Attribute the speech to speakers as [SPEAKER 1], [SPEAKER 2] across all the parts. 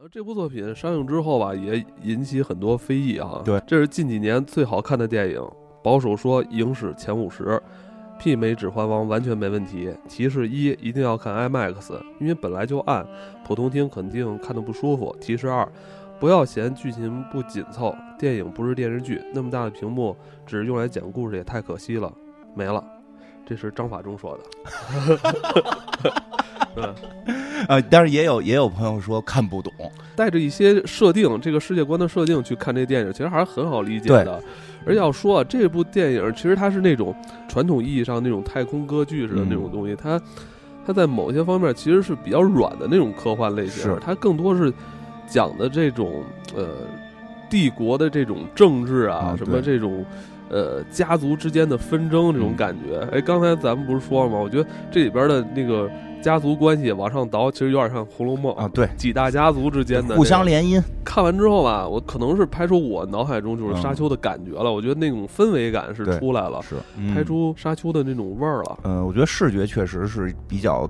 [SPEAKER 1] 呃，这部作品上映之后吧，也引起很多非议啊。
[SPEAKER 2] 对，
[SPEAKER 1] 这是近几年最好看的电影，保守说影史前五十，媲美《指环王》完全没问题。提示一，一定要看 IMAX，因为本来就暗，普通厅肯定看的不舒服。提示二，不要嫌剧情不紧凑，电影不是电视剧，那么大的屏幕只是用来讲故事也太可惜了，没了。这是张法中说的。对。
[SPEAKER 2] 啊，但是也有也有朋友说看不懂，
[SPEAKER 1] 带着一些设定，这个世界观的设定去看这电影，其实还是很好理解的。而要说啊，这部电影其实它是那种传统意义上那种太空歌剧似的那种东
[SPEAKER 2] 嗯
[SPEAKER 1] 西，它它在某些方面其实是比较软的那种科幻类型
[SPEAKER 2] 是，
[SPEAKER 1] 它更多是讲的这种呃帝国的这种政治啊，
[SPEAKER 2] 啊
[SPEAKER 1] 什么
[SPEAKER 2] 对
[SPEAKER 1] 这种。呃，家族之间的纷争这种
[SPEAKER 2] 嗯
[SPEAKER 1] 感觉，哎，刚才咱们不是说了吗？我觉得这里边的那个家族关系往上倒，其实有点像《红楼梦》
[SPEAKER 2] 啊，对，
[SPEAKER 1] 几大家族之间的
[SPEAKER 2] 互
[SPEAKER 1] 这
[SPEAKER 2] 相
[SPEAKER 1] 个
[SPEAKER 2] 联姻，
[SPEAKER 1] 看完之后吧，我可能是拍出我脑海中就是
[SPEAKER 2] 嗯
[SPEAKER 1] 沙丘的感觉了。我觉得那种氛围感是
[SPEAKER 2] 对嗯
[SPEAKER 1] 出来了，
[SPEAKER 2] 是
[SPEAKER 1] 啊拍。出沙丘的那种味儿了。
[SPEAKER 2] 嗯，我觉得视觉确实是比较，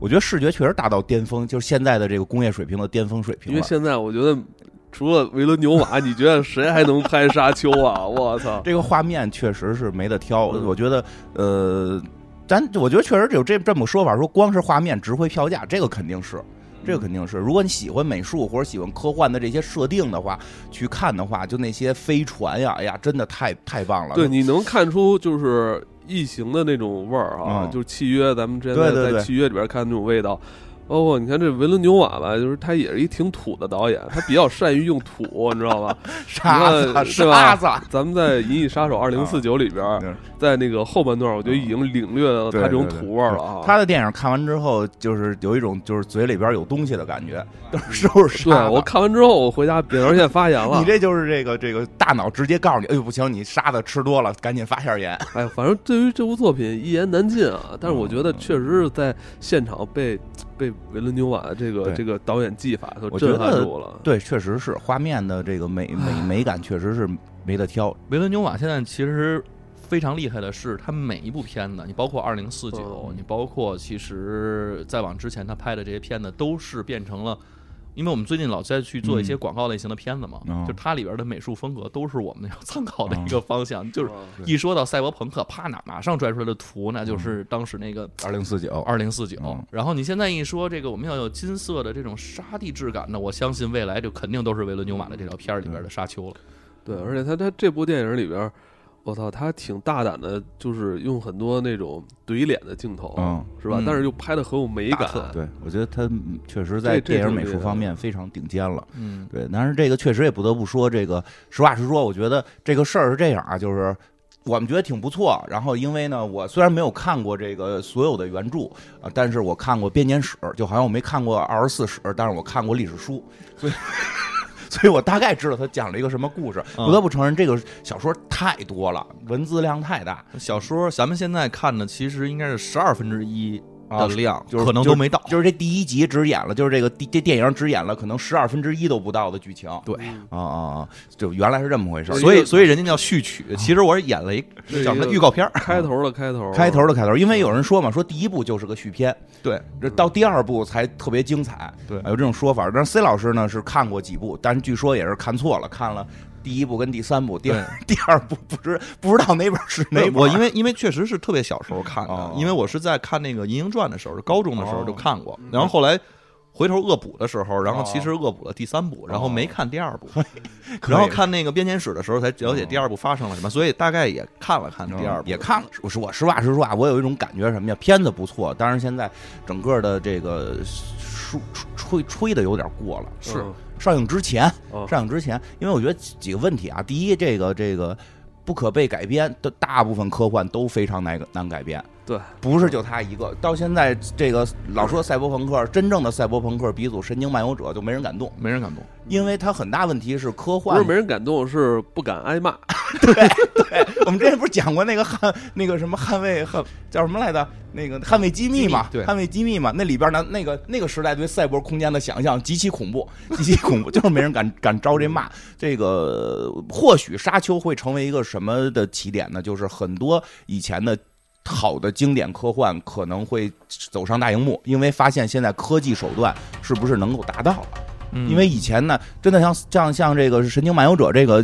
[SPEAKER 2] 我觉得视觉确实达到巅峰，就是现在的这个工业水平的巅峰水平
[SPEAKER 1] 因
[SPEAKER 2] 了
[SPEAKER 1] 为。现在我觉得，除了维伦纽瓦，你觉得谁还能拍沙丘啊？我 操！
[SPEAKER 2] 这个画面确实是没得挑，
[SPEAKER 1] 嗯
[SPEAKER 2] 我觉得，呃，咱我觉得确实有这这么个说法，说光是画面值回票价，这个肯定是，这
[SPEAKER 1] 嗯
[SPEAKER 2] 个肯定是。如果你喜欢美术或者喜欢科幻的这些设定的话，去看的话，就那些飞船呀，哎呀，真的太太棒了。
[SPEAKER 1] 对，你能看出就是异形的那种味儿啊，
[SPEAKER 2] 嗯
[SPEAKER 1] 就是契约，咱们之前
[SPEAKER 2] 对
[SPEAKER 1] 在
[SPEAKER 2] 对
[SPEAKER 1] 在
[SPEAKER 2] 对
[SPEAKER 1] 契约里边看那种味道。包括你看这维伦纽瓦吧，就是他也是一挺土的导演，他比较善于用土，你知道 吧？
[SPEAKER 2] 沙
[SPEAKER 1] 你看
[SPEAKER 2] 子，
[SPEAKER 1] 是吧
[SPEAKER 2] 沙子。
[SPEAKER 1] 啊咱们在《银翼杀手二零四九》里边，
[SPEAKER 2] 嗯
[SPEAKER 1] 在那个后半段，我觉得已经领略了他
[SPEAKER 2] 对
[SPEAKER 1] 这种
[SPEAKER 2] 对对
[SPEAKER 1] 土味儿了啊。
[SPEAKER 2] 他的电影看完之后，就是有一种就是嘴里边有东西的感觉，都是都是
[SPEAKER 1] 对
[SPEAKER 2] 沙子。
[SPEAKER 1] 我看完之后，我回 家扁桃腺发炎了
[SPEAKER 2] 你。这就是这个这个大脑直接告诉你，哎呦不行，你沙子吃多了，赶紧发下炎。
[SPEAKER 1] 哎，反正对于这部作品一言难尽啊。但是我觉得确实是在现场被被维伦纽瓦的这个
[SPEAKER 2] 对
[SPEAKER 1] 这个导演技法所
[SPEAKER 2] 我觉
[SPEAKER 1] 震
[SPEAKER 2] 得
[SPEAKER 1] 撼住了。
[SPEAKER 2] 对，确实是画面的这个美美美感，确实是没得挑。
[SPEAKER 3] 维伦纽瓦现在其实非常厉害的是，他每一部片子，你包括《二零四九》，
[SPEAKER 1] 嗯
[SPEAKER 3] 你包括其实再往之前他拍的这些片子，都是变成了。因为我们最近老在去做一些
[SPEAKER 2] 嗯
[SPEAKER 3] 广告类型的片子嘛，
[SPEAKER 2] 哦
[SPEAKER 3] 就它里边的美术风格都是我们要参考的
[SPEAKER 2] 哦
[SPEAKER 3] 一个方向。就是
[SPEAKER 1] 吧
[SPEAKER 3] 一说到赛博朋克，啪哪马上拽出来的图，那
[SPEAKER 2] 哦
[SPEAKER 3] 就是当时那个
[SPEAKER 2] 二零四九，
[SPEAKER 3] 二零四九
[SPEAKER 2] 嗯。
[SPEAKER 3] 然后你现在一说这个，我们要有金色的这种沙地质感呢，我相信未来就肯定都是维伦纽瓦的这条片儿里边的沙丘了。
[SPEAKER 1] 对，而且他他这部电影里边，我操，他挺大胆的，就是用很多那种怼脸的镜头，
[SPEAKER 2] 嗯
[SPEAKER 1] 是吧？
[SPEAKER 3] 嗯
[SPEAKER 1] 但是又拍的很有美
[SPEAKER 3] 大
[SPEAKER 1] 感。
[SPEAKER 3] 特
[SPEAKER 2] 对，我觉得他嗯确实
[SPEAKER 1] 这
[SPEAKER 2] 在
[SPEAKER 1] 这
[SPEAKER 2] 电
[SPEAKER 1] 就
[SPEAKER 2] 影美
[SPEAKER 1] 是
[SPEAKER 2] 术方面非常顶尖了。
[SPEAKER 3] 嗯，
[SPEAKER 2] 对，但是这个确实也不得不说，这个实话实说，我觉得这个事儿是这样啊，就是。我们觉得挺不错，然后因为呢，我虽然没有看过这个所有的原著啊，但是我看过编年史，就好像我没看过二十四史，但是我看过历史书，所以， 所以我大概知道他讲了一个什么故事。
[SPEAKER 3] 嗯
[SPEAKER 2] 不得不承认，这个小说太多了，文字量太大，
[SPEAKER 3] 小说咱们现在看的其实应该是十二分之一的量，
[SPEAKER 2] 就是
[SPEAKER 3] 可能
[SPEAKER 2] 就
[SPEAKER 3] 都
[SPEAKER 2] 是
[SPEAKER 3] 没到。
[SPEAKER 2] 就是这第一集只演了，就是这个第这电影只演了可能十二分之一都不到的剧情。啊
[SPEAKER 3] 对，
[SPEAKER 1] 嗯
[SPEAKER 2] 啊啊！就原来是这么回事儿。
[SPEAKER 1] 是
[SPEAKER 3] 所
[SPEAKER 1] 一
[SPEAKER 3] 以
[SPEAKER 1] 个
[SPEAKER 3] 所以人家叫序曲，其实我是演了一
[SPEAKER 1] 是一个
[SPEAKER 3] 叫什么预告片儿。嗯
[SPEAKER 1] 开头的开头，
[SPEAKER 2] 开头的开头，因为有人说嘛，说第一部就是个续篇，
[SPEAKER 3] 对，
[SPEAKER 2] 这到第二部才特别精彩，
[SPEAKER 3] 对
[SPEAKER 2] 啊有这种说法。但是 C 老师呢是看过几部，但是据说也是看错了，看了第一部跟第三部，第二 第二部不知不知道哪本是哪
[SPEAKER 3] 没
[SPEAKER 2] 本。
[SPEAKER 3] 我因为因为确实是特别小时候看的
[SPEAKER 2] 哦，
[SPEAKER 3] 因为我是在看那个《银鹰传》的时候，高中的时候就看过
[SPEAKER 1] 哦，
[SPEAKER 3] 然后后来。回头恶补的时候，然后其实恶补了第三部，然后没看第二部，
[SPEAKER 2] 可以
[SPEAKER 3] 然后看那个编年史的时候才了解第二部发生了什么，所以大概也看了看第二部，
[SPEAKER 2] 也看了。我是我实话实说啊，我有一种感觉是什么呀？片子不错，但是现在整个的这个吹吹吹的有点过了。
[SPEAKER 1] 是
[SPEAKER 2] 上映之前，
[SPEAKER 1] 哦
[SPEAKER 2] 上映之前，因为我觉得几几个问题啊，第一，这个这个不可被改编的大部分科幻都非常难难改编。
[SPEAKER 1] 对，
[SPEAKER 2] 不是就他一个，到现在这个老说赛博朋克，真正的赛博朋克鼻祖《神经漫游者》就没人敢动，
[SPEAKER 3] 没人敢动。
[SPEAKER 2] 因为它很大问题是科
[SPEAKER 1] 不
[SPEAKER 2] 幻
[SPEAKER 1] 是没人敢动，是不敢挨 骂。
[SPEAKER 2] 我们之前不是讲过那个捍那个什么捍卫捍叫什么来着？那个捍卫机密嘛，
[SPEAKER 3] 机密对
[SPEAKER 2] 捍卫机密嘛。那里边呢，那个那个时代对赛博空间的想象极其恐怖，极其恐怖，就是没人敢 敢招这骂。这个或许沙丘会成为一个什么的起点呢？就是很多以前的。好的经典科幻可能会走上大荧幕，因为发现现在科技手段是不是能够达到了？
[SPEAKER 4] 嗯
[SPEAKER 2] 因为以前呢，真的像像像这个《神经漫游者》这个，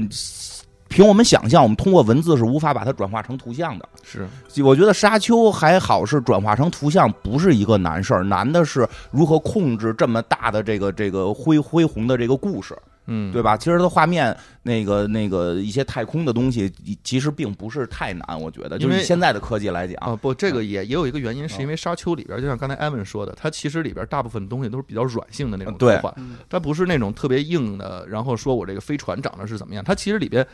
[SPEAKER 2] 凭我们想象，我们通过文字是无法把它转化成图像的。
[SPEAKER 4] 是
[SPEAKER 2] 我觉得沙丘还好是转化成图像不是一个难事儿，难的是如何控制这么大的这个这个恢恢宏的这个故事，
[SPEAKER 4] 嗯
[SPEAKER 2] 对吧？其实它画面那个那个一些太空的东西，其实并不是太难，我觉得，就
[SPEAKER 4] 因
[SPEAKER 2] 是
[SPEAKER 4] 为
[SPEAKER 2] 以现在的科技来讲，
[SPEAKER 4] 啊不，这
[SPEAKER 2] 嗯
[SPEAKER 4] 个也也有一个原因，是
[SPEAKER 2] 哦
[SPEAKER 4] 因为沙丘里边，就像刚才艾文说的，它其实里边大部分东西都是比较软性的那
[SPEAKER 2] 嗯
[SPEAKER 4] 种刻
[SPEAKER 2] 对
[SPEAKER 4] 画，它不是那种特别硬的。然后说我这个飞船长得是怎么样，它其实里边，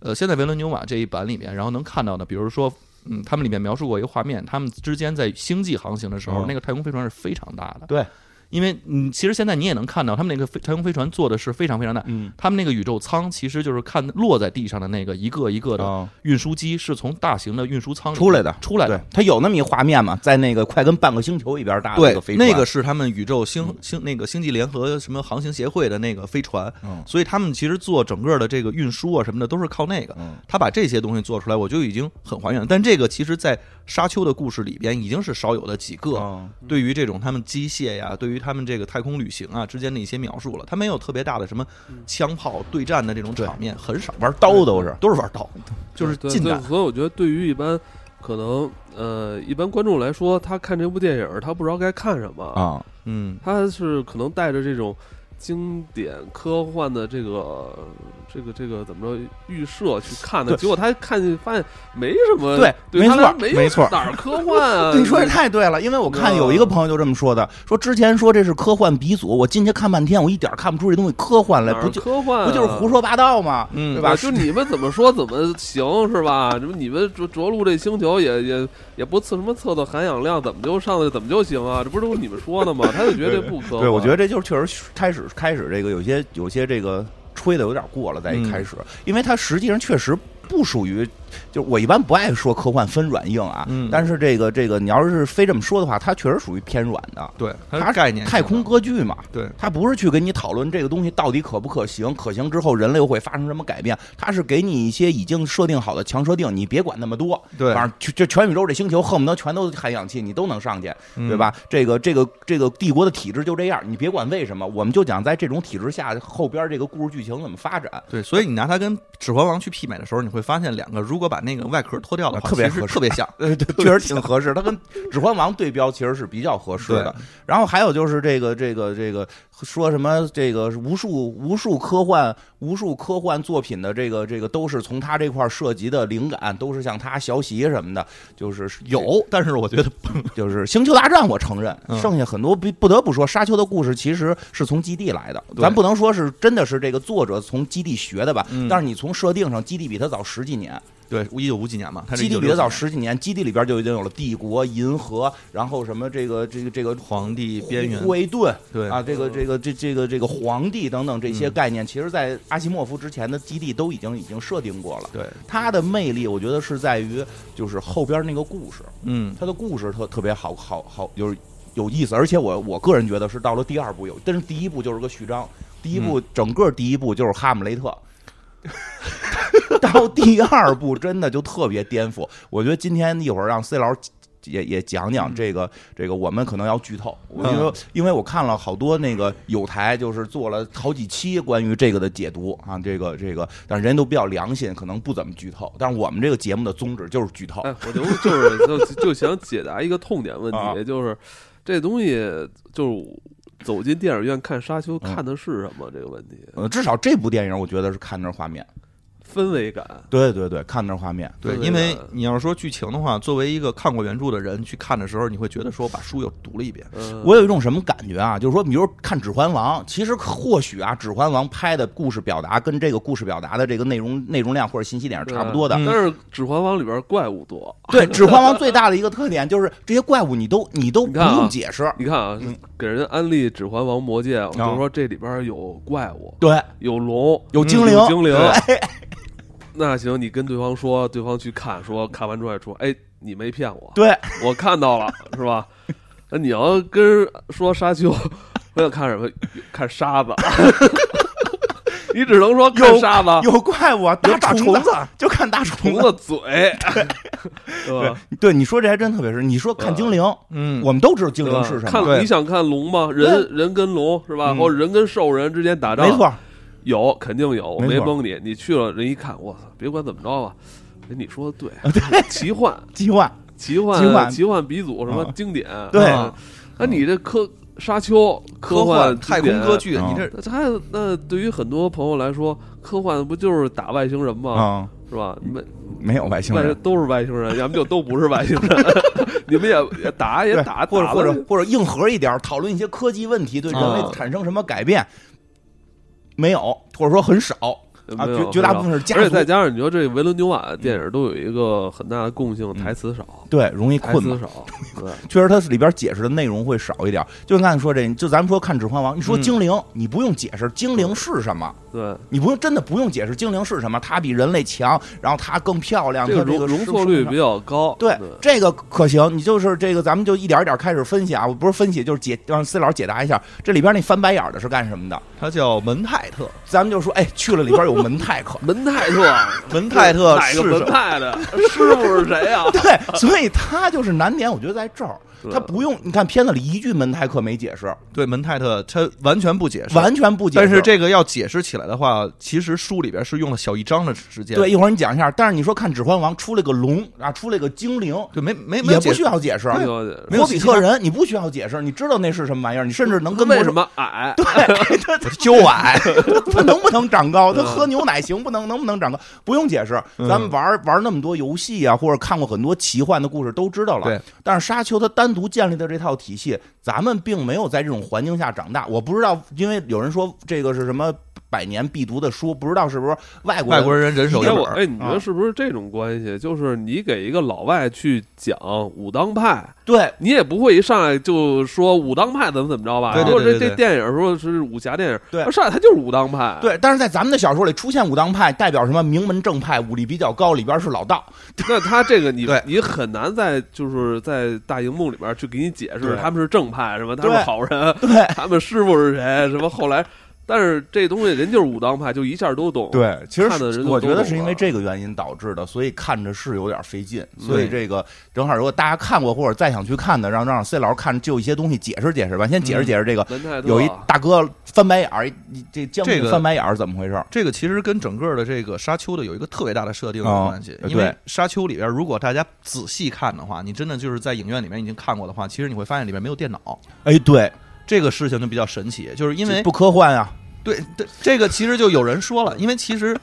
[SPEAKER 4] 呃，现在维伦纽瓦这一版里面，然后能看到的，比如说。嗯，他们里面描述过一个画面，他们之间在星际航行的时候，
[SPEAKER 2] 嗯
[SPEAKER 4] 那个太空飞船是非常大的。
[SPEAKER 2] 对，
[SPEAKER 4] 因为嗯，其实现在你也能看到，他们那个飞太空飞船做的是非常非常大。
[SPEAKER 2] 嗯
[SPEAKER 4] 他们那个宇宙舱其实就是看落在地上的那个一个一个的
[SPEAKER 2] 啊，
[SPEAKER 4] 运输机，是从大型的运输舱里
[SPEAKER 2] 出来的
[SPEAKER 4] 出来的
[SPEAKER 2] 对，它有那么一画面嘛，在那个快跟半个星球一边大的
[SPEAKER 4] 对
[SPEAKER 2] 个飞，船，
[SPEAKER 4] 那个是他们宇宙星星那个星际联合什么航行协会的那个飞船，
[SPEAKER 2] 嗯
[SPEAKER 4] 所以他们其实做整个的这个运输啊什么的都是靠那个。
[SPEAKER 2] 嗯
[SPEAKER 4] 他把这些东西做出来，我就已经很还原了。但这个其实，在沙丘的故事里边，已经是少有的几个
[SPEAKER 2] 嗯
[SPEAKER 4] 对于这种他们机械呀，对于他们这个太空旅行啊之间的一些描述了。他没有特别大的什么
[SPEAKER 2] 嗯
[SPEAKER 4] 枪炮对战的这种场面，很少，
[SPEAKER 2] 玩刀都是，
[SPEAKER 4] 都是玩刀，就是
[SPEAKER 1] 对
[SPEAKER 4] 近
[SPEAKER 1] 对
[SPEAKER 4] 战。
[SPEAKER 1] 所以我觉得，对于一般可能呃一般观众来说，他看这部电影，他不知道该看什么，
[SPEAKER 2] 啊。
[SPEAKER 4] 嗯，
[SPEAKER 1] 他是可能带着这种经典科幻的这个这个这个怎么着预设去看的，
[SPEAKER 2] 对
[SPEAKER 1] 结果他看见发现没什么，
[SPEAKER 2] 对
[SPEAKER 1] 对
[SPEAKER 2] 没
[SPEAKER 1] 他
[SPEAKER 2] 错
[SPEAKER 1] 来没
[SPEAKER 2] 没错？
[SPEAKER 1] 哪儿科幻啊
[SPEAKER 2] 呃你嗯说的太对了，因为我看有一个朋友就这么说的，说之前说这是科幻鼻祖，我进去看半天，我一点儿看不出这东西科幻来，
[SPEAKER 1] 哪儿
[SPEAKER 2] 不就
[SPEAKER 1] 科幻啊、
[SPEAKER 2] 不就是胡说八道吗？
[SPEAKER 4] 嗯
[SPEAKER 2] 对
[SPEAKER 1] 吧？
[SPEAKER 2] 吧？
[SPEAKER 1] 就你们怎么说怎么行是吧？什么你们着着陆这星球也也也不测什么测测含氧量，怎么就上去怎么就行啊？这不是都是你们说的吗？他就觉得这不科幻。
[SPEAKER 2] 对，我觉得这就是确实开始开始这个有些有些这个吹的有点过了，在一
[SPEAKER 4] 嗯
[SPEAKER 2] 开始，因为它实际上确实不属于，就是我一般不爱说科幻分软硬啊，
[SPEAKER 4] 嗯
[SPEAKER 2] 但是这个这个你要是非这么说的话，它确实属于偏软的，
[SPEAKER 4] 对，它
[SPEAKER 2] 它
[SPEAKER 4] 是
[SPEAKER 2] 是
[SPEAKER 4] 概念
[SPEAKER 2] 太空
[SPEAKER 4] 歌
[SPEAKER 2] 歌剧嘛，
[SPEAKER 4] 对。
[SPEAKER 2] 他不是去跟你讨论这个东西到底可不可行，可行之后人类又会发生什么改变，他是给你一些已经设定好的强设定，你别管那么多。
[SPEAKER 4] 对
[SPEAKER 2] 反正就就全宇宙这星球恨不得全都含氧气，你都能上去，对吧？这个这个这个帝国的体制就这样，你别管为什么，我们就讲在这种体制下后边这个故事剧情怎么发展。
[SPEAKER 4] 对，所以你拿它跟《指环王》去媲美的时候，你会发现两个如果把那个外壳脱掉的话，
[SPEAKER 2] 啊特别
[SPEAKER 4] 其实
[SPEAKER 2] 合适
[SPEAKER 4] 特别像。
[SPEAKER 2] 呃， 对，确实挺合适。它跟《指环王》对标其实是比较合适的。然后还有就是这个这个这个说什么这个无数无数科幻无数科幻作品的这个这个都是从他这块儿涉及的灵感，都是向他学习什么的，就是有。
[SPEAKER 4] 有，但是我觉得
[SPEAKER 2] 就是《星球大战》，我承认，
[SPEAKER 4] 嗯
[SPEAKER 2] 剩下很多不不得不说，《沙丘》的故事其实是从基地来的，
[SPEAKER 4] 对
[SPEAKER 2] 咱不能说是真的是这个作者从基地学的吧
[SPEAKER 4] 嗯，
[SPEAKER 2] 但是你从设定上，基地比他早十几年。
[SPEAKER 4] 对一九五几年嘛，它是
[SPEAKER 2] 基地比
[SPEAKER 4] 1960
[SPEAKER 2] 他早
[SPEAKER 4] 年
[SPEAKER 2] 十几年，基地里边就已经有了帝国、银河，然后什么这个这个这个
[SPEAKER 4] 皇帝边缘
[SPEAKER 2] 护，卫盾
[SPEAKER 4] 对
[SPEAKER 2] 啊，这个这个这这个这个皇帝等等这些
[SPEAKER 4] 嗯
[SPEAKER 2] 概念，其实，在阿西莫夫之前的基地都已经已经设定过了。
[SPEAKER 4] 对，
[SPEAKER 2] 它的魅力，我觉得是在于就是后边那个故事，
[SPEAKER 4] 嗯，
[SPEAKER 2] 它的故事特特别好好好，就是有意思。而且我我个人觉得是到了第二部有，但是第一部就是个序章，第一部、整个第一部就是哈姆雷特。 到第二部真的就特别颠覆，我觉得今天一会儿让 C 老师也也讲讲这个、这个，我们可能要剧透，因为、因为我看了好多那个有台就是做了好几期关于这个的解读啊，这个这个，但是人家都比较良心，可能不怎么剧透，但是我们这个节目的宗旨就是剧透，
[SPEAKER 1] 哎，我就就是就就想解答一个痛点问题，
[SPEAKER 2] 啊
[SPEAKER 1] 就是这东西就是走进电影院看《沙丘》
[SPEAKER 2] 嗯
[SPEAKER 1] 看的是什么、这个问题，
[SPEAKER 2] 呃，至少这部电影我觉得是看那画面，
[SPEAKER 1] 氛围感。
[SPEAKER 2] 对对对，看那画面，
[SPEAKER 4] 对，
[SPEAKER 1] 对
[SPEAKER 4] 因为
[SPEAKER 1] 的
[SPEAKER 4] 你要是说剧情的话，作为一个看过原著的人去看的时候，你会觉得说我把书又读了一遍，
[SPEAKER 1] 嗯，
[SPEAKER 2] 我有一种什么感觉啊？就是说，比如看《指环王》，其实或许啊，《指环王》拍的故事表达跟这个故事表达的这个内容内容量或者信息点是
[SPEAKER 1] 对
[SPEAKER 2] 差不多的。嗯
[SPEAKER 1] 但是《指环王》里边怪物多。
[SPEAKER 2] 对，《指环王》最大的一个特点就是这些怪物你都你都
[SPEAKER 1] 你
[SPEAKER 2] 不
[SPEAKER 1] 看啊
[SPEAKER 2] 用解释，
[SPEAKER 1] 你看啊，
[SPEAKER 2] 嗯啊
[SPEAKER 1] 给人安利《指环王》《魔戒》，我就说这里边有怪物，
[SPEAKER 2] 对，
[SPEAKER 1] 有龙，嗯
[SPEAKER 2] 有精灵，哎
[SPEAKER 1] 有精灵
[SPEAKER 2] 对。
[SPEAKER 1] 那行，你跟对方说，对方去看，说看完之后还说，哎，你没骗我，
[SPEAKER 2] 对，
[SPEAKER 1] 我看到了，是吧？ 那你要跟人说沙丘，我想看什么？看沙子， 你只能说看沙子，
[SPEAKER 2] 有怪物啊，大
[SPEAKER 1] 有大
[SPEAKER 2] 虫
[SPEAKER 1] 虫
[SPEAKER 2] 子，就看大虫
[SPEAKER 1] 虫
[SPEAKER 2] 子，
[SPEAKER 1] 子嘴，对吧？
[SPEAKER 2] 对，你说这还真特别是，你说看精灵，
[SPEAKER 4] 嗯，
[SPEAKER 2] 我们都知道精
[SPEAKER 1] 对
[SPEAKER 2] 灵
[SPEAKER 1] 吧
[SPEAKER 2] 是什么，
[SPEAKER 1] 看你想看龙吗？人人跟龙是吧？
[SPEAKER 2] 嗯
[SPEAKER 1] 或者人跟兽人之间打仗？
[SPEAKER 2] 没，错，
[SPEAKER 1] 有肯定有，我
[SPEAKER 2] 没
[SPEAKER 1] 没
[SPEAKER 2] 错
[SPEAKER 1] 蒙你。你去了，人一看，我操，别管怎么着吧。哎，你说的对， 奇幻，
[SPEAKER 2] 计划
[SPEAKER 1] 奇幻，
[SPEAKER 2] 奇幻
[SPEAKER 1] 奇幻鼻祖，什么
[SPEAKER 2] 啊
[SPEAKER 1] 经典？
[SPEAKER 2] 对
[SPEAKER 1] 啊那你这科沙丘
[SPEAKER 4] 科
[SPEAKER 1] 幻
[SPEAKER 4] 幻、太
[SPEAKER 1] 经典
[SPEAKER 4] 空歌剧，
[SPEAKER 2] 嗯
[SPEAKER 4] 你这
[SPEAKER 1] 他那对于很多朋友来说，科幻不就是打外星人吗？
[SPEAKER 2] 啊，
[SPEAKER 1] 是吧？你们
[SPEAKER 2] 没有外星
[SPEAKER 1] 外
[SPEAKER 2] 人
[SPEAKER 1] 人。都是外星人，要么就都不是外星 人。你们也也打也
[SPEAKER 2] 对
[SPEAKER 1] 打，
[SPEAKER 2] 或者
[SPEAKER 1] 打
[SPEAKER 2] 或
[SPEAKER 1] 了
[SPEAKER 2] 者或者硬核一点儿，讨论一些科技问题对人类
[SPEAKER 1] 啊
[SPEAKER 2] 产生什么改变，没有，或者说很少啊，
[SPEAKER 1] 没有
[SPEAKER 2] 绝绝大部分是家
[SPEAKER 1] 而且
[SPEAKER 2] 族嗯
[SPEAKER 1] 再加上你说这维伦纽瓦的电影都有一个很大的共性，台词少，
[SPEAKER 2] 对容易
[SPEAKER 1] 台
[SPEAKER 2] 嗯困
[SPEAKER 1] 词
[SPEAKER 2] 嘛，
[SPEAKER 1] 少，对，
[SPEAKER 2] 确实它是里边解释的内容会少一点儿。就刚才你说这，就咱们说看《指环王》，你说
[SPEAKER 4] 嗯
[SPEAKER 2] 精灵，你不用解释精灵是什么，
[SPEAKER 1] 对，
[SPEAKER 2] 你不用真的不用解释精灵是什么，它比人类强，然后它更漂亮，
[SPEAKER 1] 这
[SPEAKER 2] 它这
[SPEAKER 1] 容
[SPEAKER 2] 个
[SPEAKER 1] 容
[SPEAKER 2] 是
[SPEAKER 1] 错率比较高，，
[SPEAKER 2] 对，这个可行，你就是这个，咱们就一点一点开始分析啊，我不是分析，就是解让 C 老师解答一下，这里边那翻白眼儿的是干什么的？
[SPEAKER 4] 它叫门泰特，
[SPEAKER 2] 咱们就说，哎，去了里边有门泰克
[SPEAKER 1] 门泰特，
[SPEAKER 4] 门泰特
[SPEAKER 1] 哪
[SPEAKER 4] 是
[SPEAKER 1] 个
[SPEAKER 4] 什
[SPEAKER 1] 门
[SPEAKER 4] 么？
[SPEAKER 1] 派的师傅是谁啊？
[SPEAKER 2] 对，所以他就是难点，我觉得在这儿，他不用，你看片子里一句门泰克没解释，
[SPEAKER 4] 对，门泰特它完全不解释，
[SPEAKER 2] 完全不解释。
[SPEAKER 4] 但是这个要解释起来的话，其实书里边是用了小一章的时间，
[SPEAKER 2] 对，一会儿你讲一下。但是你说看《指环王》出来个龙啊，出来个精灵，
[SPEAKER 4] 对，没没没
[SPEAKER 2] 也
[SPEAKER 4] 有解
[SPEAKER 2] 不
[SPEAKER 4] 释
[SPEAKER 2] 需，要解释。
[SPEAKER 1] 没有解释
[SPEAKER 4] 没有
[SPEAKER 2] 霍比
[SPEAKER 4] 信息
[SPEAKER 2] 特
[SPEAKER 4] 差
[SPEAKER 2] 人你不需要解释，你知道那是什么玩意儿，你甚至能跟
[SPEAKER 1] 为
[SPEAKER 2] 魔
[SPEAKER 1] 什
[SPEAKER 2] 兽
[SPEAKER 1] 么 矮？
[SPEAKER 4] 我是揪矮，
[SPEAKER 2] 他能不能长高？他
[SPEAKER 1] 嗯
[SPEAKER 2] 喝牛奶行不能？能不能长高？不用解释，
[SPEAKER 4] 嗯
[SPEAKER 2] 咱们玩儿玩儿那么多游戏啊，或者看过很多奇幻的故事，都知道了。
[SPEAKER 4] 对，
[SPEAKER 2] 但是沙丘它单独建立的这套体系，咱们并没有在这种环境下长大。我不知道，因为有人说这个是什么百年必读的书，不知道是不是外国
[SPEAKER 4] 外
[SPEAKER 2] 人
[SPEAKER 4] 国人人手一
[SPEAKER 1] 哎，我
[SPEAKER 4] 本儿，
[SPEAKER 1] 哎，你觉得是不是这种关系？就是你给一个老外去讲武当派，
[SPEAKER 2] 对。
[SPEAKER 1] 你也不会一上来就说武当派怎么怎么着吧？
[SPEAKER 4] 对
[SPEAKER 1] 如
[SPEAKER 4] 对
[SPEAKER 1] 果这
[SPEAKER 4] 对对
[SPEAKER 1] 这电影说是武侠电影，
[SPEAKER 2] 对
[SPEAKER 1] 那上来他就是武当
[SPEAKER 4] 啊
[SPEAKER 1] 派，
[SPEAKER 2] 对，但是在咱们的小说里出现武当派，代表什么名门正派，武力比较高，里边是老道。
[SPEAKER 1] 那他这个你
[SPEAKER 4] 对
[SPEAKER 1] 你很难在就是在大荧幕里边去给你解释
[SPEAKER 2] 对
[SPEAKER 1] 他们是正派什么，他
[SPEAKER 2] 对
[SPEAKER 1] 们好人，
[SPEAKER 2] 对
[SPEAKER 1] 他们师傅是谁，什么后来，但是这东西人就是武当派，就一下都懂。
[SPEAKER 2] 对，其实
[SPEAKER 1] 看的人
[SPEAKER 2] 是
[SPEAKER 1] 就
[SPEAKER 2] 我
[SPEAKER 1] 都
[SPEAKER 2] 觉得
[SPEAKER 1] 懂
[SPEAKER 2] 是因为
[SPEAKER 1] 了
[SPEAKER 2] 这个原因导致的，所以看着是有点费劲。所以
[SPEAKER 4] 对
[SPEAKER 2] 这个正好，如果大家看过或者再想去看的，让让 C 老师看，就一些东西解释解释吧。先解释解释这个，
[SPEAKER 1] 门泰特
[SPEAKER 2] 有一大哥翻白眼儿，一这将
[SPEAKER 4] 这
[SPEAKER 2] 军
[SPEAKER 4] 个
[SPEAKER 2] 翻白眼儿是怎么回事？
[SPEAKER 4] 这个其实跟整个的这个沙丘的有一个特别大的设定
[SPEAKER 2] 哦
[SPEAKER 4] 有关系，
[SPEAKER 2] 呃
[SPEAKER 4] 因为
[SPEAKER 2] 对
[SPEAKER 4] 沙丘里边，如果大家仔细看的话，你真的就是在影院里面已经看过的话，其实你会发现里面没有电脑，
[SPEAKER 2] 哎，对，
[SPEAKER 4] 这个事情就比较神奇，就是因
[SPEAKER 2] 这
[SPEAKER 4] 为
[SPEAKER 2] 不科幻啊，
[SPEAKER 4] 对对，这个其实就有人说了，因为其实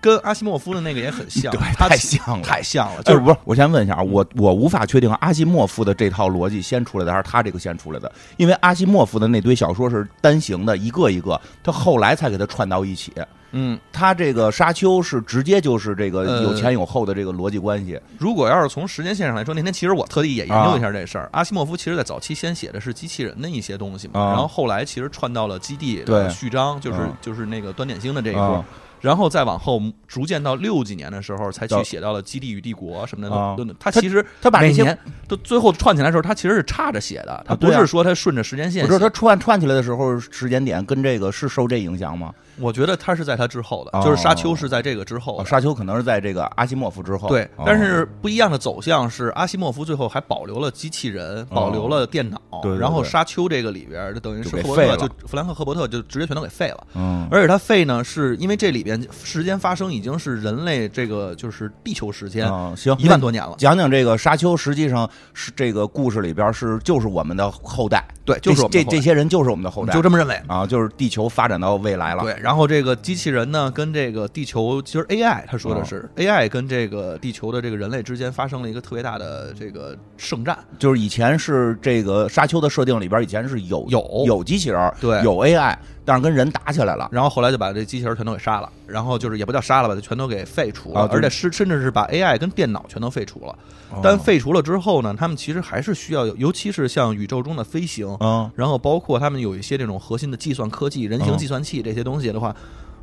[SPEAKER 4] 跟阿西莫夫的那个也很 像
[SPEAKER 2] 对，，
[SPEAKER 4] 他
[SPEAKER 2] 太
[SPEAKER 4] 其
[SPEAKER 2] 像了。
[SPEAKER 4] 太像了，
[SPEAKER 2] 就
[SPEAKER 4] 就是是
[SPEAKER 2] 不是？我先问一下啊，我我无法确定阿西莫夫的这套逻辑先出来的，还是他这个先出来的？因为阿西莫夫的那堆小说是单行的，一个一个，他后来才给他串到一起。
[SPEAKER 4] 嗯，
[SPEAKER 2] 他这个沙丘是直接就是这个
[SPEAKER 4] 呃
[SPEAKER 2] 有前有后的这个逻辑关系，
[SPEAKER 4] 如果要是从时间线上来说，那天其实我特地也研究一下这事儿。阿西莫夫其实在早期先写的是机器人的一些东西嘛，
[SPEAKER 2] 啊
[SPEAKER 4] 然后后来其实串到了基地
[SPEAKER 2] 对
[SPEAKER 4] 的序章，就是、
[SPEAKER 2] 啊
[SPEAKER 4] 就是那个端点星的这一波，
[SPEAKER 2] 啊
[SPEAKER 4] 然后再往后逐渐到六几年的时候才
[SPEAKER 2] 到
[SPEAKER 4] 去写到了基地与帝国什么的。
[SPEAKER 2] 啊
[SPEAKER 4] 都都他其实
[SPEAKER 2] 他把这
[SPEAKER 4] 每
[SPEAKER 2] 些
[SPEAKER 4] 年都最后串起来的时候，他其实是插着写的，他
[SPEAKER 2] 啊
[SPEAKER 4] 不
[SPEAKER 2] 对啊
[SPEAKER 4] 是说他顺着时间线
[SPEAKER 2] 我
[SPEAKER 4] 写。
[SPEAKER 2] 知道他串串起来的时候时间点跟这个是受这影响吗？
[SPEAKER 4] 我觉得他是在他之后的，
[SPEAKER 2] 哦
[SPEAKER 4] 就是沙丘是在这个之后
[SPEAKER 2] 哦
[SPEAKER 4] 的。
[SPEAKER 2] 沙丘可能是在这个阿西莫夫之后，
[SPEAKER 4] 对
[SPEAKER 2] 哦，
[SPEAKER 4] 但是不一样的走向是，阿西莫夫最后还保留了机器人，保留了电脑，
[SPEAKER 2] 哦对对对
[SPEAKER 4] 然后沙丘这个里边儿就等于
[SPEAKER 2] 就是给
[SPEAKER 4] 赫伯
[SPEAKER 2] 废
[SPEAKER 4] 特
[SPEAKER 2] 了
[SPEAKER 4] 就弗兰克·赫伯特就直接全都给废了。
[SPEAKER 2] 嗯，
[SPEAKER 4] 而且他废呢，是因为这里边时间发生已经是人类这个就是地球时间
[SPEAKER 2] 啊行，
[SPEAKER 4] 一万多年了
[SPEAKER 2] 那，讲讲这个沙丘，实际上是这个故事里边是就是我们的后代，
[SPEAKER 4] 对，就是我们
[SPEAKER 2] 这
[SPEAKER 4] 的
[SPEAKER 2] 这
[SPEAKER 4] 后代
[SPEAKER 2] 这些人就是我们的后代，
[SPEAKER 4] 就这么认为。
[SPEAKER 2] 啊，就是地球发展到未来了，
[SPEAKER 4] 对，然后这个机器人呢，跟这个地球，其实 AI，他
[SPEAKER 2] 啊
[SPEAKER 4] 说的是、AI 跟这个地球的这个人类之间发生了一个特别大的这个圣战，
[SPEAKER 2] 就是以前是这个沙丘的设定里边以前是有
[SPEAKER 4] 有
[SPEAKER 2] 有机器人儿，
[SPEAKER 4] 对
[SPEAKER 2] 有 AI，但是跟人打起来了，
[SPEAKER 4] 然后后来就把这机器人全都给杀了，然后就是也不叫杀了吧，就全都给废除了，
[SPEAKER 2] 啊就是哦
[SPEAKER 4] 而且是甚至是把 AI 跟电脑全都废除了。但废除了之后呢，他们其实还是需要有，尤其是像宇宙中的飞行，
[SPEAKER 2] 嗯
[SPEAKER 4] 然后包括他们有一些这种核心的计算科技、人
[SPEAKER 2] 嗯
[SPEAKER 4] 形计算器这些东西的话。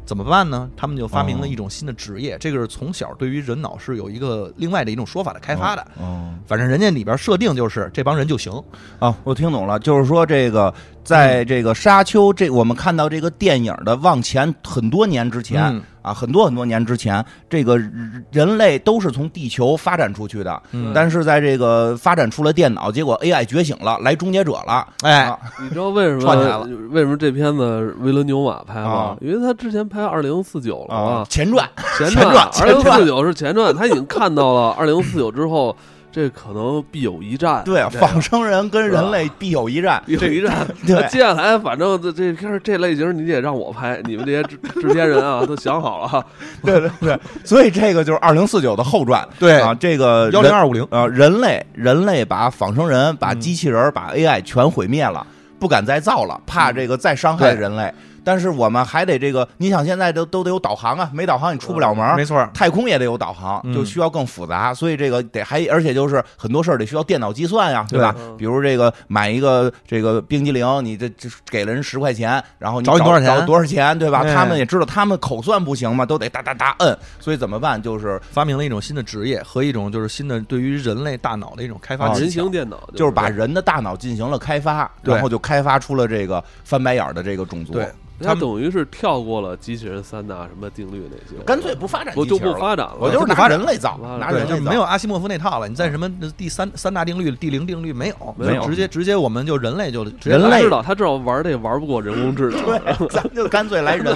[SPEAKER 4] 怎么办呢？他们就发明
[SPEAKER 2] 哦
[SPEAKER 4] 了一种新的职业，这个是从小对于人脑是有一个另外的一种说法的开发的。
[SPEAKER 2] 嗯。
[SPEAKER 4] 反正人家里边设定就是这帮人就行，
[SPEAKER 2] 啊，我听懂了，就是说这个，
[SPEAKER 4] 嗯
[SPEAKER 2] 在这个沙丘这我们看到这个电影的往前很多年之前、
[SPEAKER 4] 嗯
[SPEAKER 2] 啊，很多很多年之前，这个人人类都是从地球发展出去的，
[SPEAKER 4] 嗯
[SPEAKER 2] 但是在这个发展出了电脑，结果 AI 觉醒了，来终结者了，哎，
[SPEAKER 4] 啊
[SPEAKER 1] 你知道为什
[SPEAKER 2] 串起来
[SPEAKER 1] 么
[SPEAKER 2] 了
[SPEAKER 1] 为什么这片子维伦纽瓦拍吗
[SPEAKER 2] 啊？
[SPEAKER 1] 因为他之前拍《二零四九》了嘛
[SPEAKER 4] 哦
[SPEAKER 2] 啊，，前 传，
[SPEAKER 1] 前
[SPEAKER 2] 前
[SPEAKER 1] 传
[SPEAKER 2] 传
[SPEAKER 1] 《二零
[SPEAKER 2] 前
[SPEAKER 1] 四
[SPEAKER 2] 传
[SPEAKER 1] 九》是前传，他已经看到了《二零四九》之后，这可能必有一战，
[SPEAKER 4] 啊
[SPEAKER 2] 对， 仿生人跟人类必有一 战，
[SPEAKER 1] 必有一战。
[SPEAKER 2] 对
[SPEAKER 1] 那接下来反正这这片儿这类型你得让我拍，你们这些制制片人啊都想好了，
[SPEAKER 2] 对对对，所以这个就是二零四九的后传，
[SPEAKER 4] 对
[SPEAKER 2] 啊，这个
[SPEAKER 4] 幺零二五零，
[SPEAKER 2] 啊，人类人类把仿生人、
[SPEAKER 4] 嗯
[SPEAKER 2] 把机器人、把 AI 全毁灭了，不敢再造了，怕这个再伤害
[SPEAKER 4] 嗯对
[SPEAKER 2] 人类。但是我们还得这个，你想现在都都得有导航啊，没导航你出不了门儿。
[SPEAKER 4] 呃没错儿，
[SPEAKER 2] 太空也得有导航，
[SPEAKER 4] 嗯
[SPEAKER 2] 就需要更复杂，所以这个得还，而且就是很多事儿得需要电脑计算呀，
[SPEAKER 4] 对
[SPEAKER 2] 吧？
[SPEAKER 1] 嗯
[SPEAKER 2] 比如这个买一个这个冰激凌，你这这给了人十块钱，然后你
[SPEAKER 4] 找
[SPEAKER 2] 找
[SPEAKER 4] 你多少钱
[SPEAKER 2] 找多少钱，对吧？
[SPEAKER 4] 哎
[SPEAKER 2] 他们也知道，他们口算不行嘛，都得哒哒哒摁，所以怎么办？就是
[SPEAKER 4] 发明了一种新的职业和一种就是新的对于人类大脑的一种开发
[SPEAKER 2] 啊
[SPEAKER 4] 技
[SPEAKER 1] 啊
[SPEAKER 4] 巧
[SPEAKER 1] 人形电脑
[SPEAKER 2] 就是把人的大脑进行了开发，
[SPEAKER 4] 对
[SPEAKER 2] 然后就开发出了这个翻白眼儿的这个种族，
[SPEAKER 4] 对，
[SPEAKER 1] 他等于是跳过了机器人三大什么定律那些，
[SPEAKER 2] 干脆不发展
[SPEAKER 1] 不
[SPEAKER 2] 机
[SPEAKER 1] 就
[SPEAKER 2] 器人
[SPEAKER 1] 不
[SPEAKER 2] 了
[SPEAKER 1] 发展了，
[SPEAKER 2] 我就是拿人类造
[SPEAKER 1] 不发，展
[SPEAKER 2] 拿
[SPEAKER 1] 了
[SPEAKER 4] 对，
[SPEAKER 2] 人
[SPEAKER 4] 就
[SPEAKER 2] 类
[SPEAKER 4] 是
[SPEAKER 2] 造
[SPEAKER 4] 没有阿西莫夫那套了。你在什么第三
[SPEAKER 2] 嗯
[SPEAKER 4] 三大定律、第零定律没有？
[SPEAKER 1] 没有
[SPEAKER 4] 就直接直接我们就人类就直接
[SPEAKER 2] 人
[SPEAKER 1] 他
[SPEAKER 2] 类
[SPEAKER 1] 知道他知道玩这玩不过人工智能，
[SPEAKER 2] 对，咱就 干 脆 来人类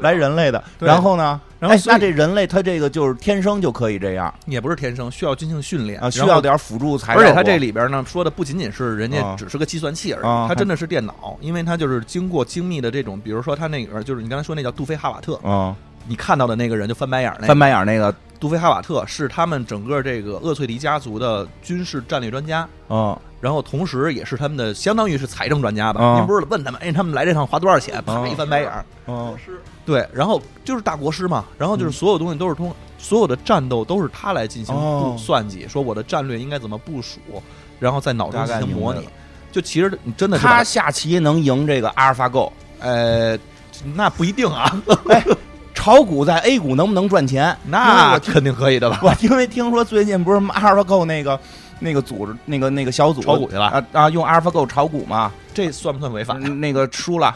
[SPEAKER 2] 来人类的，
[SPEAKER 4] 对
[SPEAKER 2] 然后呢，
[SPEAKER 4] 然后
[SPEAKER 2] 哎
[SPEAKER 4] 所以
[SPEAKER 2] 那这人类他这个就是天生就可以这样
[SPEAKER 4] 也不是天生，需要进行训练
[SPEAKER 2] 啊，需
[SPEAKER 4] 然
[SPEAKER 2] 要
[SPEAKER 4] 后
[SPEAKER 2] 点辅助材料，
[SPEAKER 4] 而且它这里边呢说的不仅仅是人家
[SPEAKER 2] 啊
[SPEAKER 4] 只是个计算器而
[SPEAKER 2] 啊
[SPEAKER 4] 已，它真的是电脑，因为它就是经过精密的这种，比如说它那个就是你刚才说那叫杜菲哈瓦特，
[SPEAKER 2] 嗯
[SPEAKER 4] 你看到的那个人就翻白眼儿那个
[SPEAKER 2] 翻白眼儿那个
[SPEAKER 4] 杜菲哈瓦特是他们整个这个厄翠迪家族的军事战略专家。
[SPEAKER 2] 嗯
[SPEAKER 4] 然后同时也是他们的，相当于是财政专家吧。
[SPEAKER 2] 啊
[SPEAKER 4] 您不是问他们，哎，他们来这趟花多少钱？啪
[SPEAKER 2] 啊
[SPEAKER 4] 一翻白眼儿，
[SPEAKER 2] 嗯
[SPEAKER 4] 对，然后就是大国师嘛，然后就是所有东西都是通，所有的战斗都是他来进行
[SPEAKER 2] 哦
[SPEAKER 4] 布算计，说我的战略应该怎么部署，然后在脑中
[SPEAKER 2] 大
[SPEAKER 4] 进
[SPEAKER 2] 概
[SPEAKER 4] 行模
[SPEAKER 2] 明
[SPEAKER 4] 拟
[SPEAKER 2] 白。
[SPEAKER 4] 就其实你真的是把
[SPEAKER 2] 他下棋能赢这个阿尔法狗，
[SPEAKER 4] 呃，那不一定 啊，
[SPEAKER 2] 炒股在 A 股能不能赚钱？因为
[SPEAKER 4] 那
[SPEAKER 2] 我
[SPEAKER 4] 肯定可以的 吧？
[SPEAKER 2] 我因为听说最近不是 AlphaGo 那个那个组织那个那个小组
[SPEAKER 4] 炒股去了，
[SPEAKER 2] 啊啊，用 AlphaGo 炒股嘛，
[SPEAKER 4] 这算不算违法？
[SPEAKER 2] 嗯那个输了，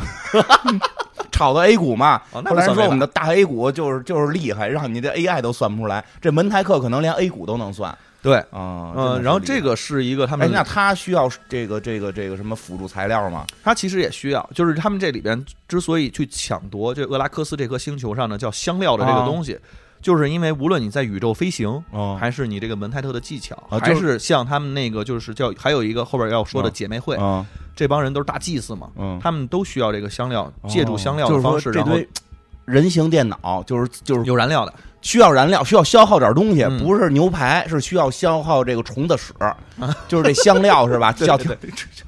[SPEAKER 2] 炒到 A 股嘛。
[SPEAKER 4] 哦那
[SPEAKER 2] 后
[SPEAKER 4] 不
[SPEAKER 2] 来
[SPEAKER 4] 算
[SPEAKER 2] 说
[SPEAKER 4] 违
[SPEAKER 2] 我们
[SPEAKER 4] 法。
[SPEAKER 2] 的大 A 股就是就是厉害，让你的 AI 都算不出来。这门台课可能连 A 股都能算
[SPEAKER 4] 对，
[SPEAKER 2] 啊。真的
[SPEAKER 4] 呃，
[SPEAKER 2] 是
[SPEAKER 4] 然后
[SPEAKER 2] 厉害
[SPEAKER 4] 这。个是一个他
[SPEAKER 2] 哎
[SPEAKER 4] 们，，
[SPEAKER 2] 那他需要这个这个这个什么辅助材料吗？
[SPEAKER 4] 他其实也需要，就是他们这里边之所以去抢夺这厄拉克斯这颗星球上的叫香料的这个
[SPEAKER 2] 啊
[SPEAKER 4] 东西，就是因为无论你在宇宙飞行，
[SPEAKER 2] 哦
[SPEAKER 4] 还是你这个门泰特的技巧，
[SPEAKER 2] 啊
[SPEAKER 4] 还
[SPEAKER 2] 就是
[SPEAKER 4] 像他们那个就是叫还有一个后边要说的
[SPEAKER 2] 嗯
[SPEAKER 4] 姐妹会，
[SPEAKER 2] 嗯
[SPEAKER 4] 这帮人都是大祭司嘛，
[SPEAKER 2] 嗯，
[SPEAKER 4] 他们都需要这个香料，
[SPEAKER 2] 哦
[SPEAKER 4] 借助香料
[SPEAKER 2] 就
[SPEAKER 4] 的
[SPEAKER 2] 是
[SPEAKER 4] 方
[SPEAKER 2] 说
[SPEAKER 4] 式，
[SPEAKER 2] 这
[SPEAKER 4] 然后
[SPEAKER 2] 堆人形电脑就是就是
[SPEAKER 4] 有燃料的，
[SPEAKER 2] 需要燃料，需要消耗点东西，
[SPEAKER 4] 嗯
[SPEAKER 2] 不是牛排，是需要消耗这个虫子屎， 就是这香料是吧？要
[SPEAKER 4] 啊 对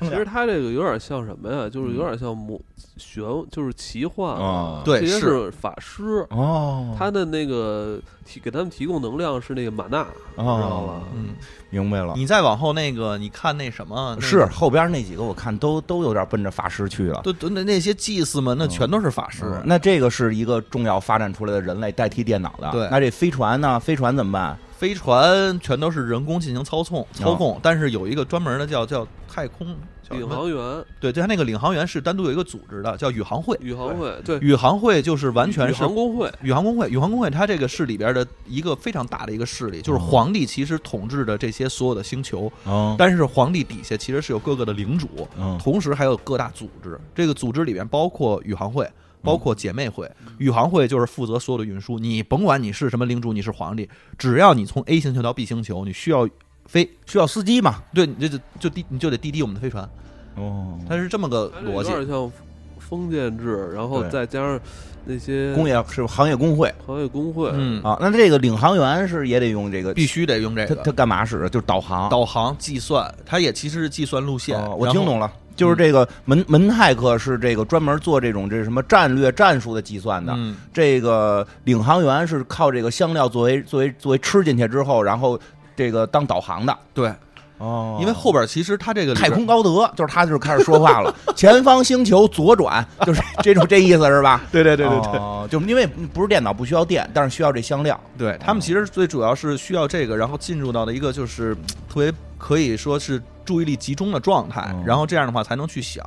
[SPEAKER 1] 其实它这个有点像什么呀？就是有
[SPEAKER 4] 嗯
[SPEAKER 1] 点像魔玄，就是奇幻
[SPEAKER 2] 啊
[SPEAKER 4] 哦对
[SPEAKER 1] 这些
[SPEAKER 4] 是
[SPEAKER 1] 是法师，
[SPEAKER 2] 哦
[SPEAKER 1] 他的那个提给他们提供能量是那个玛纳，知道吧
[SPEAKER 2] 哦，
[SPEAKER 4] 嗯，
[SPEAKER 2] 明白了，
[SPEAKER 4] 你再往后那个，你看那什么，那个
[SPEAKER 2] 是后边那几个我看都都有点奔着法师去了。
[SPEAKER 4] 都都那那些祭司
[SPEAKER 2] 啊
[SPEAKER 4] 们，那全都是法师，
[SPEAKER 2] 嗯那这个是一个重要发展出来的人类代替电脑的。
[SPEAKER 4] 对
[SPEAKER 2] 那这飞船呢？飞船怎么办？
[SPEAKER 4] 飞船全都是人工进行操控
[SPEAKER 1] 啊
[SPEAKER 4] 操控，但是有一个专门的叫叫太空叫什
[SPEAKER 1] 领
[SPEAKER 4] 么
[SPEAKER 1] 航员、
[SPEAKER 4] 对，就他那个领航员是单独有一个组织的，叫宇航会。
[SPEAKER 1] 宇航会，对，
[SPEAKER 4] 宇航会就是完全
[SPEAKER 1] 宇
[SPEAKER 4] 是
[SPEAKER 1] 航工会，
[SPEAKER 4] 宇航工会，宇航工会它这个是里边的一个非常大的一个势力，
[SPEAKER 1] 嗯
[SPEAKER 4] 就是皇帝其实统治着这些所有的星球，
[SPEAKER 2] 哦，
[SPEAKER 4] 但是皇帝底下其实是有各个的领主，
[SPEAKER 2] 嗯
[SPEAKER 4] 同时还有各大组织。这个组织里边包括宇航会，包括姐妹会。
[SPEAKER 2] 嗯
[SPEAKER 4] 宇航会就是负责所有的运输，你甭管你是什么领主，你是皇帝，只要你从 A 星球到 B 星球，你需要飞，
[SPEAKER 2] 需要司机嘛？
[SPEAKER 4] 对你这就就滴你就得滴滴我们的飞船，
[SPEAKER 2] 哦
[SPEAKER 4] 它是这么个
[SPEAKER 1] 它这
[SPEAKER 4] 逻
[SPEAKER 1] 有
[SPEAKER 4] 辑。
[SPEAKER 1] 点像封建制，然后
[SPEAKER 2] 对
[SPEAKER 1] 再加上那些
[SPEAKER 2] 工业是行业工会
[SPEAKER 1] 行业工会，
[SPEAKER 4] 嗯，
[SPEAKER 2] 啊。那这个领航员是也得用这个，
[SPEAKER 4] 必须得用这
[SPEAKER 2] 他
[SPEAKER 4] 个
[SPEAKER 2] 他干嘛使？就是导航。
[SPEAKER 4] 导航计算，它也其实是计算路线。
[SPEAKER 2] 哦、我
[SPEAKER 4] 然后
[SPEAKER 2] 听懂了，
[SPEAKER 4] 嗯
[SPEAKER 2] 就是这个门门泰克是这个专门做这种这什么战略战术的计算的。
[SPEAKER 4] 嗯，
[SPEAKER 2] 这个领航员是靠这个香料作为作为作为吃进去之后，然后这个当导航的。
[SPEAKER 4] 对，
[SPEAKER 2] 哦
[SPEAKER 4] 因为后边其实它这个里
[SPEAKER 2] 太
[SPEAKER 4] 边
[SPEAKER 2] 空高德就是他就是开始说 话了，前方星球左转，就是这种这意思是吧？
[SPEAKER 4] 对对对对对。
[SPEAKER 2] 对，就因为不是电脑不需要电，但是需要这香料。
[SPEAKER 4] 对他们其实最主要是需要这个，然后进入到了一个就是嗯特别可以说是注意力集中的状态
[SPEAKER 2] 嗯，
[SPEAKER 4] 然后这样的话才能去想。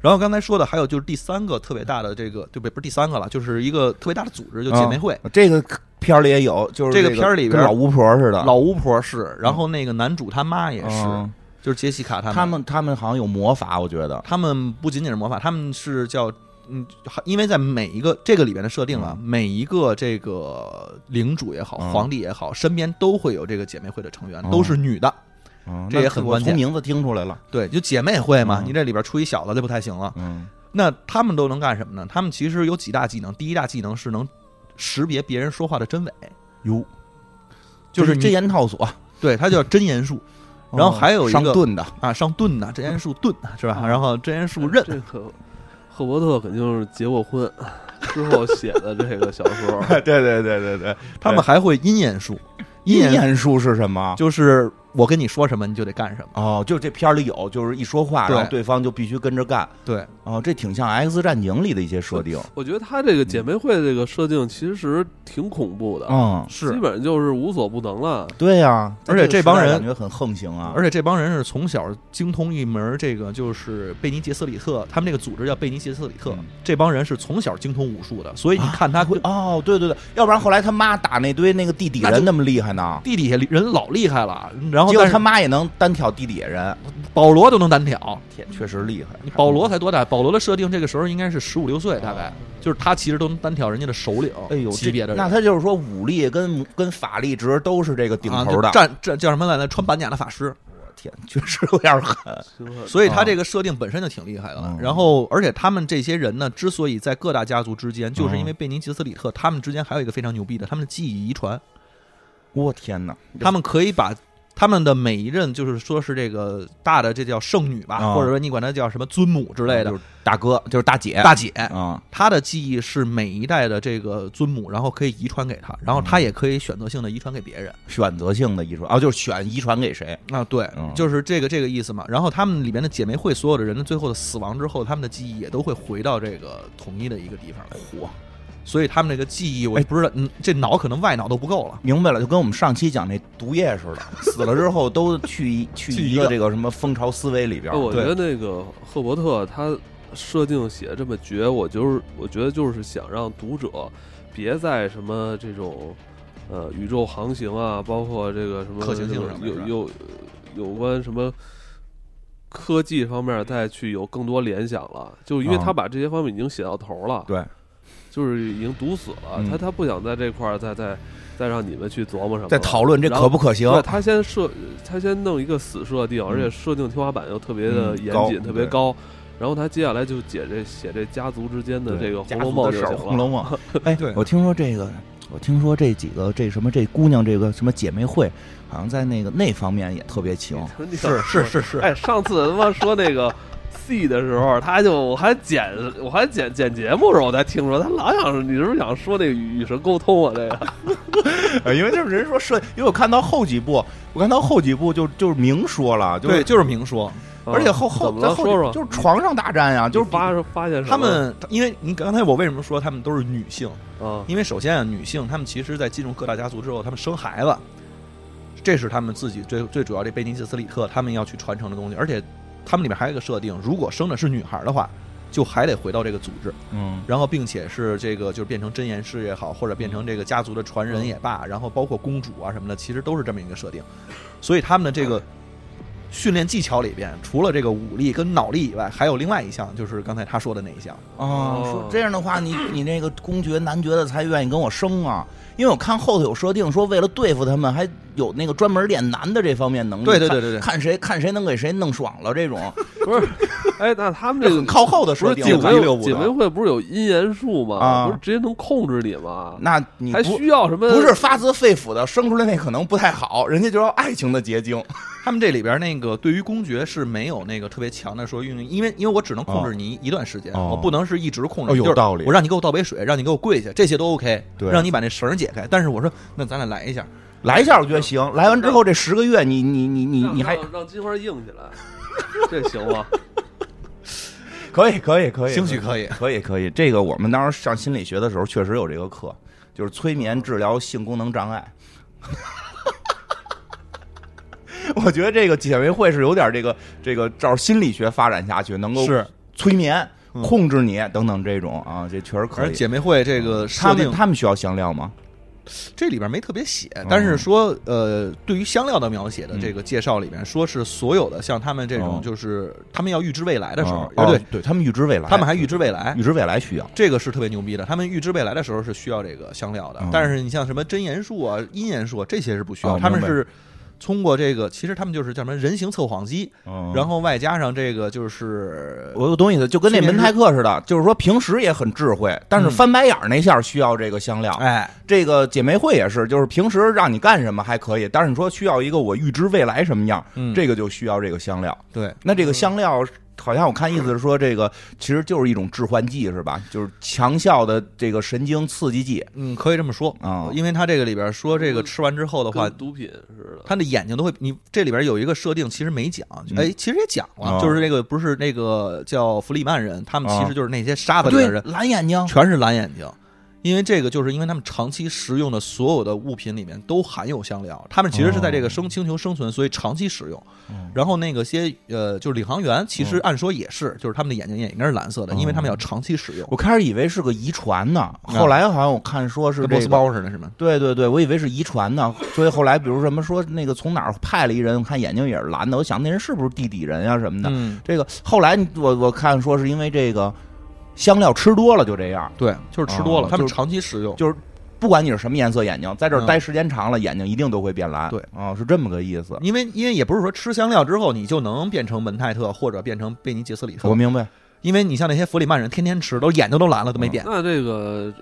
[SPEAKER 4] 然后刚才说的还有就是第三个特别大的这个，对不对？不是第三个了，就是一个特别大的组织，就姐妹会。
[SPEAKER 2] 啊这个片儿里也有，就是
[SPEAKER 4] 这个
[SPEAKER 2] 个
[SPEAKER 4] 片儿里边
[SPEAKER 2] 跟老巫婆似的，
[SPEAKER 4] 老巫婆是，然后那个男主他妈也是，
[SPEAKER 2] 嗯
[SPEAKER 4] 就是杰西卡哦他们。
[SPEAKER 2] 他们他们好像有魔法，我觉得
[SPEAKER 4] 他们不仅仅是魔法，他们是叫嗯，因为在每一个这个里面的设定啊，每一个这个领主也好，
[SPEAKER 2] 嗯
[SPEAKER 4] 皇帝也好，身边都会有这个姐妹会的成员，
[SPEAKER 2] 哦
[SPEAKER 4] 都是女的。
[SPEAKER 2] 嗯
[SPEAKER 4] 这也
[SPEAKER 2] 那
[SPEAKER 4] 很
[SPEAKER 2] 我
[SPEAKER 4] 关键
[SPEAKER 2] 从名字听出来了，
[SPEAKER 4] 对，就姐妹会嘛，
[SPEAKER 2] 嗯
[SPEAKER 4] 你这里边出一小的，这不太行了。
[SPEAKER 2] 嗯
[SPEAKER 4] 那他们都能干什么呢？他们其实有几大技能，第一大技能是能识别别人说话的真伪，
[SPEAKER 2] 哟，
[SPEAKER 4] 就
[SPEAKER 2] 就是是
[SPEAKER 4] 你
[SPEAKER 2] 真言套索，
[SPEAKER 4] 对，它叫真 言术然后还有一个
[SPEAKER 2] 哦上盾的，
[SPEAKER 4] 啊，上盾呐、真言术盾呐、是吧？
[SPEAKER 1] 嗯
[SPEAKER 4] 然后真言术刃，
[SPEAKER 1] 这个赫伯特肯定是结过婚之后写的这个小说，
[SPEAKER 2] 对对对对对，
[SPEAKER 4] 他们还会阴言 术，
[SPEAKER 2] 阴
[SPEAKER 4] 言
[SPEAKER 2] 言术是什么？
[SPEAKER 4] 就是我跟你说什么你就得干什么。
[SPEAKER 2] 哦，就这片儿里有，就是一说话，
[SPEAKER 4] 对
[SPEAKER 2] 然后对方就必须跟着干。
[SPEAKER 4] 对，
[SPEAKER 2] 哦，这挺像《X 战警》里的一些设定。
[SPEAKER 1] 我觉得他这个姐妹会这个设定其实挺恐怖
[SPEAKER 4] 哦
[SPEAKER 1] 的，
[SPEAKER 2] 嗯，
[SPEAKER 1] 基本上就是无所不能了。
[SPEAKER 2] 对呀、
[SPEAKER 4] 而且
[SPEAKER 2] 在个时代
[SPEAKER 4] 这帮人
[SPEAKER 2] 感觉很横行啊。
[SPEAKER 4] 而且这帮人是从小精通一门这个，就是贝尼杰斯里特，他们这个组织叫贝尼杰斯里特。
[SPEAKER 2] 嗯
[SPEAKER 4] 这帮人是从小精通武术的，所以你看 他跟
[SPEAKER 2] 哦，对对对，要不然后来他妈打那堆那个地底
[SPEAKER 4] 那
[SPEAKER 2] 人
[SPEAKER 4] 就
[SPEAKER 2] 那么厉害呢，
[SPEAKER 4] 地底下人老厉害了，然后
[SPEAKER 2] 结果
[SPEAKER 4] 但
[SPEAKER 2] 他
[SPEAKER 4] 是
[SPEAKER 2] 妈也能单挑地底下人，哦
[SPEAKER 4] 保罗都能单挑。
[SPEAKER 2] 天，确实厉害。
[SPEAKER 4] 保罗才多大？保罗的设定这个时候应该是十五六岁，大概就是他其实都能单挑人家的首领，
[SPEAKER 2] 哎呦，
[SPEAKER 4] 级别的
[SPEAKER 2] 这
[SPEAKER 4] 人。
[SPEAKER 2] 那他就是说武力跟跟法力值都是这个顶头的。
[SPEAKER 4] 啊、就战战叫什么来着？穿板甲的法师，
[SPEAKER 2] 天，确实有点狠。
[SPEAKER 1] 所以
[SPEAKER 4] 所以他这个设定本身就挺厉害的了。
[SPEAKER 2] 嗯
[SPEAKER 4] 然后，而且他们这些人呢，之所以在各大家族之间，就是因为贝尼吉斯里特他们之间还有一个非常牛逼的，他们的技艺遗传，
[SPEAKER 2] 我天哪，
[SPEAKER 4] 他们可以把他们的每一任，就是说是这个大的，这叫圣女吧，
[SPEAKER 2] 啊
[SPEAKER 4] 或者说你管她叫什么尊母之类的
[SPEAKER 2] 就是大哥，就是大姐，
[SPEAKER 4] 大姐，
[SPEAKER 2] 啊，
[SPEAKER 4] 她的技艺是每一代的这个尊母，然后可以遗传给她，然后她也可以选择性的遗传给别人。
[SPEAKER 2] 选择性的遗传啊，就是选遗传给谁。
[SPEAKER 4] 啊，对，
[SPEAKER 2] 嗯
[SPEAKER 4] 就是这个这个意思嘛。然后他们里面的姐妹会所有的人的最后的死亡之后，他们的记忆也都会回到这个统一的一个地方来。嚯！所以他们这个记忆，我
[SPEAKER 2] 哎
[SPEAKER 4] 不知道，嗯，这脑可能外脑都不够了。
[SPEAKER 2] 明白了，就跟我们上期讲那毒液似的，死了之后都去一 去
[SPEAKER 4] 去一
[SPEAKER 2] 一
[SPEAKER 4] 个
[SPEAKER 2] 个这个什么蜂巢思维里边儿。
[SPEAKER 1] 哎我觉
[SPEAKER 2] 对
[SPEAKER 1] 得那个赫伯特他设定写这么绝，我就是我觉得就是想让读者别在什么这种呃宇宙航行啊，包括这个什么
[SPEAKER 4] 可行性
[SPEAKER 1] 有
[SPEAKER 4] 上面是吧
[SPEAKER 1] 有有有关什么。科技方面再去有更多联想了，就因为他
[SPEAKER 2] 啊
[SPEAKER 1] 把这些方面已经写到头了，
[SPEAKER 2] 对，
[SPEAKER 1] 就是已经堵死了，
[SPEAKER 2] 嗯
[SPEAKER 1] 他他不想在这块儿再再再让你们去琢磨什么，
[SPEAKER 2] 在讨论这
[SPEAKER 1] 然
[SPEAKER 2] 可
[SPEAKER 1] 后
[SPEAKER 2] 不可行。
[SPEAKER 1] 对他先设，他先弄一个死设定，而且设定天花板又特别的
[SPEAKER 2] 嗯
[SPEAKER 1] 严
[SPEAKER 2] 高
[SPEAKER 1] 谨，特别
[SPEAKER 2] 对
[SPEAKER 1] 高。然后他接下来就解这写这家族之间的
[SPEAKER 2] 对
[SPEAKER 1] 这个《
[SPEAKER 2] 家
[SPEAKER 1] 红楼
[SPEAKER 2] 族
[SPEAKER 1] 梦》就
[SPEAKER 2] 的事儿《红
[SPEAKER 1] 行了。
[SPEAKER 2] 楼梦》。 哎
[SPEAKER 4] 对，
[SPEAKER 2] 我听说这个，我听说这几个这什么这姑娘这个什么姐妹会，好像在那个那方面也特别行。
[SPEAKER 1] 你想
[SPEAKER 4] 是是是是，
[SPEAKER 1] 哎，上次他妈说那个 C 的时候，他就我还剪我还剪剪节目的时候，我才听说他老想你是不是想说那个与神沟通啊？这个
[SPEAKER 2] 呃，因为就是人说设，因为我看到后几部，我看到后几部就就是明说了，就
[SPEAKER 4] 对，
[SPEAKER 2] 是
[SPEAKER 4] 就是明说，
[SPEAKER 2] 而且后
[SPEAKER 1] 嗯怎
[SPEAKER 2] 后
[SPEAKER 1] 么
[SPEAKER 2] 在
[SPEAKER 1] 了？
[SPEAKER 2] 后
[SPEAKER 1] 说说，
[SPEAKER 2] 几就是床上大战呀，就是
[SPEAKER 1] 你发发现什
[SPEAKER 4] 他
[SPEAKER 1] 么了
[SPEAKER 4] 们，因为你刚才我为什么说他们都是女性？
[SPEAKER 1] 啊
[SPEAKER 4] 因为首先啊，女性她们其实，在进入各大家族之后，她们生孩子，这是她们自己最最主要这贝尼斯斯里特她们要去传承的东西。而且，她们里面还有一个设定，如果生的是女孩的话，就还得回到这个组织，
[SPEAKER 2] 嗯
[SPEAKER 4] 然后并且是这个就是变成真言师也好，或者变成这个家族的传人也罢，然后包括公主啊什么的，其实都是这么一个设定。所以他们的这个训练技巧里边，除了这个武力跟脑力以外，还有另外一项，就是刚才他说的那一项。
[SPEAKER 2] 啊，
[SPEAKER 1] 哦
[SPEAKER 2] 说这样的话，你你那个公爵男爵的才愿意跟我生啊，因为我看后头有设定说，为了对付他们，还有那个专门练男的这方面能力，
[SPEAKER 4] 对对
[SPEAKER 2] 看
[SPEAKER 4] 对对对
[SPEAKER 2] 看谁看谁能给谁弄爽了这种，
[SPEAKER 1] 不是，哎，那他们
[SPEAKER 2] 这
[SPEAKER 1] 这个
[SPEAKER 2] 很靠后的
[SPEAKER 1] 不
[SPEAKER 2] 设
[SPEAKER 1] 是
[SPEAKER 2] 定。
[SPEAKER 1] 姐
[SPEAKER 2] 我看一六
[SPEAKER 1] 妹
[SPEAKER 2] 五
[SPEAKER 1] 姐妹
[SPEAKER 2] 的，
[SPEAKER 1] 会不是有阴言术吗？
[SPEAKER 2] 啊
[SPEAKER 1] 不是直接能控制你吗？
[SPEAKER 2] 那你
[SPEAKER 1] 还
[SPEAKER 2] 不
[SPEAKER 1] 需要什么？
[SPEAKER 2] 不是发自肺腑的生出来那可能不太好，人家就要爱情的结晶。
[SPEAKER 4] 他们这里边那个对于公爵是没有那个特别强的说运用，因为因为我只能控制你一段时间，
[SPEAKER 2] 哦
[SPEAKER 4] 我不能是一直控制
[SPEAKER 2] 哦
[SPEAKER 4] 你。
[SPEAKER 2] 有
[SPEAKER 4] 就是
[SPEAKER 2] 道理
[SPEAKER 4] 我让你给我倒杯水，让你给我跪下，这些都 OK，
[SPEAKER 2] 对
[SPEAKER 4] 让你把那绳儿解开。但是我说，那咱俩来一下，
[SPEAKER 2] 来一下我觉得行，
[SPEAKER 4] 嗯
[SPEAKER 2] 来完之后这十个月你，你你你你
[SPEAKER 1] 让
[SPEAKER 2] 还
[SPEAKER 1] 让让金花硬起来，这行 吗？
[SPEAKER 2] 可以可以可
[SPEAKER 4] 兴许可以。
[SPEAKER 2] 可以可以，这个我们当时上心理学的时候确实有这个课，就是催眠治疗性功能障碍。 我觉得这个姐妹会是有点这个这个照心理学发展下去，能够
[SPEAKER 4] 是
[SPEAKER 2] 催眠、
[SPEAKER 5] 嗯
[SPEAKER 2] 控制你等等这种啊，这确实可
[SPEAKER 4] 而
[SPEAKER 2] 以。
[SPEAKER 4] 姐妹会这个
[SPEAKER 2] 他
[SPEAKER 4] 设
[SPEAKER 2] 们
[SPEAKER 4] 定，
[SPEAKER 2] 他们需要香料吗？
[SPEAKER 4] 这里边没特别写，但是说呃，对于香料的描写的
[SPEAKER 2] 嗯
[SPEAKER 4] 这个介绍里边，说是所有的像他们这
[SPEAKER 2] 哦
[SPEAKER 4] 种，就是他们要预知未来的时候
[SPEAKER 2] 哦，
[SPEAKER 4] 啊
[SPEAKER 2] 哦
[SPEAKER 4] 对
[SPEAKER 2] 对，他们预知未来，
[SPEAKER 4] 他们还预知未来
[SPEAKER 2] 预，知未来需要。
[SPEAKER 4] 这个是特别牛逼的。他们预知未来的时候是需要这个香料的
[SPEAKER 2] 嗯，
[SPEAKER 4] 但是你像什么真言术啊、阴言术啊这些是不需
[SPEAKER 2] 哦
[SPEAKER 4] 要，他们
[SPEAKER 2] 明白
[SPEAKER 4] 是通过这个，其实他们就是叫什么人形测谎机，然
[SPEAKER 2] 后
[SPEAKER 4] 后外加上这个就是
[SPEAKER 2] 我有东西的，就跟那
[SPEAKER 4] 催眠
[SPEAKER 2] 门
[SPEAKER 4] 师
[SPEAKER 2] 泰克似的，就是说平时也很智慧，但是
[SPEAKER 4] 嗯
[SPEAKER 2] 翻白眼儿那下需要这个香料。
[SPEAKER 4] 哎，
[SPEAKER 2] 这个姐妹会也是，就是平时让你干什么还可以，但是你说需要一个我预知未来什么样，
[SPEAKER 4] 嗯
[SPEAKER 2] 这个就需要这个香料。
[SPEAKER 4] 对
[SPEAKER 2] 那这个香料，好像我看意思是说，这个其实就是一种致幻剂，是吧？就是强效的这个神经刺激剂
[SPEAKER 4] 嗯，可以这么说，
[SPEAKER 2] 啊。
[SPEAKER 4] 因为他这个里边说这个吃完之后的话
[SPEAKER 1] 跟，毒品似的。
[SPEAKER 4] 他的眼睛都会，你这里边有一个设定，其实没讲，
[SPEAKER 2] 嗯
[SPEAKER 4] 哎，其实也讲
[SPEAKER 2] 哦
[SPEAKER 4] 了，就是那个不是那个叫弗里曼人，他们
[SPEAKER 2] 哦
[SPEAKER 4] 其实就是那些沙子里
[SPEAKER 2] 啊对
[SPEAKER 4] 的人，，
[SPEAKER 2] 蓝眼睛，
[SPEAKER 4] 全是蓝眼睛。因为这个，就是因为他们长期食用的所有的物品里面都含有香料，他们其实是在这个生星球生存，所以长期食用。
[SPEAKER 2] 嗯
[SPEAKER 4] 然后那个些呃，就是领航员，其实按说也是，就是他们的眼睛也应该是蓝色的，因为他们要长期食用，
[SPEAKER 2] 我开始以为是个遗传呢，后来好像我看说是啊
[SPEAKER 4] 跟
[SPEAKER 2] 这
[SPEAKER 4] 螺丝
[SPEAKER 2] 个。
[SPEAKER 4] 包似的，是吗？
[SPEAKER 2] 对对对，我以为是遗传呢，所以后来比如什么说那个从哪儿派了一人，我看眼睛也是蓝的，我想那人是不是地底人啊呀、什么的。
[SPEAKER 4] 嗯，
[SPEAKER 2] 这个后来我我看说是因为这个香料吃多了就这样，
[SPEAKER 4] 对，就是吃多了，
[SPEAKER 2] 哦
[SPEAKER 4] 他们
[SPEAKER 2] 就是
[SPEAKER 4] 长期食用。
[SPEAKER 2] 就是不管你是什么颜色眼睛，在这儿
[SPEAKER 4] 嗯
[SPEAKER 2] 待时间长了，眼睛一定都会变蓝。
[SPEAKER 4] 对
[SPEAKER 2] 啊、是这么个意思。
[SPEAKER 4] 因为因为也不是说吃香料之后你就能变成门泰特或者变成贝尼杰斯里特
[SPEAKER 2] 我，明白，
[SPEAKER 4] 因为你像那些弗里曼人天天吃，都眼睛都蓝了都没变。
[SPEAKER 1] 那这个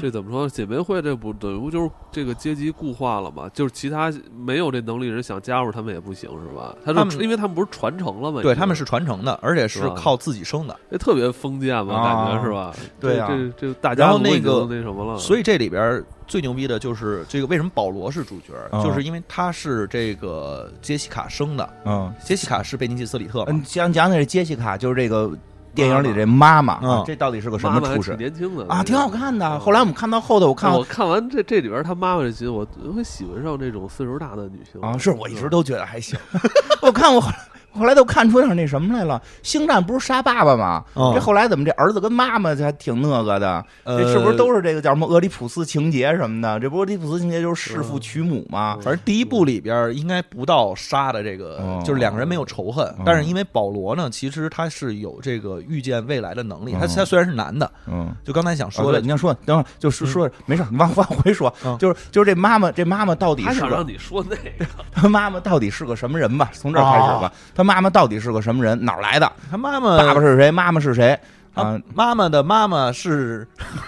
[SPEAKER 1] 这怎么说？姐妹会这不等于不就是这个阶级固化了吗？就是其他没有这能力人想加入他们也不行是吧？他
[SPEAKER 4] 他
[SPEAKER 1] 就
[SPEAKER 4] 们
[SPEAKER 1] 因为他们不是传承了吗？
[SPEAKER 4] 对，
[SPEAKER 1] 已经
[SPEAKER 4] 他们是传承的，而且
[SPEAKER 1] 是
[SPEAKER 4] 是
[SPEAKER 1] 吧
[SPEAKER 4] 靠自己生的，
[SPEAKER 1] 这特别封建嘛，
[SPEAKER 2] 啊
[SPEAKER 1] 感觉是吧？
[SPEAKER 2] 对
[SPEAKER 1] 这
[SPEAKER 2] 啊
[SPEAKER 1] 这这大家
[SPEAKER 4] 然后
[SPEAKER 1] 族已
[SPEAKER 4] 那个
[SPEAKER 1] 经那什
[SPEAKER 2] 嗯
[SPEAKER 1] 么了，
[SPEAKER 4] 所以这里边最牛逼的就是这个为什么保罗是主角，
[SPEAKER 2] 嗯
[SPEAKER 4] 就是因为他是这个杰西卡生的，
[SPEAKER 2] 嗯
[SPEAKER 4] 杰西卡是贝尼杰斯里特嘛
[SPEAKER 2] 嗯，讲讲讲这杰西卡，就是这个电影里这妈妈，
[SPEAKER 4] 妈妈
[SPEAKER 2] 啊这到底是个什
[SPEAKER 1] 妈
[SPEAKER 2] 么
[SPEAKER 1] 妈还
[SPEAKER 2] 出
[SPEAKER 1] 挺
[SPEAKER 2] 身
[SPEAKER 1] 年轻的
[SPEAKER 2] 啊？挺好看的。后来我
[SPEAKER 1] 我
[SPEAKER 2] 们看到后头，我看
[SPEAKER 1] 我看完这这里边他妈妈这集，我会喜欢上这种四十大的女性
[SPEAKER 2] 啊，是我
[SPEAKER 1] 嗯
[SPEAKER 2] 一直都觉得还行。 我看我后来后来都看出点那什么来了，《星战》不是杀爸爸吗？
[SPEAKER 4] 嗯
[SPEAKER 2] 这后来怎么这儿子跟妈妈这还挺那个的？这
[SPEAKER 4] 呃
[SPEAKER 2] 是不是都是这个叫什么俄狄浦斯情节什么的？这不俄狄浦斯情节就是弑父娶母吗？
[SPEAKER 4] 反正第一部里边应该不到杀的这个，
[SPEAKER 2] 哦
[SPEAKER 4] 就是两个人没有仇恨，
[SPEAKER 2] 嗯
[SPEAKER 4] 但是因为保罗呢，其实他是有这个预见未来的能力，
[SPEAKER 2] 嗯
[SPEAKER 4] 他他虽然是男的，
[SPEAKER 2] 嗯。
[SPEAKER 4] 就刚才想
[SPEAKER 2] 说
[SPEAKER 4] 说
[SPEAKER 2] 了，
[SPEAKER 4] 的，
[SPEAKER 2] 你看说，等会儿就是说，没事，你往往回说
[SPEAKER 4] 嗯，
[SPEAKER 2] 就是就是这妈妈，这妈妈到底
[SPEAKER 1] 他
[SPEAKER 2] 是
[SPEAKER 1] 想
[SPEAKER 2] 个
[SPEAKER 1] 让你说那个，
[SPEAKER 2] 她妈妈到底是个什么人吧？从这儿开始吧，她妈妈到底是个什么人？哪儿来的？
[SPEAKER 4] 他妈妈
[SPEAKER 2] 爸爸是谁？妈妈是谁？啊
[SPEAKER 4] 他，妈妈的妈妈是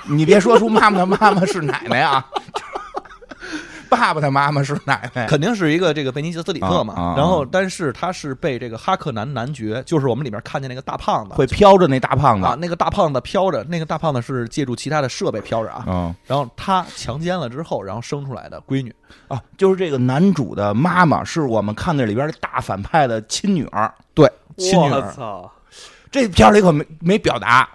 [SPEAKER 2] 你别说出妈妈的妈妈是奶奶啊，爸爸的妈妈是奶奶。
[SPEAKER 4] 肯定是一个这个贝尼杰斯里特
[SPEAKER 2] 啊啊啊
[SPEAKER 4] 嘛，然后但是他是被这个哈克南男爵，就是我们里面看见那个大胖子
[SPEAKER 2] 会飘着那大胖
[SPEAKER 4] 啊
[SPEAKER 2] 子，，
[SPEAKER 4] 那个大胖子飘着，那个大胖子是借助其他的设备飘着啊，
[SPEAKER 2] 嗯
[SPEAKER 4] 然后他强奸了之后，然后生出来的闺女，
[SPEAKER 2] 啊，就是这个男主的妈妈是我们看那里边的大反派的亲女儿，
[SPEAKER 4] 对，亲女
[SPEAKER 1] 我
[SPEAKER 4] 儿。
[SPEAKER 1] 操！
[SPEAKER 2] 这片儿里可没没表达，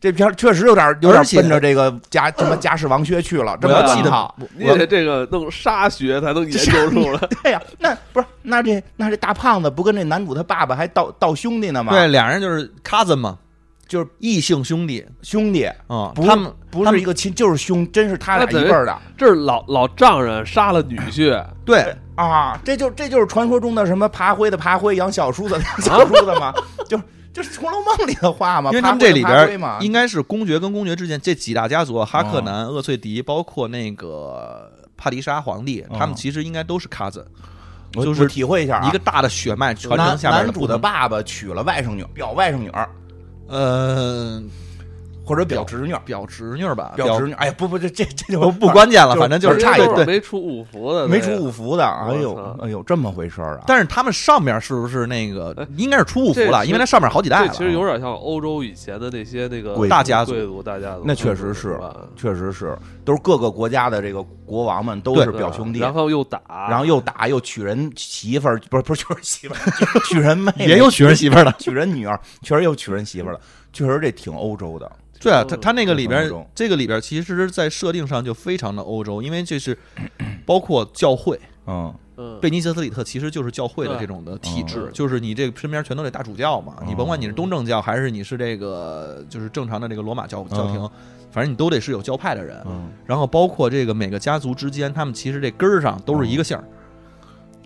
[SPEAKER 2] 这片儿确实有点有点
[SPEAKER 4] 而且
[SPEAKER 2] 奔着这个家什么家世王学去了，这
[SPEAKER 4] 我
[SPEAKER 2] 么
[SPEAKER 4] 要记
[SPEAKER 2] 问
[SPEAKER 4] 得
[SPEAKER 2] 号
[SPEAKER 4] 我
[SPEAKER 1] 你得这个弄沙学才能研究出来。
[SPEAKER 2] 对呀、那不是那这那这大胖子不跟这男主他爸爸还道道兄弟呢吗？
[SPEAKER 4] 对，，俩人就是 cousin 嘛，就是异性兄弟
[SPEAKER 2] 兄弟
[SPEAKER 4] 啊、
[SPEAKER 2] 不
[SPEAKER 4] 他们
[SPEAKER 2] 不
[SPEAKER 4] 他
[SPEAKER 2] 是
[SPEAKER 4] 们
[SPEAKER 2] 一个亲，就是兄，真是他俩
[SPEAKER 1] 那等于
[SPEAKER 2] 一辈儿的
[SPEAKER 1] 这是老老丈人杀了女婿，
[SPEAKER 4] 对
[SPEAKER 2] 啊！这就这就是传说中的什么爬灰的爬灰，养小叔子的养小叔子嘛，就是就是《红楼梦》里的话嘛，
[SPEAKER 4] 因为他们
[SPEAKER 2] 爬灰
[SPEAKER 4] 这
[SPEAKER 2] 的
[SPEAKER 4] 里
[SPEAKER 2] 爬灰
[SPEAKER 4] 边
[SPEAKER 2] 嘛哦
[SPEAKER 4] 应该是公爵跟公爵之间这几大家族啊，哈克南、厄翠迪，包括那个帕迪莎皇帝，他们其实应该都是 cousin，、
[SPEAKER 2] 哦我
[SPEAKER 4] 就是
[SPEAKER 2] 我体会一下啊
[SPEAKER 4] 一个大的血脉传
[SPEAKER 2] 男
[SPEAKER 4] 承下边
[SPEAKER 2] 男主
[SPEAKER 4] 不
[SPEAKER 2] 的
[SPEAKER 4] 同，
[SPEAKER 2] 爸爸娶了外甥女，表外甥女儿
[SPEAKER 4] 呃，
[SPEAKER 2] 或者表侄女儿，
[SPEAKER 4] 表侄女儿吧，
[SPEAKER 2] 表侄女儿。哎呀，不不，这这这就
[SPEAKER 4] 不不关键了，反正就是
[SPEAKER 2] 差一
[SPEAKER 1] 因为都是
[SPEAKER 4] 对。
[SPEAKER 1] 没出五福的，
[SPEAKER 2] 没出五福的。哎
[SPEAKER 1] 我
[SPEAKER 2] 呦
[SPEAKER 1] 操
[SPEAKER 2] 哎呦，这么回事儿啊！
[SPEAKER 4] 但是他们上面是不是那个
[SPEAKER 1] 哎
[SPEAKER 4] 应该是出五福
[SPEAKER 1] 这
[SPEAKER 4] 了？
[SPEAKER 1] 是
[SPEAKER 4] 因为它上面好几代
[SPEAKER 1] 这
[SPEAKER 4] 了啊
[SPEAKER 1] 其。实有点像欧洲以前的那些那
[SPEAKER 2] 贵
[SPEAKER 1] 个
[SPEAKER 2] 族
[SPEAKER 4] 大家族
[SPEAKER 1] 贵族大家族，
[SPEAKER 2] 那确实是
[SPEAKER 1] 吧，
[SPEAKER 2] 确实是，都是各个国家的这个国王们都
[SPEAKER 4] 对
[SPEAKER 2] 是表兄弟，
[SPEAKER 1] 然后又打，
[SPEAKER 2] 然后又打又娶人媳妇儿，不是不是娶人媳妇儿，娶人妹妹，
[SPEAKER 4] 也有娶人媳妇儿的，
[SPEAKER 2] 娶人女儿，确实又娶人媳妇儿了，确实这挺欧洲的。
[SPEAKER 4] 对啊，他他那个里
[SPEAKER 2] 很
[SPEAKER 4] 边
[SPEAKER 2] 欧洲，
[SPEAKER 4] 这个里边其实，在设定上就非常的欧洲，因为这是包括教会，
[SPEAKER 2] 嗯，
[SPEAKER 1] 嗯，
[SPEAKER 4] 贝尼切斯里特其实就是教会的
[SPEAKER 1] 对
[SPEAKER 4] 这种的体制
[SPEAKER 1] 嗯，
[SPEAKER 4] 就是你这身边全都得大主教嘛，你甭管你是东正教还是你是这个就是正常的这个罗马教
[SPEAKER 1] 嗯
[SPEAKER 4] 教廷，反正你都得是有教派的人。
[SPEAKER 2] 嗯，
[SPEAKER 4] 然后包括这个每个家族之间，他们其实这根儿上都是一个姓儿，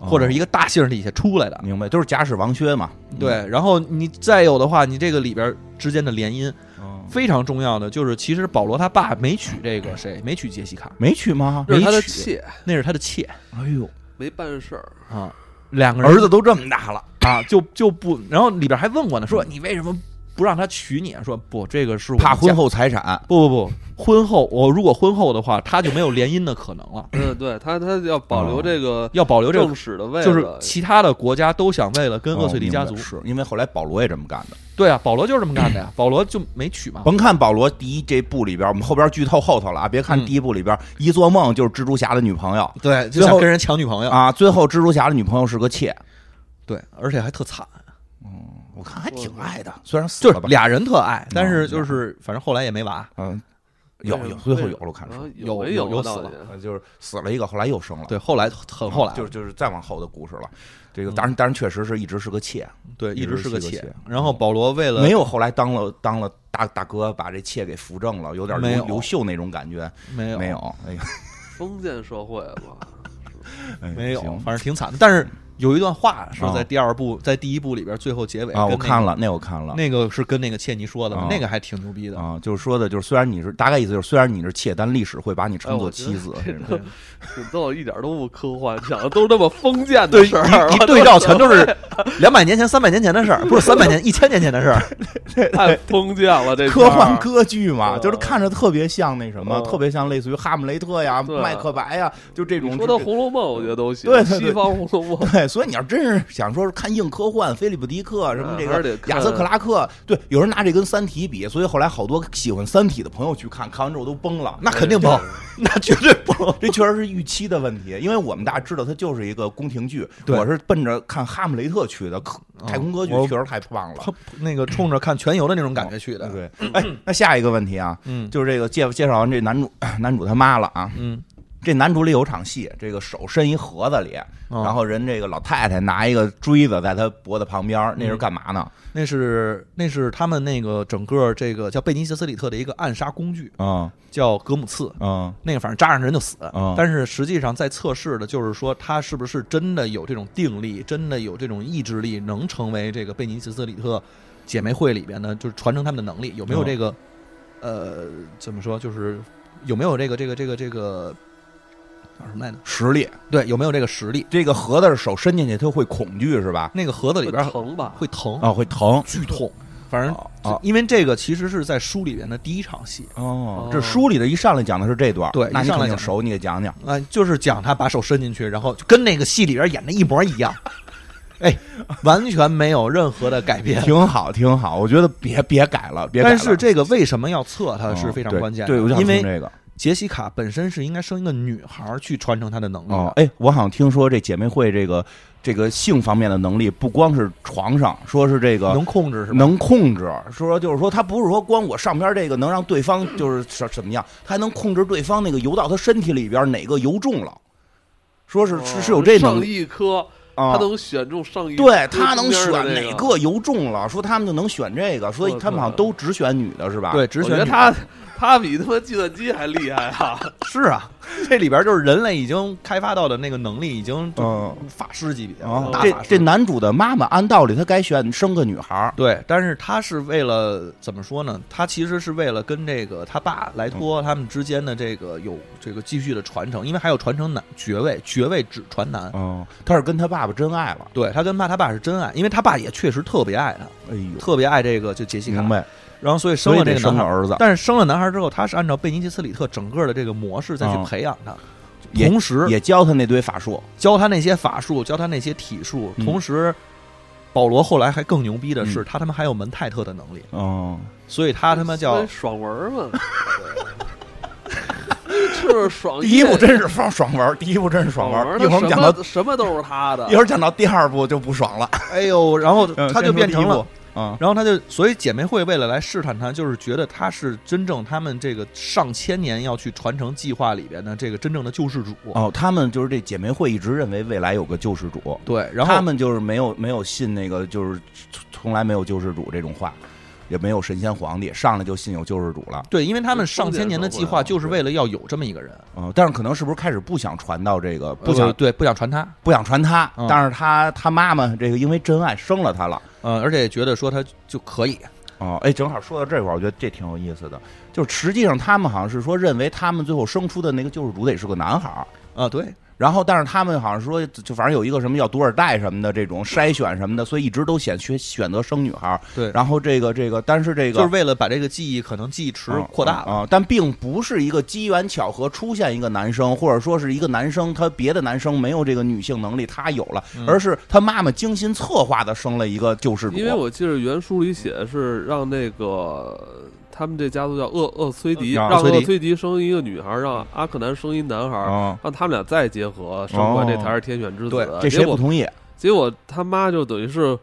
[SPEAKER 1] 嗯
[SPEAKER 4] 或者是一个大姓儿底下出来的。
[SPEAKER 2] 嗯哦明白，就是假使王薛嘛，
[SPEAKER 4] 对，然后你再有的话，你这个里边儿之间的联姻
[SPEAKER 2] 嗯，
[SPEAKER 4] 非常重要的，就是其实保罗他爸没娶这个谁，没娶杰西卡，
[SPEAKER 2] 没去吗？
[SPEAKER 1] 这是他的
[SPEAKER 4] 没娶
[SPEAKER 1] 妾，
[SPEAKER 4] 那是他的妾
[SPEAKER 2] 哎呦，
[SPEAKER 1] 没办事儿，
[SPEAKER 4] 啊。两个人
[SPEAKER 2] 儿子都这么大了，
[SPEAKER 4] 啊，就就不，然后里边还问过呢，说你为什么不让他娶你啊？说不，这个是我们
[SPEAKER 2] 怕婚
[SPEAKER 4] 家。
[SPEAKER 2] 后财产，
[SPEAKER 4] 不不不，婚后我如果婚后的话，他就没有联姻的可能了，
[SPEAKER 1] 嗯，对他他要保留这个
[SPEAKER 4] 要保留这
[SPEAKER 1] 正
[SPEAKER 4] 个。
[SPEAKER 1] 史的位置，
[SPEAKER 4] 就是其他的国家都想为了跟
[SPEAKER 2] 哦
[SPEAKER 4] 厄翠迪家
[SPEAKER 2] 明
[SPEAKER 4] 族
[SPEAKER 2] 白，是因为后来保罗也这么干的。
[SPEAKER 4] 对啊，保罗就是这么干的呀，保罗就没娶嘛。
[SPEAKER 2] 甭看保罗第一这部里边，我们后边剧透后头了啊！别看
[SPEAKER 4] 嗯
[SPEAKER 2] 第一部里边一做梦就是蜘蛛侠的女朋友
[SPEAKER 4] 对，就
[SPEAKER 2] 最
[SPEAKER 4] 想
[SPEAKER 2] 后
[SPEAKER 4] 跟人抢女朋友。
[SPEAKER 2] 啊，最后蜘蛛侠的女朋友是个妾，
[SPEAKER 4] 对，而且还特惨，
[SPEAKER 2] 我看还挺爱的，虽然死
[SPEAKER 4] 就是
[SPEAKER 2] 了吧，
[SPEAKER 4] 俩人特爱，但是就是反正后来也没娃。
[SPEAKER 2] 嗯，有有最后有了，我看
[SPEAKER 1] 然
[SPEAKER 2] 是
[SPEAKER 1] 后，
[SPEAKER 4] 嗯有
[SPEAKER 1] 没
[SPEAKER 4] 有有
[SPEAKER 1] 啊
[SPEAKER 4] 死
[SPEAKER 1] 到
[SPEAKER 4] 了
[SPEAKER 1] 底
[SPEAKER 2] 呃就是死了一个，后来又生了，
[SPEAKER 4] 对，后来很后来了，嗯
[SPEAKER 2] 就是就是再往后的故事了。这个当然当然确实是一直是个妾，
[SPEAKER 4] 对，
[SPEAKER 2] 一
[SPEAKER 4] 一直
[SPEAKER 2] 直
[SPEAKER 4] 是
[SPEAKER 2] 是
[SPEAKER 4] 个
[SPEAKER 2] 个
[SPEAKER 4] 妾嗯
[SPEAKER 2] 妾。
[SPEAKER 4] 然后保罗为了
[SPEAKER 2] 没有后来当了当了大大哥，把这妾给扶正了，有点
[SPEAKER 4] 没
[SPEAKER 2] 刘
[SPEAKER 4] 有
[SPEAKER 2] 刘秀那种感觉，
[SPEAKER 4] 没有
[SPEAKER 2] 没有，哎呀
[SPEAKER 1] 封建社会吧，
[SPEAKER 2] 哎
[SPEAKER 4] 没有，
[SPEAKER 2] 行
[SPEAKER 4] 反正挺惨的。但是有一段话是
[SPEAKER 2] 啊
[SPEAKER 4] 在第二部，在第一部里边最后结尾
[SPEAKER 2] 啊，
[SPEAKER 4] 跟
[SPEAKER 2] 我
[SPEAKER 4] 那
[SPEAKER 2] 看
[SPEAKER 4] 个
[SPEAKER 2] 了那我看了。
[SPEAKER 4] 那个是跟那个切尼说的嘛
[SPEAKER 2] 啊，
[SPEAKER 4] 那个还挺牛逼的。
[SPEAKER 2] 啊，就是说的，就是虽然你是大概意思就是虽然你是妾，但历史会把你
[SPEAKER 1] 哎
[SPEAKER 4] 哎
[SPEAKER 2] 称作妻子。这种
[SPEAKER 4] 对
[SPEAKER 1] 挺逗，一点都不科幻，讲的都是那么封建的
[SPEAKER 4] 对，
[SPEAKER 1] 事儿，啊
[SPEAKER 4] 一一对照全都是 两百年前、三百年前的事儿，不是三百 年、一千年前的事儿。
[SPEAKER 1] 太封建了，这
[SPEAKER 2] 科幻
[SPEAKER 1] 歌
[SPEAKER 2] 歌剧嘛，
[SPEAKER 1] 嗯
[SPEAKER 2] 就是看着特别像那什么，
[SPEAKER 1] 嗯
[SPEAKER 2] 特别像类似于《哈姆雷特》呀、
[SPEAKER 1] 对
[SPEAKER 2] 《麦克白》呀，就这种
[SPEAKER 1] 说。到《红楼梦》，我觉得都行，
[SPEAKER 2] 对对对
[SPEAKER 1] 西方《红 楼梦》
[SPEAKER 2] 对，所以你要真是想说是看硬科幻，菲利普·迪克什么这
[SPEAKER 1] 还是
[SPEAKER 2] 个
[SPEAKER 1] 得看
[SPEAKER 2] 亚瑟·克拉克，对，有人拿这跟《三体》比，所以后来好多喜欢《三体》的朋友去看，看完之后都崩了。
[SPEAKER 4] 那肯定崩，那绝对崩。
[SPEAKER 2] 这确实是预期的问题，因为我们大家知道它就是一个宫廷剧，
[SPEAKER 4] 对
[SPEAKER 2] 我是奔着看《哈姆雷特》去的，可太空歌剧
[SPEAKER 4] 我
[SPEAKER 2] 确实太棒了。
[SPEAKER 4] 那个冲着看全游的那种感觉去的。
[SPEAKER 2] 对，哎，那下一个问题啊，
[SPEAKER 4] 嗯
[SPEAKER 2] 就是这个介介绍完这男主 男主他妈了啊，
[SPEAKER 4] 嗯，
[SPEAKER 2] 这男主里有场戏，这个手伸一盒子里，
[SPEAKER 4] 哦
[SPEAKER 2] 然后人这个老太太拿一个锥子在他脖子旁边，那是
[SPEAKER 4] 嗯
[SPEAKER 2] 干嘛呢？
[SPEAKER 4] 那是那是他们那个整个这个叫贝尼切斯里特的一个暗杀工具，
[SPEAKER 2] 嗯
[SPEAKER 4] 叫格姆刺。
[SPEAKER 2] 嗯
[SPEAKER 4] 那个反正扎上人就死
[SPEAKER 2] 嗯，
[SPEAKER 4] 但是实际上在测试的就是说他是不是真的有这种定力，真的有这种意志力，能成为这个贝尼奇斯里特姐妹会里边呢，就是传承他们的能力，有没有
[SPEAKER 2] 嗯
[SPEAKER 4] 这个，呃，怎么说，就是有没有这个这个这个这个叫什么来着？
[SPEAKER 2] 实力，
[SPEAKER 4] 对，有没有这个实力？
[SPEAKER 2] 这个盒子手伸进去，他会恐惧是吧？
[SPEAKER 4] 那个盒子里边
[SPEAKER 1] 会疼吧？
[SPEAKER 4] 会疼，
[SPEAKER 2] 啊，会疼。
[SPEAKER 4] 剧痛，反正
[SPEAKER 2] 啊
[SPEAKER 4] 就
[SPEAKER 2] 啊
[SPEAKER 4] 因为这个其实是在书里边的第一场戏。
[SPEAKER 2] 哦，这书里的一上来讲的是这段，
[SPEAKER 4] 对
[SPEAKER 2] 那
[SPEAKER 4] 一
[SPEAKER 2] 你
[SPEAKER 4] 上来
[SPEAKER 2] 肯
[SPEAKER 4] 讲
[SPEAKER 2] 定熟，你给讲讲。
[SPEAKER 4] 啊，就是讲他把手伸进去，然后就跟那个戏里边演的一模一样，哎，完全没有任何的改 变。
[SPEAKER 2] 挺好，挺好，我觉得别别改了，别改了。
[SPEAKER 4] 但是这个为什么要测它
[SPEAKER 2] 嗯
[SPEAKER 4] 是非常
[SPEAKER 2] 对
[SPEAKER 4] 关键的，
[SPEAKER 2] 对，我想
[SPEAKER 4] 因
[SPEAKER 2] 听
[SPEAKER 4] 为
[SPEAKER 2] 这个。
[SPEAKER 4] 杰西卡本身是应该生一个女孩儿去传承她的能力的。
[SPEAKER 2] 哦，哎，我好像听说这姐妹会这个这个性方面的能力，不光是床上，说是这个
[SPEAKER 4] 能控制是吧？
[SPEAKER 2] 能控制，说就是说他不是说光我上边这个能让对方就是什什么样，他还能控制对方那个游到他身体里边哪个游中了，说是是是有这能
[SPEAKER 1] 哦上
[SPEAKER 2] 力
[SPEAKER 1] 一科，他。
[SPEAKER 2] 啊
[SPEAKER 1] 能选中上一，
[SPEAKER 2] 对他能选
[SPEAKER 1] 中间的那
[SPEAKER 2] 哪个游中了，说他们就能选这个，所以他们好像都只选女的是吧？
[SPEAKER 4] 对，，只
[SPEAKER 1] 我觉
[SPEAKER 4] 选
[SPEAKER 1] 得
[SPEAKER 4] 女
[SPEAKER 1] 他他比他妈计算机还厉害啊！
[SPEAKER 4] 是啊， 这里边就是人类已经开发到的那个能力已经就
[SPEAKER 2] 嗯
[SPEAKER 4] 法师级别了，
[SPEAKER 1] 哦
[SPEAKER 2] 啊，
[SPEAKER 4] 大
[SPEAKER 2] 这
[SPEAKER 4] 法师
[SPEAKER 2] 这男主的妈妈按道理他该选生个女孩儿，
[SPEAKER 4] 对，但是他是为了怎么说呢？他其实是为了跟这个他爸莱托他们之间的这个有这个继续的传承，因为还有传承男爵位，爵位只传男。
[SPEAKER 2] 嗯，他是跟他爸爸真爱了，
[SPEAKER 4] 对他跟爸他爸是真爱，因为他爸也确实特别爱他，
[SPEAKER 2] 哎呦，
[SPEAKER 4] 特别爱这个就杰西卡
[SPEAKER 2] 明，白，
[SPEAKER 4] 然后所以生
[SPEAKER 2] 所以
[SPEAKER 4] 了这
[SPEAKER 2] 得
[SPEAKER 4] 个
[SPEAKER 2] 生
[SPEAKER 4] 男
[SPEAKER 2] 个
[SPEAKER 4] 孩。
[SPEAKER 2] 儿子，
[SPEAKER 4] 但是生了男孩之后，他是按照贝尼奇斯里特整个的这个模式再去
[SPEAKER 2] 嗯
[SPEAKER 4] 培养他，
[SPEAKER 2] 也
[SPEAKER 4] 同时
[SPEAKER 2] 也教他那堆法术，
[SPEAKER 4] 教他那些法术，教他那些体术，
[SPEAKER 2] 嗯
[SPEAKER 4] 同时。保罗后来还更牛逼的是，
[SPEAKER 2] 嗯
[SPEAKER 4] 他他妈还有门泰特的能力，
[SPEAKER 2] 嗯，
[SPEAKER 4] 所以他他妈叫
[SPEAKER 1] 爽文儿 嘛， 就是爽
[SPEAKER 2] 第一部
[SPEAKER 1] 文
[SPEAKER 2] 真是爽爽文儿，第一部真是爽文
[SPEAKER 1] 文
[SPEAKER 2] 儿。
[SPEAKER 1] 哦儿，
[SPEAKER 2] 一会儿我们
[SPEAKER 1] 什
[SPEAKER 2] 讲到
[SPEAKER 1] 么什么都是他的
[SPEAKER 2] 一，会儿讲到第二部就不爽了，
[SPEAKER 4] 哎呦，然后
[SPEAKER 2] 嗯
[SPEAKER 4] 他就变成
[SPEAKER 2] 先说
[SPEAKER 4] 了，
[SPEAKER 2] 啊，
[SPEAKER 4] 然后他就，所以姐妹会为了来试探他，就是觉得他是真正他们这个上千年要去传承计划里边的这个真正的救世主。
[SPEAKER 2] 哦，他们就是这姐妹会一直认为未来有个救世主，
[SPEAKER 4] 对，然后
[SPEAKER 2] 他们就是没有没有信那个就是从从来没有救世主这种话，也没有神仙皇帝，上来就信有救世主了。
[SPEAKER 4] 对，因为他们上千年的计划就是为了要有这么一个人，
[SPEAKER 2] 嗯，但是可能是不是开始不想传到这个，不
[SPEAKER 4] 不
[SPEAKER 2] 想、
[SPEAKER 4] 想对不想传他，
[SPEAKER 2] 不想传他，
[SPEAKER 4] 呃嗯
[SPEAKER 2] 但是他他妈妈这个因为真爱生了他了。
[SPEAKER 4] 嗯，而且觉得说他就可以，
[SPEAKER 2] 哦，哎，正好说到这块儿，我觉得这挺有意思的。就是实际上他们好像是说认为他们最后生出的那个救世主得是个男孩儿，
[SPEAKER 4] 啊，对，
[SPEAKER 2] 然后但是他们好像说就反正有一个什么要多少代什么的这种筛选什么的，所以一直都选选选择生女孩儿。
[SPEAKER 4] 对
[SPEAKER 2] 然后这个这个，但是这个
[SPEAKER 4] 就是为了把这个记忆可能记忆池
[SPEAKER 2] 嗯
[SPEAKER 4] 扩大了，
[SPEAKER 2] 嗯嗯但并不是一个机缘巧合出现一个男生，或者说是一个男生他别的男生没有这个女性能力，他有了，
[SPEAKER 4] 嗯
[SPEAKER 2] 而是他妈妈精心策划的生了一个救世主。
[SPEAKER 1] 因为我记得原书里写的是让那个他们这家族叫厄厄崔迪，
[SPEAKER 2] 啊
[SPEAKER 1] 让
[SPEAKER 4] 崔迪
[SPEAKER 1] 厄崔迪生一个女孩，让阿克南生一男孩，
[SPEAKER 2] 啊，
[SPEAKER 1] 让他们俩再结合生出来，这才是天选之子。
[SPEAKER 4] 对
[SPEAKER 2] 这
[SPEAKER 1] 结
[SPEAKER 2] 谁不
[SPEAKER 1] 果
[SPEAKER 2] 同意？啊
[SPEAKER 1] 结果他妈就等于是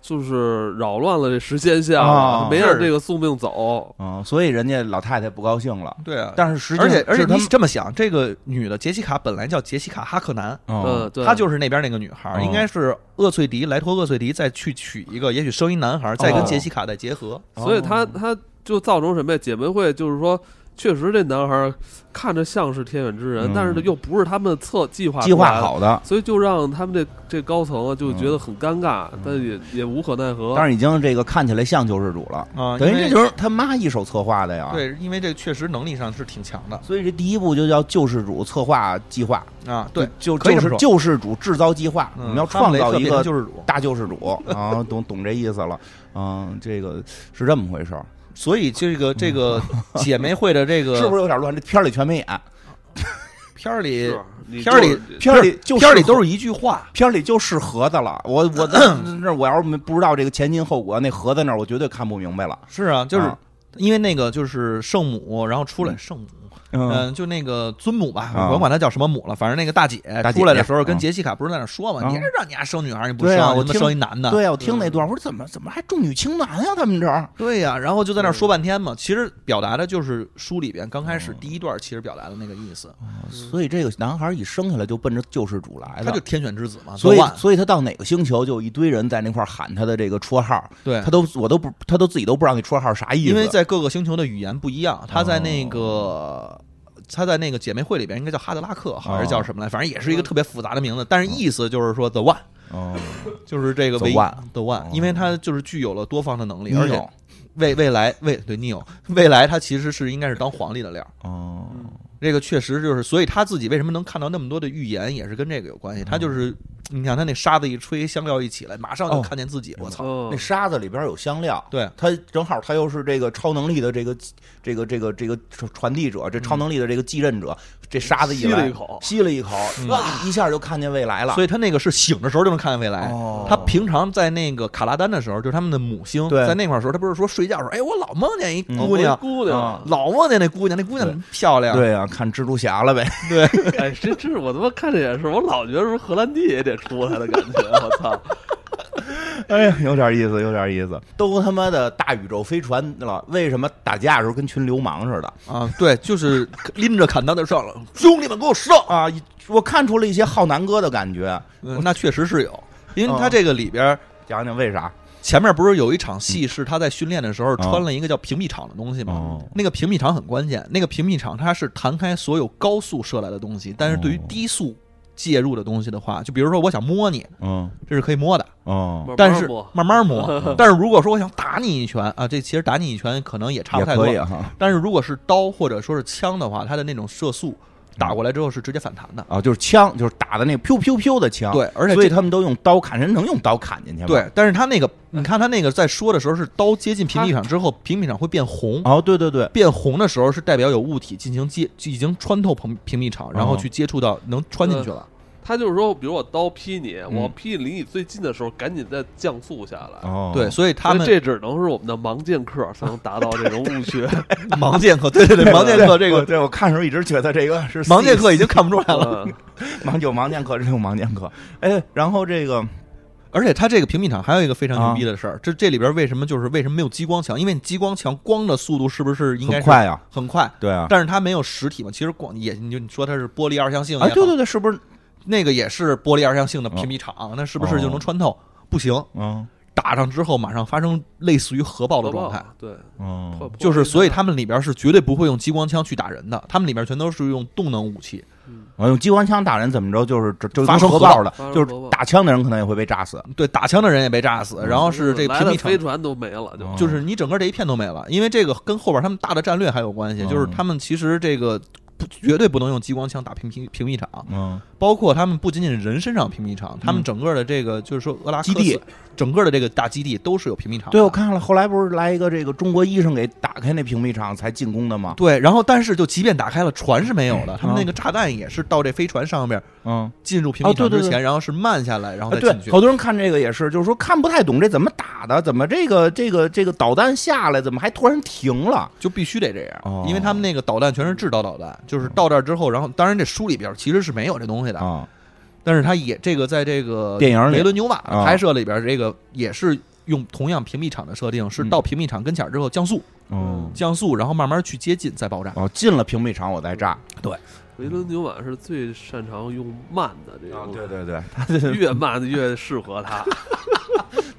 [SPEAKER 1] 就是扰乱了这时间线
[SPEAKER 2] 啊
[SPEAKER 1] 了，没
[SPEAKER 4] 是
[SPEAKER 1] 按这个宿命走。
[SPEAKER 2] 嗯，所以人家老太太不高兴了。
[SPEAKER 4] 对啊，
[SPEAKER 2] 但是实际
[SPEAKER 4] 而
[SPEAKER 2] 上
[SPEAKER 4] 且而且
[SPEAKER 2] 是他
[SPEAKER 4] 你
[SPEAKER 2] 们，
[SPEAKER 4] 这么想，这个女的杰西卡本来叫杰西卡哈克南，
[SPEAKER 1] 嗯，对，
[SPEAKER 4] 她就是那边那个女孩儿，
[SPEAKER 2] 哦
[SPEAKER 4] 应该是厄翠迪莱托厄翠迪再去娶一个，也许生一男孩儿，再跟
[SPEAKER 1] 哦
[SPEAKER 4] 杰西卡再结合。
[SPEAKER 1] 所以他他就造成什么呀？姐妹会就是说，确实这男孩儿看着像是天选之人，
[SPEAKER 2] 嗯
[SPEAKER 1] 但是又不是他们策计划
[SPEAKER 2] 计
[SPEAKER 1] 出来
[SPEAKER 2] 划
[SPEAKER 1] 的，
[SPEAKER 2] 好的，
[SPEAKER 1] 所以就让他们这这高层啊就觉得很尴尬，
[SPEAKER 4] 嗯
[SPEAKER 1] 但也也无可奈何。
[SPEAKER 2] 但是已经这个看起来像救世主了，
[SPEAKER 4] 啊，
[SPEAKER 2] 哦等于
[SPEAKER 4] 因为
[SPEAKER 2] 这就是他妈一手策划的呀。。
[SPEAKER 4] 对，因为这个确实能力上是挺强的
[SPEAKER 2] 所以这第一步就叫救世主策划计划，
[SPEAKER 4] 啊。对，嗯
[SPEAKER 2] 就
[SPEAKER 4] 可以
[SPEAKER 2] 就
[SPEAKER 4] 这么
[SPEAKER 2] 是
[SPEAKER 4] 说
[SPEAKER 2] 救世主制造计划，我们要创造一个
[SPEAKER 4] 救世主，
[SPEAKER 2] 大救世主啊，懂懂这意思了，嗯，这个是这么回事儿，
[SPEAKER 4] 所以这个 这个姐妹会的这个
[SPEAKER 2] 嗯是不是有点乱？这片儿里全没演，
[SPEAKER 4] 片儿里
[SPEAKER 1] 是你
[SPEAKER 4] 片儿里
[SPEAKER 1] 就
[SPEAKER 2] 片儿里就
[SPEAKER 4] 片儿里
[SPEAKER 2] 是
[SPEAKER 4] 都是一句话，
[SPEAKER 2] 片儿里就是盒子了。我我 那我要是没不知道这个前因后果，那盒子那儿我绝对看不明白了。
[SPEAKER 4] 是啊，就是
[SPEAKER 2] 啊
[SPEAKER 4] 因为那个就是圣母，然后出来圣母，
[SPEAKER 2] 嗯，
[SPEAKER 4] 嗯，就那个尊母吧，
[SPEAKER 2] 啊
[SPEAKER 4] 甭管她叫什么母了，反正那个大姐
[SPEAKER 2] 大姐
[SPEAKER 4] 出来的时候跟
[SPEAKER 2] 啊
[SPEAKER 4] 杰西卡不是在那说
[SPEAKER 2] 啊
[SPEAKER 4] 嘛，你是让你丫生女孩，你不
[SPEAKER 2] 对
[SPEAKER 4] 生，
[SPEAKER 2] 啊我
[SPEAKER 4] 你他妈
[SPEAKER 2] 听
[SPEAKER 4] 生一男的，嗯
[SPEAKER 2] 对呀，我听那段，我说怎么怎么还重女轻男呀？他们这儿
[SPEAKER 4] 对呀，然后就在那说半天
[SPEAKER 2] 嗯
[SPEAKER 4] 嘛。其实表达的就是书里边刚开始第一段其实表达的那个意思，
[SPEAKER 2] 嗯所以这个男孩一生下来就奔着救世主来
[SPEAKER 4] 嗯他就
[SPEAKER 2] 了。
[SPEAKER 4] 天选之子嘛，
[SPEAKER 2] 所以
[SPEAKER 4] The One，，
[SPEAKER 2] 所以他到哪个星球，就有一堆人在那块儿喊他的这个绰号，
[SPEAKER 4] 对
[SPEAKER 2] 他，都我都不，他都自己都不知道那绰号啥意思。
[SPEAKER 4] 因为在各个星球的语言不一样，他在那个。
[SPEAKER 2] 哦
[SPEAKER 4] 他在那个姐妹会里边应该叫哈德拉克，还是叫什么来？反正也是一个特别复杂的名字，但是意思就是说 the one，
[SPEAKER 2] 哦，
[SPEAKER 4] 就是这
[SPEAKER 2] 嗯
[SPEAKER 4] 个
[SPEAKER 2] The
[SPEAKER 4] 唯一
[SPEAKER 2] One
[SPEAKER 4] the one，
[SPEAKER 2] 哦
[SPEAKER 4] 因为它就是具有了多方的能力，
[SPEAKER 2] 你
[SPEAKER 4] 而且
[SPEAKER 2] 有
[SPEAKER 4] 未未来未对 Neo 未来他其实是应该是当皇帝的料儿，
[SPEAKER 2] 哦，
[SPEAKER 4] 这个确实就是，所以他自己为什么能看到那么多的预言，也是跟这个有关系。他就是你看他那沙子一吹，香料一起来，马上
[SPEAKER 2] 嗯
[SPEAKER 4] 就
[SPEAKER 2] 哦
[SPEAKER 4] 看见自己，我操！
[SPEAKER 1] 嗯
[SPEAKER 2] 那沙子里边有香料，
[SPEAKER 4] 对，
[SPEAKER 2] 他正好他又是这个超能力的这个这个这个这个传递者，这超能力的这个继任者，这沙子一
[SPEAKER 1] 吸了
[SPEAKER 2] 来
[SPEAKER 1] 一口
[SPEAKER 2] 吸了一口，嗯哇，一下就看见未来了。
[SPEAKER 4] 所以他那个是醒的时候就能看见未来。
[SPEAKER 2] 哦
[SPEAKER 4] 他平常在那个卡拉丹的时候，就是他们的母星，
[SPEAKER 2] 对
[SPEAKER 4] 在那块儿的时候，他不是说睡觉的时候，哎，我老梦见一
[SPEAKER 2] 嗯
[SPEAKER 4] 姑娘，啊
[SPEAKER 1] 姑娘，
[SPEAKER 4] 老梦见那姑娘，那姑娘漂亮，
[SPEAKER 2] 对啊，看蜘蛛侠了呗。
[SPEAKER 1] 哎，这这我他妈看这也是，我老觉得是不是荷兰弟也得出来的感觉，啊我 操！
[SPEAKER 2] 哎呀，有点意思，有点意思。都他妈的大宇宙飞船了，为什么打架的时候跟群流氓似的
[SPEAKER 4] 啊，对，就是拎着砍刀 就上了，兄弟们给我上！
[SPEAKER 2] 啊？一我看出了一些浩南哥的感觉，
[SPEAKER 4] 嗯那确实是有，因
[SPEAKER 2] 哦
[SPEAKER 4] 为他这个里边儿
[SPEAKER 2] 讲讲为啥？
[SPEAKER 4] 前面不是有一场戏是他在训练的时候
[SPEAKER 2] 嗯
[SPEAKER 4] 穿了一个叫屏蔽场的东西吗
[SPEAKER 2] 哦？
[SPEAKER 4] 那个屏蔽场很关键，那个屏蔽场它是弹开所有高速射来的东西，但是对于
[SPEAKER 2] 哦
[SPEAKER 4] 低速介入的东西的话，就比如说我想摸你，
[SPEAKER 2] 嗯
[SPEAKER 4] 这是可以摸的，
[SPEAKER 2] 哦
[SPEAKER 1] 慢慢
[SPEAKER 4] 但是
[SPEAKER 1] 摸
[SPEAKER 4] 慢慢 摸。但是如果说我想打你一拳啊，这其实打你一拳可能也差不
[SPEAKER 2] 也
[SPEAKER 4] 太多
[SPEAKER 2] 可以。啊哈。
[SPEAKER 4] 但是如果是刀或者说是枪的话，它的那种射速打过来之后是直接反弹的。
[SPEAKER 2] 啊，就是枪，就是打的那个 “piu piu piu” 的枪。
[SPEAKER 4] 对而且
[SPEAKER 2] 所以
[SPEAKER 4] 这
[SPEAKER 2] 他们都用刀砍，人能用刀砍进去吗？
[SPEAKER 4] 对，，但是他那个，你看他那个在说的时候是刀接近屏蔽场之后，屏蔽场会变红。
[SPEAKER 2] 哦，对对对，
[SPEAKER 4] 变红的时候是代表有物体进行接，已经穿透屏屏蔽场，
[SPEAKER 2] 哦
[SPEAKER 4] 然后去接触到能穿进去了。
[SPEAKER 1] 他就是说，比如我刀劈你，
[SPEAKER 4] 嗯
[SPEAKER 1] 我劈离你最近的时候，赶紧再降速下来。
[SPEAKER 2] 哦
[SPEAKER 4] 对，，所以啊他们
[SPEAKER 1] 所以这只能是我们的盲剑客才能达到这种误区。
[SPEAKER 4] 盲剑客，对对 对，盲剑客这
[SPEAKER 2] 我
[SPEAKER 4] 个
[SPEAKER 2] 对哦我看的时候一直觉得这个是
[SPEAKER 4] 盲剑 客已经看不出来了。
[SPEAKER 1] 嗯
[SPEAKER 2] 盲有盲剑客，真有盲剑客。哎，然后这个
[SPEAKER 4] 而且它这个屏蔽场还有一个非常
[SPEAKER 2] 啊
[SPEAKER 4] 牛逼的事儿，这这里边为什么就是为什么没有激光墙？因为你激光墙光的速度是不是应该
[SPEAKER 2] 很
[SPEAKER 4] 是
[SPEAKER 2] 快呀、
[SPEAKER 4] 很快？
[SPEAKER 2] 对啊，
[SPEAKER 4] 但是它没有实体嘛，其实光也你就你说它是玻璃二象性也
[SPEAKER 2] 哎，
[SPEAKER 4] 好
[SPEAKER 2] 对对哦对，是不是？
[SPEAKER 4] 那个也是玻璃二象性的屏蔽场，那是不是
[SPEAKER 2] 哦
[SPEAKER 4] 就能穿透？不行，
[SPEAKER 2] 嗯
[SPEAKER 4] 打上之后马上发生类似于核爆的状态，
[SPEAKER 1] 对，破
[SPEAKER 2] 嗯，
[SPEAKER 1] 破
[SPEAKER 4] 就是所以他
[SPEAKER 1] 们
[SPEAKER 4] 们里边是绝对不会用激光枪去打人的，他们里面全都是用动能武器。
[SPEAKER 2] 我啊用激光枪打人怎么着？就是这就
[SPEAKER 4] 发生
[SPEAKER 2] 核
[SPEAKER 4] 核爆
[SPEAKER 2] 爆了，就是打枪的人可能也会被炸死。
[SPEAKER 4] 对，打枪的人也被炸死，
[SPEAKER 2] 嗯
[SPEAKER 4] 然后是这个
[SPEAKER 1] 来
[SPEAKER 4] 屏
[SPEAKER 1] 的
[SPEAKER 4] 蔽
[SPEAKER 1] 飞
[SPEAKER 4] 场，哦
[SPEAKER 1] 船都没了，就
[SPEAKER 2] 嗯
[SPEAKER 4] 就是你整个这一片都没了，因为这个跟后边他们大的战略还有关系，
[SPEAKER 2] 嗯
[SPEAKER 4] 就是他们其实这个。不，绝对不能用激光枪打平平屏蔽场，
[SPEAKER 2] 嗯，
[SPEAKER 4] 包括他们不仅仅是人身上屏蔽场，他们
[SPEAKER 2] 嗯
[SPEAKER 4] 整个的这个就是说俄拉克
[SPEAKER 2] 基地
[SPEAKER 4] 斯，整个的这个大基地都是有屏蔽场的。
[SPEAKER 2] 对，我看了，后来不是来一个这个中国医生给打开那屏蔽场才进攻的吗？
[SPEAKER 4] 对，然后但是就即便打开了，船是没有的，他们
[SPEAKER 2] 嗯
[SPEAKER 4] 那个炸弹也是到这飞船上面
[SPEAKER 2] 嗯，
[SPEAKER 4] 进入屏蔽
[SPEAKER 2] 哦对
[SPEAKER 4] 场
[SPEAKER 2] 对
[SPEAKER 4] 之
[SPEAKER 2] 对
[SPEAKER 4] 前，然后是慢下来，然后
[SPEAKER 2] 啊，
[SPEAKER 4] 再
[SPEAKER 2] 对
[SPEAKER 4] 进，去。
[SPEAKER 2] 好多人看这个也是，就是说看不太懂这怎么打的，怎么这个这个这个导弹下来怎么还突然停了？
[SPEAKER 4] 就必须得这样，
[SPEAKER 2] 哦
[SPEAKER 4] 因为他们那个导弹全是制导导弹，就是到这儿之后，然后当然这书里边其实是没有这东西的，
[SPEAKER 2] 啊，
[SPEAKER 4] 但是他也这个在这个
[SPEAKER 2] 电影里
[SPEAKER 4] 雷伦纽瓦的
[SPEAKER 2] 啊
[SPEAKER 4] 拍摄里边，这个也是用同样屏蔽场的设定，是
[SPEAKER 2] 嗯
[SPEAKER 4] 到屏蔽场跟前儿之后降速，
[SPEAKER 2] 嗯，
[SPEAKER 4] 降速，然后慢慢去接近再爆炸。
[SPEAKER 2] 哦，进了屏蔽场我再炸。
[SPEAKER 1] 维伦纽瓦是最擅长用慢的这
[SPEAKER 2] 啊，
[SPEAKER 1] 种，
[SPEAKER 2] 对对对，
[SPEAKER 1] 越慢的越适合他。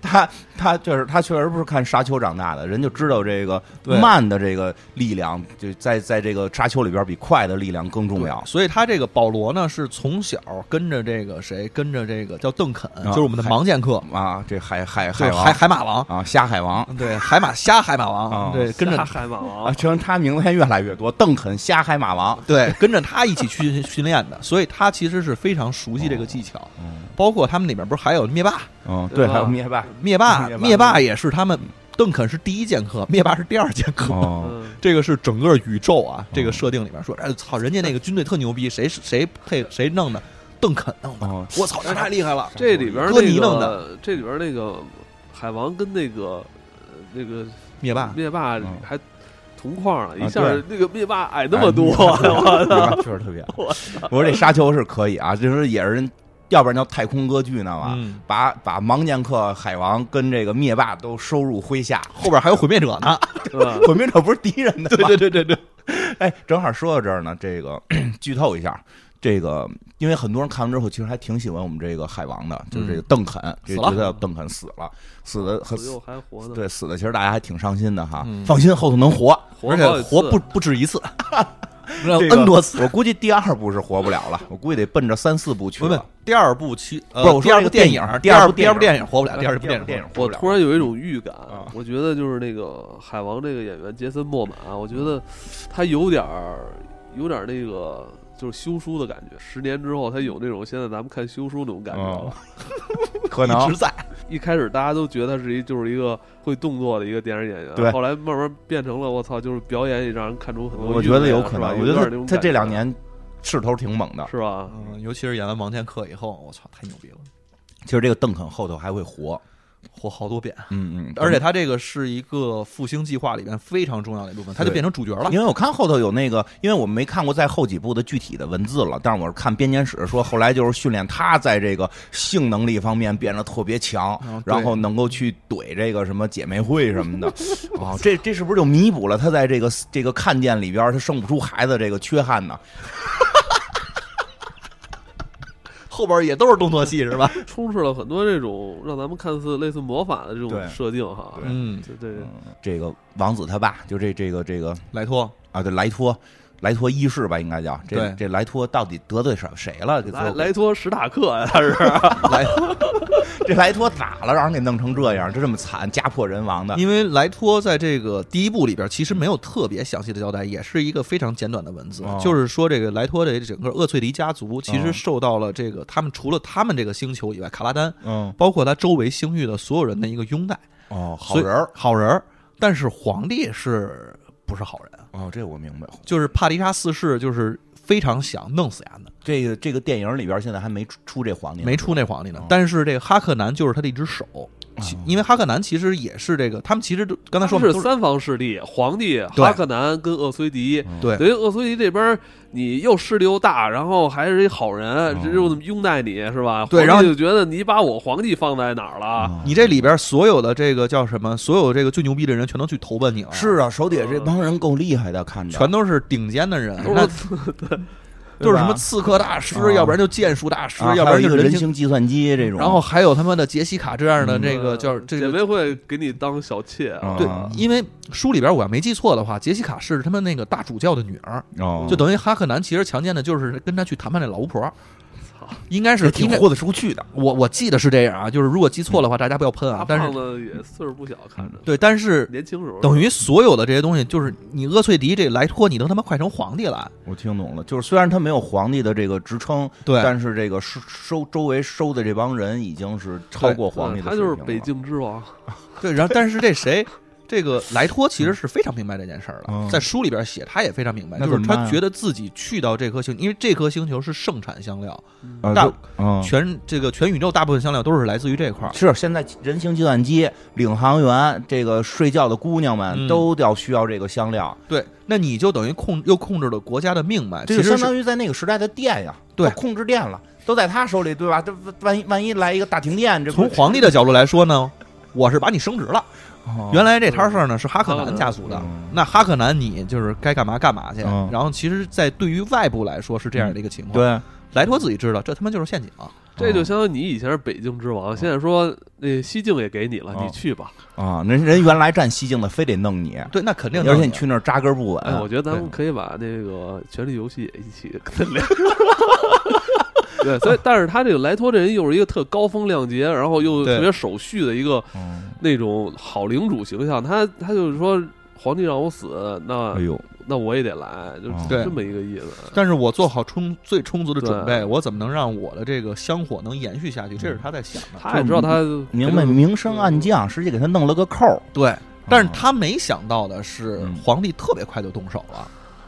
[SPEAKER 2] 他他就是他确实不是看沙丘长大的，人就知道这个
[SPEAKER 4] 对
[SPEAKER 2] 慢的这个力量，就在在这个沙丘里边比快的力量更重要
[SPEAKER 4] 对。所以他这个保罗呢，是从小跟着这个谁，跟着这个叫邓肯，就是我们的
[SPEAKER 2] 哦海
[SPEAKER 4] 盲剑客，
[SPEAKER 2] 啊，这海海海
[SPEAKER 4] 对海
[SPEAKER 2] 王
[SPEAKER 4] 海马王，
[SPEAKER 2] 啊，虾海王
[SPEAKER 4] 对海马虾海马王，
[SPEAKER 2] 啊
[SPEAKER 4] 对跟着
[SPEAKER 1] 海马王
[SPEAKER 2] 啊，，成他名字还越来越多，邓肯虾海马王。
[SPEAKER 4] 对跟着他一起去训练的，所以他其实是非常熟悉这个技巧，
[SPEAKER 2] 嗯
[SPEAKER 4] 包括他们里面不是还有灭霸，
[SPEAKER 2] 嗯，
[SPEAKER 1] 对
[SPEAKER 2] 对，
[SPEAKER 1] 吧
[SPEAKER 2] 还有灭霸。
[SPEAKER 4] 灭霸
[SPEAKER 2] 灭霸嗯
[SPEAKER 4] 灭霸也是他们邓肯是第一剑客，灭霸是第二剑客。
[SPEAKER 2] 哦，
[SPEAKER 1] 嗯，
[SPEAKER 4] 这个是整个宇宙啊，
[SPEAKER 2] 嗯
[SPEAKER 4] 这个设定里面说，哎操，人家那个军队特牛逼，谁谁配谁弄的？邓肯弄的，
[SPEAKER 2] 哦，
[SPEAKER 4] 我操，这太厉害了！
[SPEAKER 1] 这里边
[SPEAKER 4] 哥
[SPEAKER 1] 那
[SPEAKER 4] 尼弄
[SPEAKER 1] 个，这里边那个海王跟那个呃那个
[SPEAKER 4] 灭霸，
[SPEAKER 1] 灭霸
[SPEAKER 2] 嗯
[SPEAKER 1] 还同框了，一
[SPEAKER 2] 啊
[SPEAKER 1] 下
[SPEAKER 2] 对
[SPEAKER 1] 那个灭霸矮那么多，
[SPEAKER 2] 哎我操，确实特别矮。 我说这沙丘是可以啊，就是也是人，要不然叫太空歌剧呢嘛。
[SPEAKER 4] 嗯，
[SPEAKER 2] 把把盲剑客海王跟这个灭霸都收入麾下，
[SPEAKER 4] 后边还有毁灭者呢，
[SPEAKER 1] 是吧？
[SPEAKER 2] 毁灭者不是敌人的吗？
[SPEAKER 4] 对对对对对，
[SPEAKER 2] 哎，正好说到这儿呢，这个剧透一下，这个因为很多人看完之后，其实还挺喜欢我们这个海王的，就是这个邓肯，就
[SPEAKER 4] 嗯死了
[SPEAKER 2] 觉得邓肯死了，死的很
[SPEAKER 1] 死又还活呢，
[SPEAKER 2] 对死的，其实大家还挺伤心的哈。
[SPEAKER 4] 嗯
[SPEAKER 2] 放心，后头能活，
[SPEAKER 1] 活好几次
[SPEAKER 4] 不止一次，
[SPEAKER 2] 这个
[SPEAKER 4] N 多次。
[SPEAKER 2] 我估计第二部是活不了了，我估计得奔着三四部去
[SPEAKER 4] 不不
[SPEAKER 2] 了。，
[SPEAKER 4] 第二部其
[SPEAKER 2] 不是
[SPEAKER 4] 呃，
[SPEAKER 2] 我说
[SPEAKER 4] 第二部
[SPEAKER 2] 那个电
[SPEAKER 4] 影
[SPEAKER 2] 影，
[SPEAKER 4] 第
[SPEAKER 2] 第二
[SPEAKER 4] 二
[SPEAKER 2] 部
[SPEAKER 4] 第二部
[SPEAKER 2] 电
[SPEAKER 4] 电影活不了，第二部电
[SPEAKER 2] 部电影活
[SPEAKER 1] 我
[SPEAKER 2] 不了
[SPEAKER 1] 突然有一种预感
[SPEAKER 2] 啊，
[SPEAKER 1] 我觉得就是那个海王这个演员杰森·莫玛，我觉
[SPEAKER 2] 啊
[SPEAKER 1] 得他有点儿，有点儿那个就是休书的感觉。十年之后，他有那种现在咱们看休书那种感觉
[SPEAKER 2] 啊
[SPEAKER 1] 了。
[SPEAKER 2] 可
[SPEAKER 4] 影一
[SPEAKER 2] 能
[SPEAKER 4] 直在。
[SPEAKER 1] 一开始大家都觉得他是一就是一个会动作的一个电影演员，
[SPEAKER 2] 对
[SPEAKER 1] 后来慢慢变成了我操，就是表演也让人看出很多韵味啊。
[SPEAKER 2] 我觉得有可
[SPEAKER 1] 是吧
[SPEAKER 2] 能，我
[SPEAKER 1] 有
[SPEAKER 2] 觉
[SPEAKER 1] 点
[SPEAKER 2] 得
[SPEAKER 1] 那种
[SPEAKER 2] 他
[SPEAKER 1] 感
[SPEAKER 2] 他这两
[SPEAKER 1] 觉
[SPEAKER 2] 年势头挺猛的。
[SPEAKER 1] 是吧？
[SPEAKER 4] 嗯，尤其是演完《盲剑客》以后，我操，太牛逼了，
[SPEAKER 2] 其实这个邓肯后头还会活，
[SPEAKER 4] 火好多遍。
[SPEAKER 2] 嗯嗯，
[SPEAKER 4] 而且他这个是一个复兴计划里面非常重要的一部分，他就
[SPEAKER 2] 对
[SPEAKER 4] 变成主角了。
[SPEAKER 2] 因为我看后头有那个，因为我们没看过在后几部的具体的文字了，但是我是看编年史说，后来就是训练他在这个性能力方面变得特别强
[SPEAKER 4] 哦，对
[SPEAKER 2] 然后能够去怼这个什么姐妹会什 么的，哦，这这是不是就弥补了他在这个这个看见里边他生不出孩子这个缺憾呢？
[SPEAKER 4] 后边也都是动作戏，是吧？
[SPEAKER 1] 充斥了很多这种让咱们看似类似魔法的这
[SPEAKER 2] 对
[SPEAKER 1] 种设定哈。
[SPEAKER 2] 对
[SPEAKER 4] 嗯，
[SPEAKER 1] 对对，
[SPEAKER 2] 这个王子他爸就这这个这个
[SPEAKER 4] 莱托，
[SPEAKER 2] 啊，对莱托。莱托一世吧，应该叫这
[SPEAKER 4] 对
[SPEAKER 2] 这莱托到底得罪谁谁了？给
[SPEAKER 1] 莱
[SPEAKER 2] 最后
[SPEAKER 1] 莱托·史塔克呀，他是
[SPEAKER 4] 莱，
[SPEAKER 2] 这莱托咋了？让人给弄成这样，这这么惨，家破人亡的。
[SPEAKER 4] 因为莱托在这个第一部里边其实没有特别详细的交代，也是一个非常简短的文字，
[SPEAKER 2] 哦
[SPEAKER 4] 就是说这个莱托的整个厄翠迪家族其实受到了这个他们除了他们这个星球以外，卡拉丹
[SPEAKER 2] 嗯，
[SPEAKER 4] 包括他周围星域的所有人的一个拥戴，
[SPEAKER 2] 哦，好
[SPEAKER 4] 所以
[SPEAKER 2] 人儿，
[SPEAKER 4] 好人儿。但是皇帝是不是好人？啊
[SPEAKER 2] 哦，这我明白。
[SPEAKER 4] 就是帕迪莎四世，就是非常想弄死丫的，
[SPEAKER 2] 这个这个电影里边现在还没出出这皇帝呢，
[SPEAKER 4] 没出那皇帝呢
[SPEAKER 2] 哦。
[SPEAKER 4] 但是这个哈克南就是他的一只手，
[SPEAKER 2] 啊
[SPEAKER 4] 其因为哈克南其实也是这个，他们其实都刚才说
[SPEAKER 1] 是
[SPEAKER 4] 嘛都
[SPEAKER 1] 三方势力：皇帝、
[SPEAKER 4] 对
[SPEAKER 1] 哈克南跟厄崔迪。
[SPEAKER 2] 嗯
[SPEAKER 4] 对
[SPEAKER 1] 等于厄崔迪这边儿，你又势力又大，然后还是一好人，这又拥戴你是吧？
[SPEAKER 4] 对然后
[SPEAKER 1] 皇
[SPEAKER 4] 哦
[SPEAKER 1] 帝就觉得你把我皇帝放在哪儿了？
[SPEAKER 2] 嗯
[SPEAKER 4] 你这里边所有的这个叫什么？所有这个最牛逼的人全都去投奔你了，
[SPEAKER 2] 是啊，手底下这帮人够厉害的，看着
[SPEAKER 4] 全都是顶尖的人，
[SPEAKER 1] 都
[SPEAKER 4] 那
[SPEAKER 1] 说
[SPEAKER 4] 就
[SPEAKER 2] 对
[SPEAKER 4] 是
[SPEAKER 2] 吧
[SPEAKER 4] 什么刺客大师，
[SPEAKER 2] 啊
[SPEAKER 4] 要不然就剑术大师，
[SPEAKER 2] 啊
[SPEAKER 4] 要不
[SPEAKER 2] 还有
[SPEAKER 4] 然
[SPEAKER 2] 一
[SPEAKER 4] 就
[SPEAKER 2] 个
[SPEAKER 4] 是
[SPEAKER 2] 人
[SPEAKER 4] 形
[SPEAKER 2] 形计算机这种，
[SPEAKER 3] 然后还有他妈的杰西卡这样的这个
[SPEAKER 1] 嗯
[SPEAKER 3] 叫这
[SPEAKER 1] 姐
[SPEAKER 3] 个。
[SPEAKER 1] 妹会给你当小妾啊，
[SPEAKER 4] 对
[SPEAKER 2] 啊，
[SPEAKER 3] 因为书里边我要没记错的话，杰西卡是他们那个大主教的女儿，
[SPEAKER 2] 哦
[SPEAKER 3] 就等于哈克南其实强奸的就是跟他去谈判那老巫婆，应该
[SPEAKER 2] 这
[SPEAKER 3] 是
[SPEAKER 2] 挺
[SPEAKER 3] 应该
[SPEAKER 2] 豁得出去的，
[SPEAKER 3] 我我记得是这样啊，就是如果记错的话，大家不要喷
[SPEAKER 1] 大
[SPEAKER 3] 啊。但
[SPEAKER 1] 胖
[SPEAKER 3] 是
[SPEAKER 1] 子也岁数不小，看着
[SPEAKER 4] 对，但是
[SPEAKER 1] 年轻时候
[SPEAKER 4] 等于所有的这些东西，就是你厄翠迪这莱托，你都他妈快成皇帝了，
[SPEAKER 2] 我听懂了。就是虽然他没有皇帝的这个职称，
[SPEAKER 4] 对
[SPEAKER 2] 但是这个收收周围收的这帮人已经是超过皇
[SPEAKER 1] 嗯
[SPEAKER 2] 帝的
[SPEAKER 1] 他
[SPEAKER 2] 水
[SPEAKER 1] 就
[SPEAKER 2] 平
[SPEAKER 1] 是
[SPEAKER 2] 了，
[SPEAKER 1] 北境之王，
[SPEAKER 4] 对，然后但是这谁，这个莱托其实是非常明白这件事儿
[SPEAKER 2] 嗯
[SPEAKER 4] 的，在书里边写他也非常明白，
[SPEAKER 2] 那
[SPEAKER 4] 就
[SPEAKER 2] 怎么
[SPEAKER 4] 是
[SPEAKER 2] 办啊
[SPEAKER 4] 他觉得自己去到这颗星，因为这颗星球是盛产香料，
[SPEAKER 2] 啊
[SPEAKER 4] 大
[SPEAKER 2] 就嗯
[SPEAKER 4] 全这个全宇宙大部分香料都是来自于这块儿，
[SPEAKER 2] 是现在人形计算机、领航员、这个睡觉的姑娘们
[SPEAKER 4] 嗯
[SPEAKER 2] 都要需要这个香料，
[SPEAKER 4] 对，那你就等于控又控制了国家的命脉，
[SPEAKER 2] 这
[SPEAKER 4] 其
[SPEAKER 2] 就相
[SPEAKER 4] 实是
[SPEAKER 2] 当于在那个时代的电呀，
[SPEAKER 4] 对
[SPEAKER 2] 他控制电了，都在他手里，对吧？这万一万一来一个大停电，这不
[SPEAKER 4] 从皇帝的角度来说呢，我是把你升职了。
[SPEAKER 2] 哦
[SPEAKER 4] 原来这摊事儿呢是哈克南家族的
[SPEAKER 2] 嗯，
[SPEAKER 4] 那哈克南你就是该干嘛干嘛去。
[SPEAKER 2] 嗯
[SPEAKER 4] 然后其实，在对于外部来说是这样的一个情况。，
[SPEAKER 2] 对，
[SPEAKER 4] 莱托自己知道这他妈就是陷阱，
[SPEAKER 1] 这就相当于你以前是北境之王，现在说那西境也给你了，
[SPEAKER 2] 哦
[SPEAKER 1] 你去吧。
[SPEAKER 2] 啊，人人原来占西境的，非得弄你，
[SPEAKER 4] 对，那肯定
[SPEAKER 2] 而且你去那儿扎根不稳。
[SPEAKER 1] 哎，我觉得
[SPEAKER 2] 嗯
[SPEAKER 1] 咱们可以把那个《权力游戏》也一起跟他聊。 对，所以但是他这个莱托这人又是一个特高风亮节，然后又
[SPEAKER 4] 对
[SPEAKER 1] 特别守序的一个
[SPEAKER 2] 嗯
[SPEAKER 1] 那种好领主形象。他他就是说，皇帝让我死，那
[SPEAKER 4] 呃
[SPEAKER 2] 哎呦，
[SPEAKER 1] 那我也得来，就
[SPEAKER 2] 哦
[SPEAKER 4] 对
[SPEAKER 1] 这么一个意思。
[SPEAKER 4] 但是我做好充最充足的准备，
[SPEAKER 1] 对
[SPEAKER 4] 我怎么能让我的这个香火能延续下去？这是他在想
[SPEAKER 2] 嗯
[SPEAKER 4] 的。
[SPEAKER 1] 他也知道他
[SPEAKER 2] 明白，明升暗降，实际给他弄了个扣儿，
[SPEAKER 4] 对，但是他没想到的是
[SPEAKER 2] 嗯，
[SPEAKER 4] 皇帝特别快就动手了。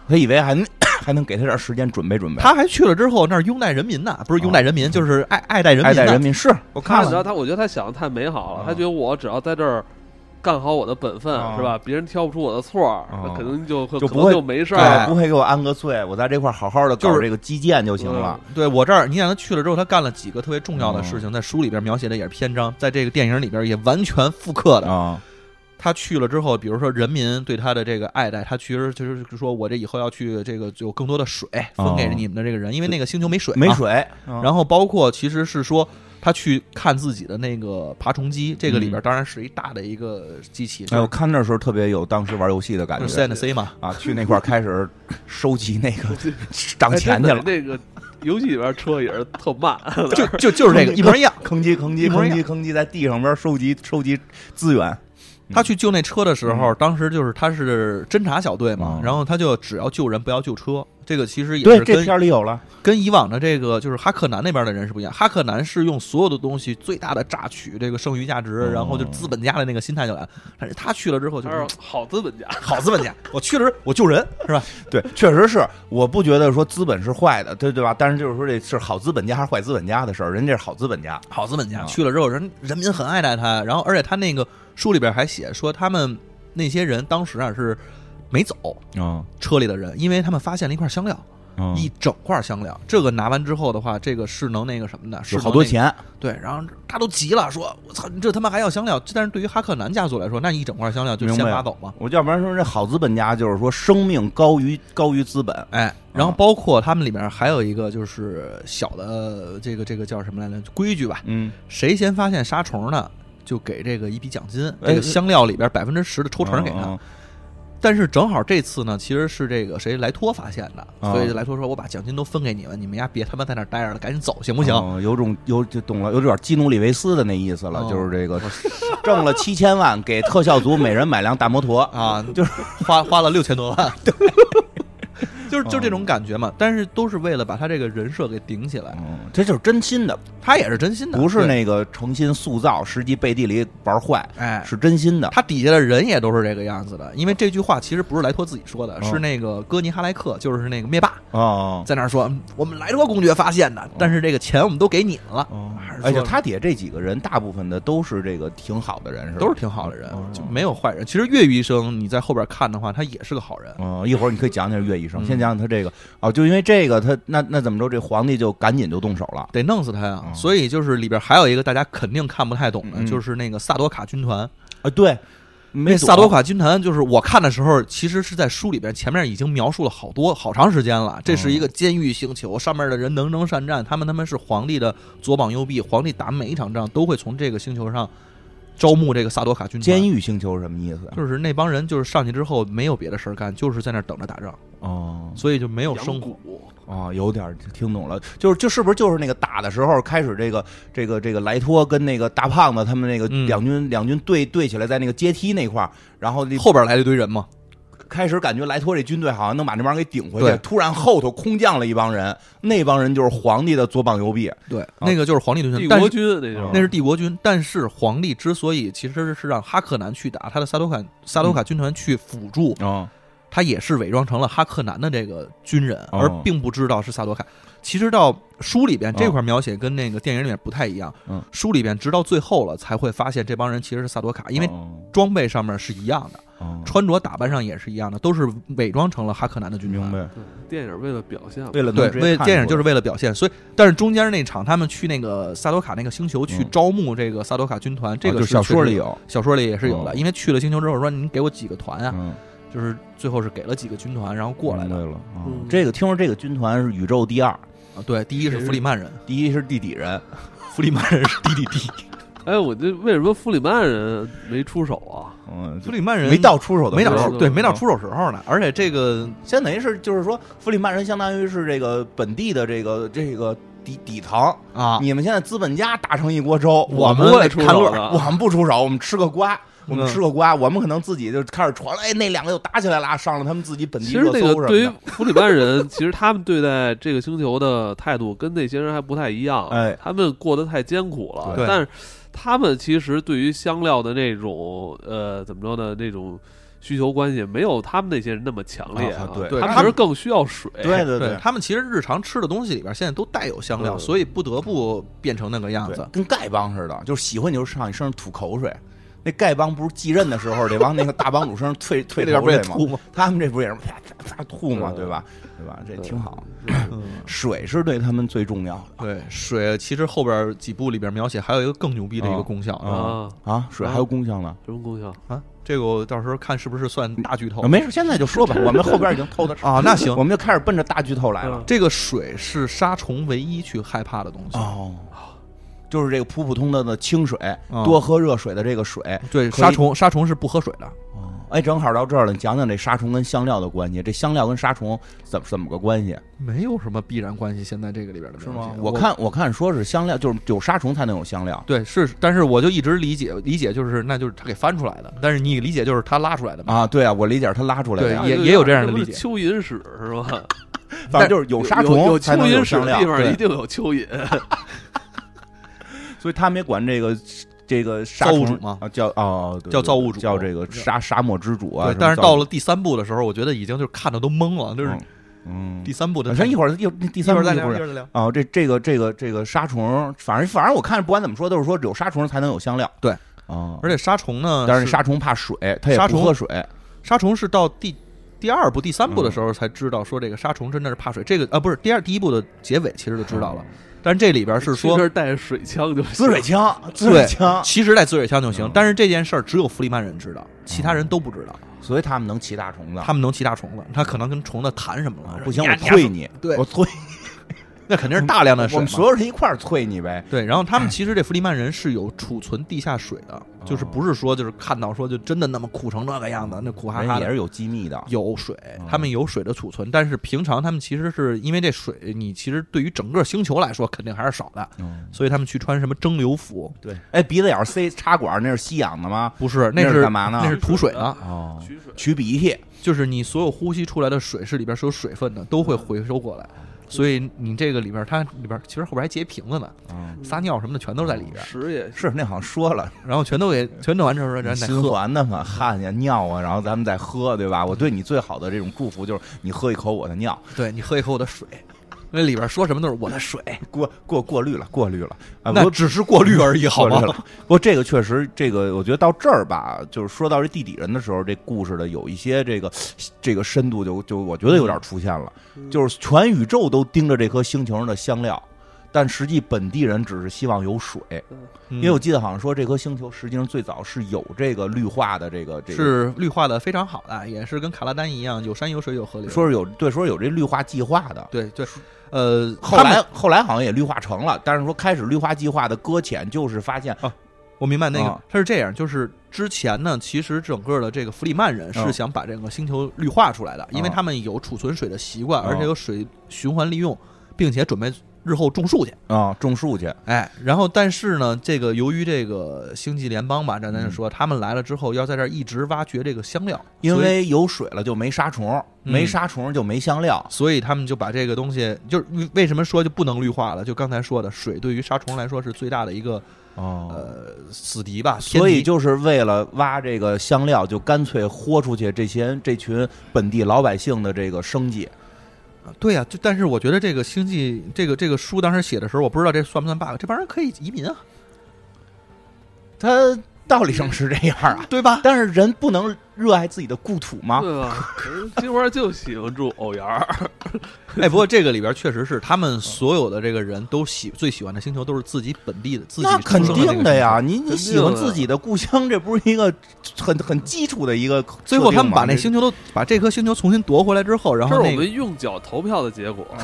[SPEAKER 2] 他以为还能 还能给他点儿时间准备准备。
[SPEAKER 4] 他还去了之后，那儿拥戴人民呢，不是拥戴人民，就是爱爱戴人
[SPEAKER 2] 嗯爱
[SPEAKER 4] 民
[SPEAKER 2] 戴
[SPEAKER 4] 呢
[SPEAKER 2] 人。民是我
[SPEAKER 1] 他
[SPEAKER 2] 看
[SPEAKER 1] 只要
[SPEAKER 2] 了，
[SPEAKER 1] 他，我觉得他想的太美好了，
[SPEAKER 2] 啊
[SPEAKER 1] 他觉得我只要在这儿干好我的本分，
[SPEAKER 2] 啊
[SPEAKER 1] 是吧？别人挑不出我的错儿，
[SPEAKER 2] 啊
[SPEAKER 1] 那可能就会
[SPEAKER 2] 就
[SPEAKER 1] 可
[SPEAKER 2] 不
[SPEAKER 1] 能
[SPEAKER 2] 会
[SPEAKER 1] 就没事
[SPEAKER 2] 对
[SPEAKER 1] 儿。
[SPEAKER 2] 不会给我安个罪，我在这块儿好好的
[SPEAKER 4] 啊就
[SPEAKER 2] 搞
[SPEAKER 4] 是
[SPEAKER 2] 这个基建就行了。
[SPEAKER 4] 对我这儿，你想他去了之后，他干了几个特别重要的
[SPEAKER 2] 嗯
[SPEAKER 4] 事情，在书里边描写的也是篇章，在这个电影里边也完全复刻的。
[SPEAKER 2] 啊，
[SPEAKER 4] 他去了之后，比如说人民对他的这个爱戴，他其实就是说我这以后要去这个有更多的水分给你们的这个人，因为那个星球没水，啊
[SPEAKER 2] 没。水，然
[SPEAKER 4] 然后包括其实是说他去看自己的那个爬虫机，这个里边当然是一大的一个机器，
[SPEAKER 2] 哎，
[SPEAKER 4] 就
[SPEAKER 2] 我
[SPEAKER 4] 是
[SPEAKER 2] 看那时候特别有当时玩游戏的感
[SPEAKER 4] 就是
[SPEAKER 2] 觉
[SPEAKER 4] CNC 嘛。
[SPEAKER 2] 啊，去那块儿开始收集那 个
[SPEAKER 1] 哎
[SPEAKER 2] 涨钱去了，
[SPEAKER 1] 真的那个游戏里边车也是特慢，
[SPEAKER 4] 就就就是这个
[SPEAKER 2] 嗯
[SPEAKER 4] 一模一样。
[SPEAKER 2] 吭叽吭叽
[SPEAKER 4] 一模
[SPEAKER 2] 吭
[SPEAKER 4] 一样
[SPEAKER 2] 叽吭叽，在地上边收集收集资源。
[SPEAKER 4] 他去救那车的时候，当时就是他是侦察小队嘛
[SPEAKER 2] 嗯，
[SPEAKER 4] 然后他就只要救人不要救车，这个其实也
[SPEAKER 2] 对，
[SPEAKER 4] 是
[SPEAKER 2] 这
[SPEAKER 4] 跟
[SPEAKER 2] 片儿里有了，
[SPEAKER 4] 跟以往的这个就是哈克南那边的人是不一样。哈克南是用所有的东西最大的榨取这个剩余价值，然
[SPEAKER 2] 哦
[SPEAKER 4] 后就资本家的那个心态就来了。但是他去了之后就
[SPEAKER 1] 他
[SPEAKER 4] 是
[SPEAKER 1] 是好资本家。
[SPEAKER 4] 好资本家，我去了之后我救人是吧？
[SPEAKER 2] 对，确实是，我不觉得说资本是坏的，对对吧？但是就是说这是好资本家还是坏资本家的事儿，人家是好资本家，
[SPEAKER 4] 好资本家
[SPEAKER 2] 啊
[SPEAKER 4] 去了之后人人民很爱戴他，然后而且他那个书里边还写说他们那些人当时啊是没走
[SPEAKER 2] 嗯
[SPEAKER 4] 车里的人，因为他们发现了一块香料。一整块香料，这个拿完之后的话，这个是能那个什么的，是
[SPEAKER 2] 有
[SPEAKER 4] 能
[SPEAKER 2] 好多
[SPEAKER 4] 那个。
[SPEAKER 2] 钱，
[SPEAKER 4] 对，然后他都急了，说：“我操，你这他妈还要香料！”但是对于哈克南家族来说，那一整块香料就
[SPEAKER 2] 明
[SPEAKER 4] 先
[SPEAKER 2] 白
[SPEAKER 4] 拿走嘛。
[SPEAKER 2] 我要不然说这好资本家就是说生命高于高于资本，
[SPEAKER 4] 哎，然后
[SPEAKER 2] 啊
[SPEAKER 4] 包括他们里面还有一个就是小的这个这个叫什么来着规矩吧，
[SPEAKER 2] 嗯，
[SPEAKER 4] 谁先发现杀虫呢，就给这个一笔奖金，
[SPEAKER 2] 哎啊
[SPEAKER 4] 这个香料里边百分之十的抽
[SPEAKER 2] 抽
[SPEAKER 4] 成给他。但是正好这次呢，其实是这个谁莱托发现的，
[SPEAKER 2] 啊
[SPEAKER 4] 所以莱托说：“我把奖金都分给你们，你们呀别他妈在那儿待着了，赶紧走行不行？”
[SPEAKER 2] 哦有种有就懂了，有点基努里维斯的那意思了，
[SPEAKER 4] 哦
[SPEAKER 2] 就是这个挣了七千万，给特
[SPEAKER 4] 啊
[SPEAKER 2] 效组每人买辆大摩托，
[SPEAKER 4] 啊，就是花花了六千多万，对，就是就这
[SPEAKER 2] 哦
[SPEAKER 4] 种感觉嘛。但是都是为了把他这个人设给顶起来，
[SPEAKER 2] 嗯，这就是真心的，
[SPEAKER 4] 他也是真心的，
[SPEAKER 2] 不是
[SPEAKER 4] 对
[SPEAKER 2] 那个诚心塑造，实际背地里玩坏，
[SPEAKER 4] 哎，
[SPEAKER 2] 是真心的。
[SPEAKER 4] 他底下的人也都是这个样子的。因为这句话其实不是莱托自己说的，
[SPEAKER 2] 嗯
[SPEAKER 4] 是那个哥尼哈莱克，就是那个灭霸
[SPEAKER 2] 哦，
[SPEAKER 4] 在那儿说，嗯我们莱托公爵发现的，但是这个钱我们都给你们了，
[SPEAKER 2] 哦
[SPEAKER 4] 还是
[SPEAKER 2] 而且
[SPEAKER 4] 说
[SPEAKER 2] 他底下这几个人，大部分的都是这个挺好的人，是吧？
[SPEAKER 4] 都是挺好的人
[SPEAKER 2] 哦，
[SPEAKER 4] 就没有坏人。其实岳医生你在后边看的话，他也是个好人。
[SPEAKER 2] 嗯，一会儿你可以讲讲岳医生，
[SPEAKER 4] 嗯
[SPEAKER 2] 先讲讲他这个哦，就因为这个，他那那怎么着，这皇帝就赶紧就动手了。
[SPEAKER 4] 得弄死他呀！
[SPEAKER 2] 嗯
[SPEAKER 4] 所以就是里边还有一个大家肯定看不太懂的，
[SPEAKER 2] 嗯
[SPEAKER 4] 就是那个萨多卡军团。
[SPEAKER 2] 啊，对，
[SPEAKER 4] 那
[SPEAKER 2] 没
[SPEAKER 4] 萨多卡军团就是我看的时候，其实是在书里边前面已经描述了好多好长时间了。这是一个监狱星球，上面的人能征善战，他们他们是皇帝的左膀右臂，皇帝打每一场仗都会从这个星球上招募这个萨多卡军团。
[SPEAKER 2] 监狱星球是什么意思？啊
[SPEAKER 4] 就是那帮人，就是上去之后没有别的事儿干，就是在那儿等着打仗，
[SPEAKER 2] 哦
[SPEAKER 4] 所以就没有
[SPEAKER 1] 养
[SPEAKER 4] 生活。
[SPEAKER 1] 蛊
[SPEAKER 2] 哦，有点儿听懂了，就是就是不是就是那个打的时候开始这个这个这个莱托跟那个大胖子他们那个
[SPEAKER 4] 嗯
[SPEAKER 2] 两军、两军对对起来，在那个阶梯那块儿，然后那
[SPEAKER 4] 后边来了一堆人嘛，
[SPEAKER 2] 开始感觉莱托这军队好像能把那帮人给顶回去
[SPEAKER 4] 对，
[SPEAKER 2] 突然后头空降了一帮人，那帮人就是皇帝的左膀右臂，
[SPEAKER 4] 对，那个就是皇帝军团，
[SPEAKER 1] 帝
[SPEAKER 4] 但是
[SPEAKER 1] 国军那种
[SPEAKER 4] 那是帝国军，但是皇帝之所以其实是让哈克南去打他的萨多卡萨多卡军团去辅助，
[SPEAKER 2] 嗯，
[SPEAKER 4] 他也是伪装成了哈克南的这个军人，
[SPEAKER 2] 哦
[SPEAKER 4] 而并不知道是萨多卡。其实到书里边
[SPEAKER 2] 哦
[SPEAKER 4] 这块描写跟那个电影里面不太一样，
[SPEAKER 2] 嗯
[SPEAKER 4] 书里边直到最后了才会发现这帮人其实是萨多卡，因为
[SPEAKER 2] 嗯
[SPEAKER 4] 装备上面是一样的，
[SPEAKER 2] 嗯
[SPEAKER 4] 穿着打扮上也是一样的，都是伪装成了哈克南的军团
[SPEAKER 2] 明。白，
[SPEAKER 1] 对嗯电影为了表现嘛，
[SPEAKER 2] 为了能
[SPEAKER 4] 对，
[SPEAKER 2] 直接
[SPEAKER 4] 为
[SPEAKER 2] 看
[SPEAKER 4] 电影
[SPEAKER 2] 出
[SPEAKER 4] 就
[SPEAKER 2] 来
[SPEAKER 4] 是
[SPEAKER 2] 哦
[SPEAKER 4] 为了表现，所以但是中间那场他们去那个萨多卡那个星球去
[SPEAKER 2] 嗯
[SPEAKER 4] 招募这个萨多卡军团，这
[SPEAKER 2] 啊
[SPEAKER 4] 个
[SPEAKER 2] 就是小
[SPEAKER 4] 确实
[SPEAKER 2] 说里
[SPEAKER 4] 有
[SPEAKER 2] 有，
[SPEAKER 4] 小说里也是有的，
[SPEAKER 2] 哦
[SPEAKER 4] 因为去了星球之后说您给我几个团啊，
[SPEAKER 2] 嗯，
[SPEAKER 4] 就是最后是给了几个军团，然后过来的。
[SPEAKER 2] 明白了。嗯
[SPEAKER 1] 嗯
[SPEAKER 2] 这个听说这个军团是宇宙第二，
[SPEAKER 4] 啊对，第一是弗里曼人，
[SPEAKER 2] 第一是地底人，弗里曼人是地底 地，
[SPEAKER 1] 哎，我这为什么弗里曼人没出手啊？
[SPEAKER 2] 嗯，
[SPEAKER 4] 弗里曼人
[SPEAKER 2] 没到出手的
[SPEAKER 4] 没
[SPEAKER 2] 时候
[SPEAKER 4] 到
[SPEAKER 1] 时
[SPEAKER 4] 出
[SPEAKER 1] 候
[SPEAKER 4] 对没到出手时嗯候呢，而且这个
[SPEAKER 2] 相等于是就是说，弗里曼人相当于是这个本地的这个这个底底层。
[SPEAKER 4] 啊，
[SPEAKER 2] 你们现在资本家打成一锅粥，
[SPEAKER 4] 我
[SPEAKER 2] 们
[SPEAKER 4] 们
[SPEAKER 2] 会
[SPEAKER 1] 出手
[SPEAKER 2] 看乐
[SPEAKER 1] 的
[SPEAKER 2] 儿，我们不出手，我们吃个瓜，我们
[SPEAKER 4] 嗯
[SPEAKER 2] 吃个瓜，我们可能自己就开始传了，哎，那两个又打起来了，上了他们自己本
[SPEAKER 1] 其
[SPEAKER 2] 地
[SPEAKER 1] 实
[SPEAKER 2] 热搜
[SPEAKER 1] 那
[SPEAKER 2] 什么
[SPEAKER 1] 个对于
[SPEAKER 2] 的。
[SPEAKER 1] 弗里曼人， 其实他们对待这个星球的态度跟那些人还不太一样，
[SPEAKER 2] 哎，
[SPEAKER 1] 他们过得太艰苦了
[SPEAKER 4] 对，
[SPEAKER 1] 但是他们其实对于香料的那种呃怎么着呢那种。需求关系没有他们那些人那么强烈
[SPEAKER 2] 啊对
[SPEAKER 4] 对
[SPEAKER 1] 他们
[SPEAKER 4] 他
[SPEAKER 1] 其实
[SPEAKER 4] 们
[SPEAKER 1] 更需要水。
[SPEAKER 2] 对对
[SPEAKER 4] 对，他们其实日常吃的东西里边现在都带有香料，
[SPEAKER 1] 嗯
[SPEAKER 4] 所以不得不变成那个样
[SPEAKER 2] 对
[SPEAKER 4] 子，。
[SPEAKER 2] 啊跟丐帮似的，就是喜欢你就上你身上吐口水。那丐帮不是继任的时候得往那个大帮主身上退退
[SPEAKER 4] 这边
[SPEAKER 2] 口
[SPEAKER 4] 不也
[SPEAKER 2] 水吗？
[SPEAKER 4] 吐吗？
[SPEAKER 2] 他们这不也是啪啪啪吐吗？
[SPEAKER 1] 对
[SPEAKER 2] 对吧？对吧？这
[SPEAKER 1] 对
[SPEAKER 2] 挺好。
[SPEAKER 4] 嗯
[SPEAKER 2] 水是对他们最重要
[SPEAKER 4] 对，水其实后边几部里边描写还有一个更牛逼的一个功效
[SPEAKER 2] 嗯
[SPEAKER 1] 啊，
[SPEAKER 2] 的啊，水还有功效呢。
[SPEAKER 1] 什么功效？
[SPEAKER 4] 啊，这个我到时候看是不是算大剧透
[SPEAKER 2] 啊没事，现在就说吧，我们后边已经透的
[SPEAKER 4] 嗯 啊？那行
[SPEAKER 2] 我，们就开始奔着大剧透来了。
[SPEAKER 1] 嗯
[SPEAKER 4] 这个水是杀虫唯一去害怕的东西。
[SPEAKER 2] 哦，就是这个普普通通的清水，
[SPEAKER 4] 嗯
[SPEAKER 2] 多喝热水的这个水。
[SPEAKER 4] 对，
[SPEAKER 2] 可以
[SPEAKER 4] 杀虫杀虫是不喝水的。
[SPEAKER 2] 哎，正好到这儿了，你讲讲这杀虫跟香料的关系，这香料跟杀虫怎么怎么个关系？
[SPEAKER 4] 没有什么必然关系，现在这个里边的是
[SPEAKER 2] 我看我看说是香料，就是有杀虫才能有香料
[SPEAKER 4] 对是，但是我就一直理解理解就是那就是他给翻出来的，但是你理解就是他拉出来的嘛。
[SPEAKER 2] 啊。对啊，我理解是它拉出来的呀
[SPEAKER 1] 啊
[SPEAKER 4] 对，也
[SPEAKER 1] 就
[SPEAKER 4] 也有这样的
[SPEAKER 1] 是
[SPEAKER 4] 理解
[SPEAKER 1] 蚯蚓屎是 吧？
[SPEAKER 2] 反正就是有杀
[SPEAKER 1] 有有
[SPEAKER 2] 虫才
[SPEAKER 1] 蚯
[SPEAKER 2] 能
[SPEAKER 1] 蚓屎
[SPEAKER 2] 香
[SPEAKER 1] 的
[SPEAKER 2] 料
[SPEAKER 1] 地，方
[SPEAKER 2] 对
[SPEAKER 1] 一定有蚯蚓。
[SPEAKER 2] 所以他们也管这个这个杀
[SPEAKER 4] 造物
[SPEAKER 2] 虫
[SPEAKER 4] 主嘛
[SPEAKER 2] 啊叫哦对
[SPEAKER 4] 叫
[SPEAKER 2] 对
[SPEAKER 4] 造物主
[SPEAKER 2] 叫这个沙沙漠之主啊。
[SPEAKER 4] 对
[SPEAKER 2] 什，么
[SPEAKER 4] 但是
[SPEAKER 2] 造
[SPEAKER 4] 到
[SPEAKER 2] 物
[SPEAKER 4] 了第三部的时候，我觉得已经就是看的都懵了，就是
[SPEAKER 2] 嗯，
[SPEAKER 4] 第三部的。
[SPEAKER 2] 咱一会儿一会儿第三
[SPEAKER 4] 会
[SPEAKER 2] 部
[SPEAKER 4] 儿再
[SPEAKER 2] 一
[SPEAKER 4] 聊，
[SPEAKER 2] 会
[SPEAKER 4] 一会
[SPEAKER 2] 儿
[SPEAKER 4] 儿再聊。
[SPEAKER 2] 啊，这这个这个这个杀虫，反正反正我看不管怎么说，都是说有杀虫才能有香料。
[SPEAKER 4] 对
[SPEAKER 2] 啊，
[SPEAKER 4] 而且杀虫呢，
[SPEAKER 2] 但是
[SPEAKER 4] 是
[SPEAKER 2] 杀虫怕水，它也
[SPEAKER 4] 杀
[SPEAKER 2] 不
[SPEAKER 4] 虫
[SPEAKER 2] 喝水。
[SPEAKER 4] 杀虫是到第第二部、第三
[SPEAKER 2] 嗯
[SPEAKER 4] 部的时候才知道说这个杀虫真的是怕水。这个啊不是第二第一部的结尾其实就知道
[SPEAKER 2] 嗯
[SPEAKER 4] 了，但是这里边是说
[SPEAKER 1] 这带着水枪就行
[SPEAKER 2] 滋水枪，滋水枪，
[SPEAKER 4] 其实带滋水枪就行
[SPEAKER 2] 嗯，
[SPEAKER 4] 但是这件事儿只有弗里曼人知道，其他人都不知道。
[SPEAKER 2] 所以他们能骑大虫子。
[SPEAKER 4] 他们能骑大虫子，他可能跟虫子谈什么了
[SPEAKER 2] 嗯啊，不行，我
[SPEAKER 4] 退
[SPEAKER 2] 退你，
[SPEAKER 4] 对
[SPEAKER 2] 我退。
[SPEAKER 4] 那肯定是大量的水
[SPEAKER 2] 我
[SPEAKER 4] 嘛
[SPEAKER 2] 们。所有人一块儿啐你呗。
[SPEAKER 4] 对，然后
[SPEAKER 2] 哎
[SPEAKER 4] 他们其实这弗里曼人是有储存地下水的，就是
[SPEAKER 2] 哦
[SPEAKER 4] 不是说就是看到说就真的那么苦成那个样子，那苦哈
[SPEAKER 2] 人
[SPEAKER 4] 哈
[SPEAKER 2] 哎也
[SPEAKER 4] 的
[SPEAKER 2] 是哦有机密的，
[SPEAKER 4] 有水，他们有水的储存，但是平常他们其实是因为这水，你其实对于整个星球来说肯定还是少的，
[SPEAKER 2] 嗯
[SPEAKER 4] 所以他们去穿什么蒸馏服，
[SPEAKER 2] 对。哎，鼻子眼儿塞插管儿，那是吸氧的吗？
[SPEAKER 4] 不是，
[SPEAKER 2] 那
[SPEAKER 4] 那
[SPEAKER 2] 是
[SPEAKER 4] 是
[SPEAKER 2] 干嘛呢
[SPEAKER 4] 那是吐水的，
[SPEAKER 2] 哦，
[SPEAKER 1] 取水
[SPEAKER 2] 取鼻涕，
[SPEAKER 4] 就是你所有呼吸出来的水是里边是有水分的，都会回收过来。所以你这个里边，它里边其实后边还结瓶子呢，
[SPEAKER 2] 嗯，
[SPEAKER 4] 撒尿什么的全都在里边，
[SPEAKER 1] 屎也
[SPEAKER 2] 哦是那好像说了，
[SPEAKER 4] 然后全都给全弄完之后，然后再
[SPEAKER 2] 心
[SPEAKER 4] 喝。
[SPEAKER 2] 烦的嘛，汗呀尿啊，然后咱们再喝，对吧？我对你最好的这种祝福就是你喝一口我的尿，
[SPEAKER 4] 对你喝一口我的水，那里边说什么都是我的水，
[SPEAKER 2] 过过过滤了，过滤了，啊、
[SPEAKER 4] 那
[SPEAKER 2] 不
[SPEAKER 4] 只是过滤 而已，好
[SPEAKER 2] 过
[SPEAKER 4] 吗
[SPEAKER 2] 滤？了。不过这个确实，这个我觉得到这儿吧，就是说到这地底人的时候，这故事的有一些这个这个深度就就我觉得有点出现了，就是全宇宙都盯着这颗星球上的香料。但实际本地人只是希望有水，
[SPEAKER 4] 因
[SPEAKER 2] 因为我记得好像说这颗星球实际上最早是有这个绿化的这个这个
[SPEAKER 4] 是绿化的非常好的，也是跟卡拉丹一样，有山有水有河流。
[SPEAKER 2] 说是有对，说是有这绿化计划的。
[SPEAKER 4] 对对，呃，
[SPEAKER 2] 后
[SPEAKER 4] 他们
[SPEAKER 2] 来后来好像也绿化成了，但是说开始绿化计划的搁浅，就是发现
[SPEAKER 4] 我明白那个
[SPEAKER 2] 啊，
[SPEAKER 4] 他是这样，就是之前呢，其实整个的这个弗里曼人
[SPEAKER 2] 嗯
[SPEAKER 4] 是想把这个星球绿化出来的，因为
[SPEAKER 2] 啊
[SPEAKER 4] 他们有储存水的习惯，
[SPEAKER 2] 啊
[SPEAKER 4] 而且有水循环利用，并且准备日后种树去。
[SPEAKER 2] 啊、种树去，
[SPEAKER 4] 哎，然后但是呢，这个由于这个星际联邦吧，咱咱
[SPEAKER 2] 嗯
[SPEAKER 4] 就说他们来了之后，要在这儿一直挖掘这个香料，
[SPEAKER 2] 因
[SPEAKER 4] 所以
[SPEAKER 2] 为有水了就没杀虫，
[SPEAKER 4] 嗯
[SPEAKER 2] 没杀虫就没香料。
[SPEAKER 4] 所以他们就把这个东西，就是为什么说就不能绿化了？就刚才说的，水对于杀虫来说是最大的一个
[SPEAKER 2] 哦，
[SPEAKER 4] 呃死敌吧，天
[SPEAKER 2] 所以
[SPEAKER 4] 敌
[SPEAKER 2] 就是为了挖这个香料，就干脆豁出去这些这群本地老百姓的这个生计。
[SPEAKER 4] 对呀、就但是我觉得这个星际这个这个书当时写的时候，我不知道这算不算 bug，这帮人可以移民啊，
[SPEAKER 2] 他道理上是这样啊，
[SPEAKER 4] 对吧？
[SPEAKER 2] 但是人不能热爱自己的故土吗？
[SPEAKER 1] 对吧？人金花就喜欢住藕园儿，
[SPEAKER 4] 哎，不过这个里边确实是他们所有的这个人都喜最喜欢的星球都是自己本地的自己
[SPEAKER 2] 那肯
[SPEAKER 4] 出生的那
[SPEAKER 2] 定
[SPEAKER 4] 个
[SPEAKER 2] 的
[SPEAKER 4] 星
[SPEAKER 2] 呀，
[SPEAKER 4] 球。
[SPEAKER 2] 你你喜欢自己的故乡，这不是一个很很基础的一个设定吗。
[SPEAKER 4] 最后他们把那
[SPEAKER 2] 这
[SPEAKER 4] 星球都把这颗星球重新夺回来之后，然
[SPEAKER 1] 这是
[SPEAKER 4] 后
[SPEAKER 1] 我
[SPEAKER 4] 那个
[SPEAKER 1] 们用脚投票的结果。
[SPEAKER 2] 啊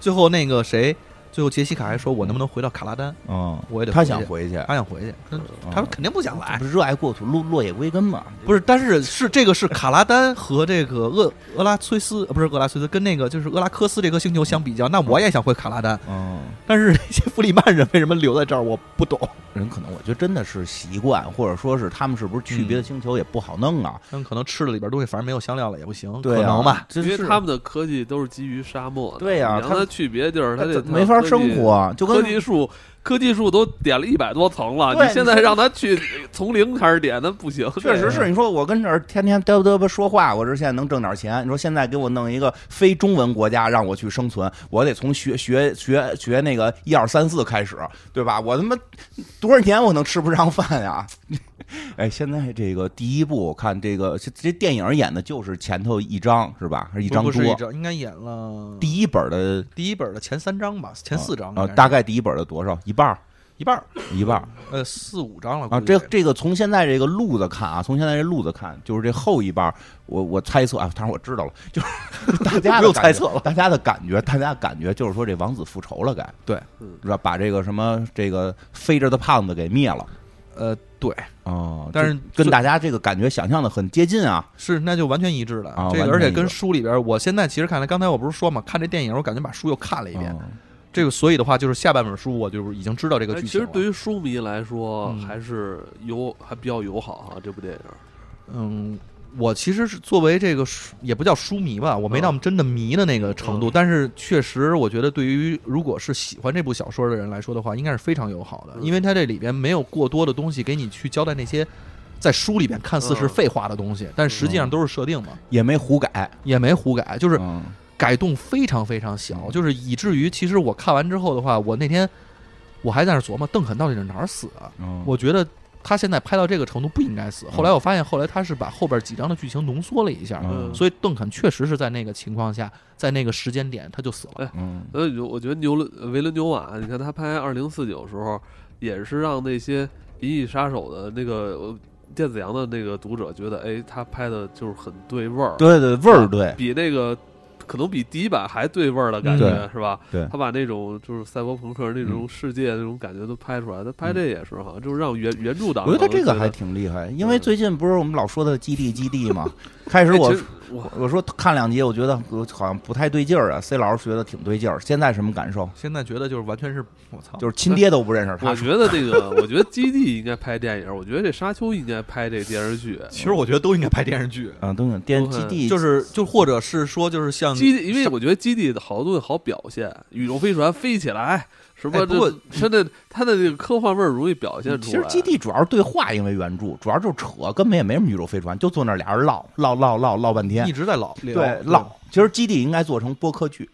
[SPEAKER 4] 最后那个谁，最后杰西卡还说：“我能不能回到卡拉丹？
[SPEAKER 2] 嗯，
[SPEAKER 4] 我也得
[SPEAKER 2] 他
[SPEAKER 4] 回去
[SPEAKER 2] 想回啊去，嗯
[SPEAKER 4] 他想回去，那他肯定不想来
[SPEAKER 2] 不。是热爱故土，落落叶归根嘛。
[SPEAKER 4] 不是，但是是这个是卡拉丹和这个厄厄拉崔斯，呃不是厄拉崔斯，跟那个就是厄拉科斯这颗星球相比较，那我也想回卡拉丹。
[SPEAKER 2] 嗯，
[SPEAKER 4] 但是那些弗里曼人为什么留在这儿，我不懂。
[SPEAKER 2] 人可能我觉得真的是习惯，或者说是他们是不是去
[SPEAKER 1] 嗯
[SPEAKER 2] 别的星球也不好弄啊？
[SPEAKER 4] 他们可能吃了里边东西，反正没有香料了，也不行，
[SPEAKER 2] 对啊
[SPEAKER 4] 可能吧。
[SPEAKER 2] 真
[SPEAKER 1] 因为
[SPEAKER 2] 是
[SPEAKER 1] 他们的科技都是基于沙漠的，
[SPEAKER 2] 对呀
[SPEAKER 1] 你让
[SPEAKER 2] 他
[SPEAKER 1] 他去别的地儿，他
[SPEAKER 2] 他
[SPEAKER 1] 这
[SPEAKER 2] 他没法
[SPEAKER 1] 科技
[SPEAKER 2] 生。活，啊就
[SPEAKER 1] 科
[SPEAKER 2] 跟
[SPEAKER 1] 技树，科技树都点了一百多层了，
[SPEAKER 2] 对
[SPEAKER 1] 你现在让他去从零开始点，那不行。
[SPEAKER 2] 确实是你说我跟这儿天天嘚啵嘚啵说话，我这现在能挣点钱。你说现在给我弄一个非中文国家让我去生存，我得从学学学学那个一二三四开始，对吧？我他妈多少年我能吃不上饭呀？ 哎，现在这个第一部我看这个这这电影演的就是前头一章是吧？还是一章
[SPEAKER 4] 不是一
[SPEAKER 2] 多？
[SPEAKER 4] 张，啊应该演了
[SPEAKER 2] 第一本的
[SPEAKER 4] 第一本的前三章吧，前四章
[SPEAKER 2] 啊、
[SPEAKER 4] 应该是
[SPEAKER 2] 大概第一本的多少？一半儿
[SPEAKER 4] 一半儿，
[SPEAKER 2] 一半儿
[SPEAKER 4] 呃，四五章了
[SPEAKER 2] 啊，
[SPEAKER 4] 估计
[SPEAKER 2] 这这个从现在这个路子看啊，从现在这路子看，就是这后一半儿，我我猜测啊，当然我知道了，就是 大家的
[SPEAKER 4] 不
[SPEAKER 2] 感觉
[SPEAKER 4] 用猜测了
[SPEAKER 2] 大家的感觉，大家感觉就是说这王子复仇了，该
[SPEAKER 4] 对，
[SPEAKER 1] 嗯
[SPEAKER 2] 是吧？把这个什么这个飞着的胖子给灭了
[SPEAKER 4] 呃对，
[SPEAKER 2] 哦，
[SPEAKER 4] 但是
[SPEAKER 2] 这跟大家这个感觉想象的很接近啊，
[SPEAKER 4] 是那就完全一致了。
[SPEAKER 2] 啊
[SPEAKER 4] 这
[SPEAKER 2] 完
[SPEAKER 4] 个
[SPEAKER 2] 全
[SPEAKER 4] 而且
[SPEAKER 2] 一致
[SPEAKER 4] 跟书里边，我现在其实看来，刚才我不是说嘛，看这电影我感觉把书又看了一遍。
[SPEAKER 2] 哦
[SPEAKER 4] 这个所以的话，就是下半本书我就是已经知道这个
[SPEAKER 1] 哎
[SPEAKER 4] 剧
[SPEAKER 1] 其
[SPEAKER 4] 情
[SPEAKER 1] 实
[SPEAKER 4] 了。
[SPEAKER 1] 对于书迷来说，
[SPEAKER 4] 嗯
[SPEAKER 1] 还是友还比较友好啊哈、这部电影。
[SPEAKER 4] 嗯，我其实是作为这个书也不叫书迷吧，我没
[SPEAKER 1] 嗯
[SPEAKER 4] 到真的迷的那个程度，
[SPEAKER 1] 嗯
[SPEAKER 4] 但是确实我觉得对于如果是喜欢这部小说的人来说的话，应该是非常友好的，
[SPEAKER 1] 嗯
[SPEAKER 4] 因为它这里边没有过多的东西给你去交代那些。在书里边看似是
[SPEAKER 1] 嗯
[SPEAKER 4] 废话的东西，但实际上都是设定嘛，
[SPEAKER 2] 也没胡改，
[SPEAKER 4] 也没胡改，就是
[SPEAKER 2] 嗯
[SPEAKER 4] 改动非常非常小，
[SPEAKER 2] 嗯
[SPEAKER 4] 就是以至于其实我看完之后的话，我那天我还在那儿琢磨邓肯到底是哪儿死啊的、
[SPEAKER 2] 嗯
[SPEAKER 4] 我觉得他现在拍到这个程度不应该死。后来我发现，后来他是把后边几章的剧情浓缩了一下，
[SPEAKER 2] 嗯
[SPEAKER 4] 所以邓肯确实是在那个情况下，在那个时间点他就死了。
[SPEAKER 2] 嗯
[SPEAKER 1] 呃，有我觉得牛伦维伦纽瓦，你看他拍《二零四九》时候，也是让那些《银翼杀手》的那个呃电子羊的那个读者觉得，哎，他拍的就是很对味儿，
[SPEAKER 2] 对对味儿对，
[SPEAKER 1] 比那个。可能比第一版还对味儿的感觉
[SPEAKER 2] 嗯对
[SPEAKER 1] 是吧？
[SPEAKER 2] 对嗯
[SPEAKER 1] 他把那种就是赛博朋克那种世界那种感觉都拍出来，他拍这也是哈，就是让原原著党
[SPEAKER 2] 我
[SPEAKER 1] 可能
[SPEAKER 2] 觉得
[SPEAKER 1] 啊觉得。
[SPEAKER 2] 他这个还挺厉害，因为最近不是我们老说的基地基地嘛，开始
[SPEAKER 1] 哎，
[SPEAKER 2] 我
[SPEAKER 1] 其实我
[SPEAKER 2] 我说看两集，我觉得我好像不太对劲儿啊。C 老师觉得挺对劲儿，现在什么感受？
[SPEAKER 4] 现在觉得就是完全是我操，
[SPEAKER 2] 就是亲爹都不认识他
[SPEAKER 1] 我，觉得这个，我觉得基地应该拍电影，我觉得这沙丘应该拍这电视剧。
[SPEAKER 4] 其实我觉得都应该拍电视剧，
[SPEAKER 2] 嗯，东西电基地
[SPEAKER 4] 就是就或者是说就是像
[SPEAKER 1] 基地，因为我觉得基地的好多东西好表现，宇宙飞船飞起来，什么
[SPEAKER 4] 哎不过
[SPEAKER 1] 这它的它的这个科幻味儿容易表现出来。
[SPEAKER 2] 其实基地主要是对话，因为原著主要就是扯，根本也没什么宇宙飞船，就坐那儿俩人唠唠唠唠唠半
[SPEAKER 4] 一
[SPEAKER 2] 天，
[SPEAKER 4] 直在哦老
[SPEAKER 2] 对唠。。其实基地应该做成播客剧，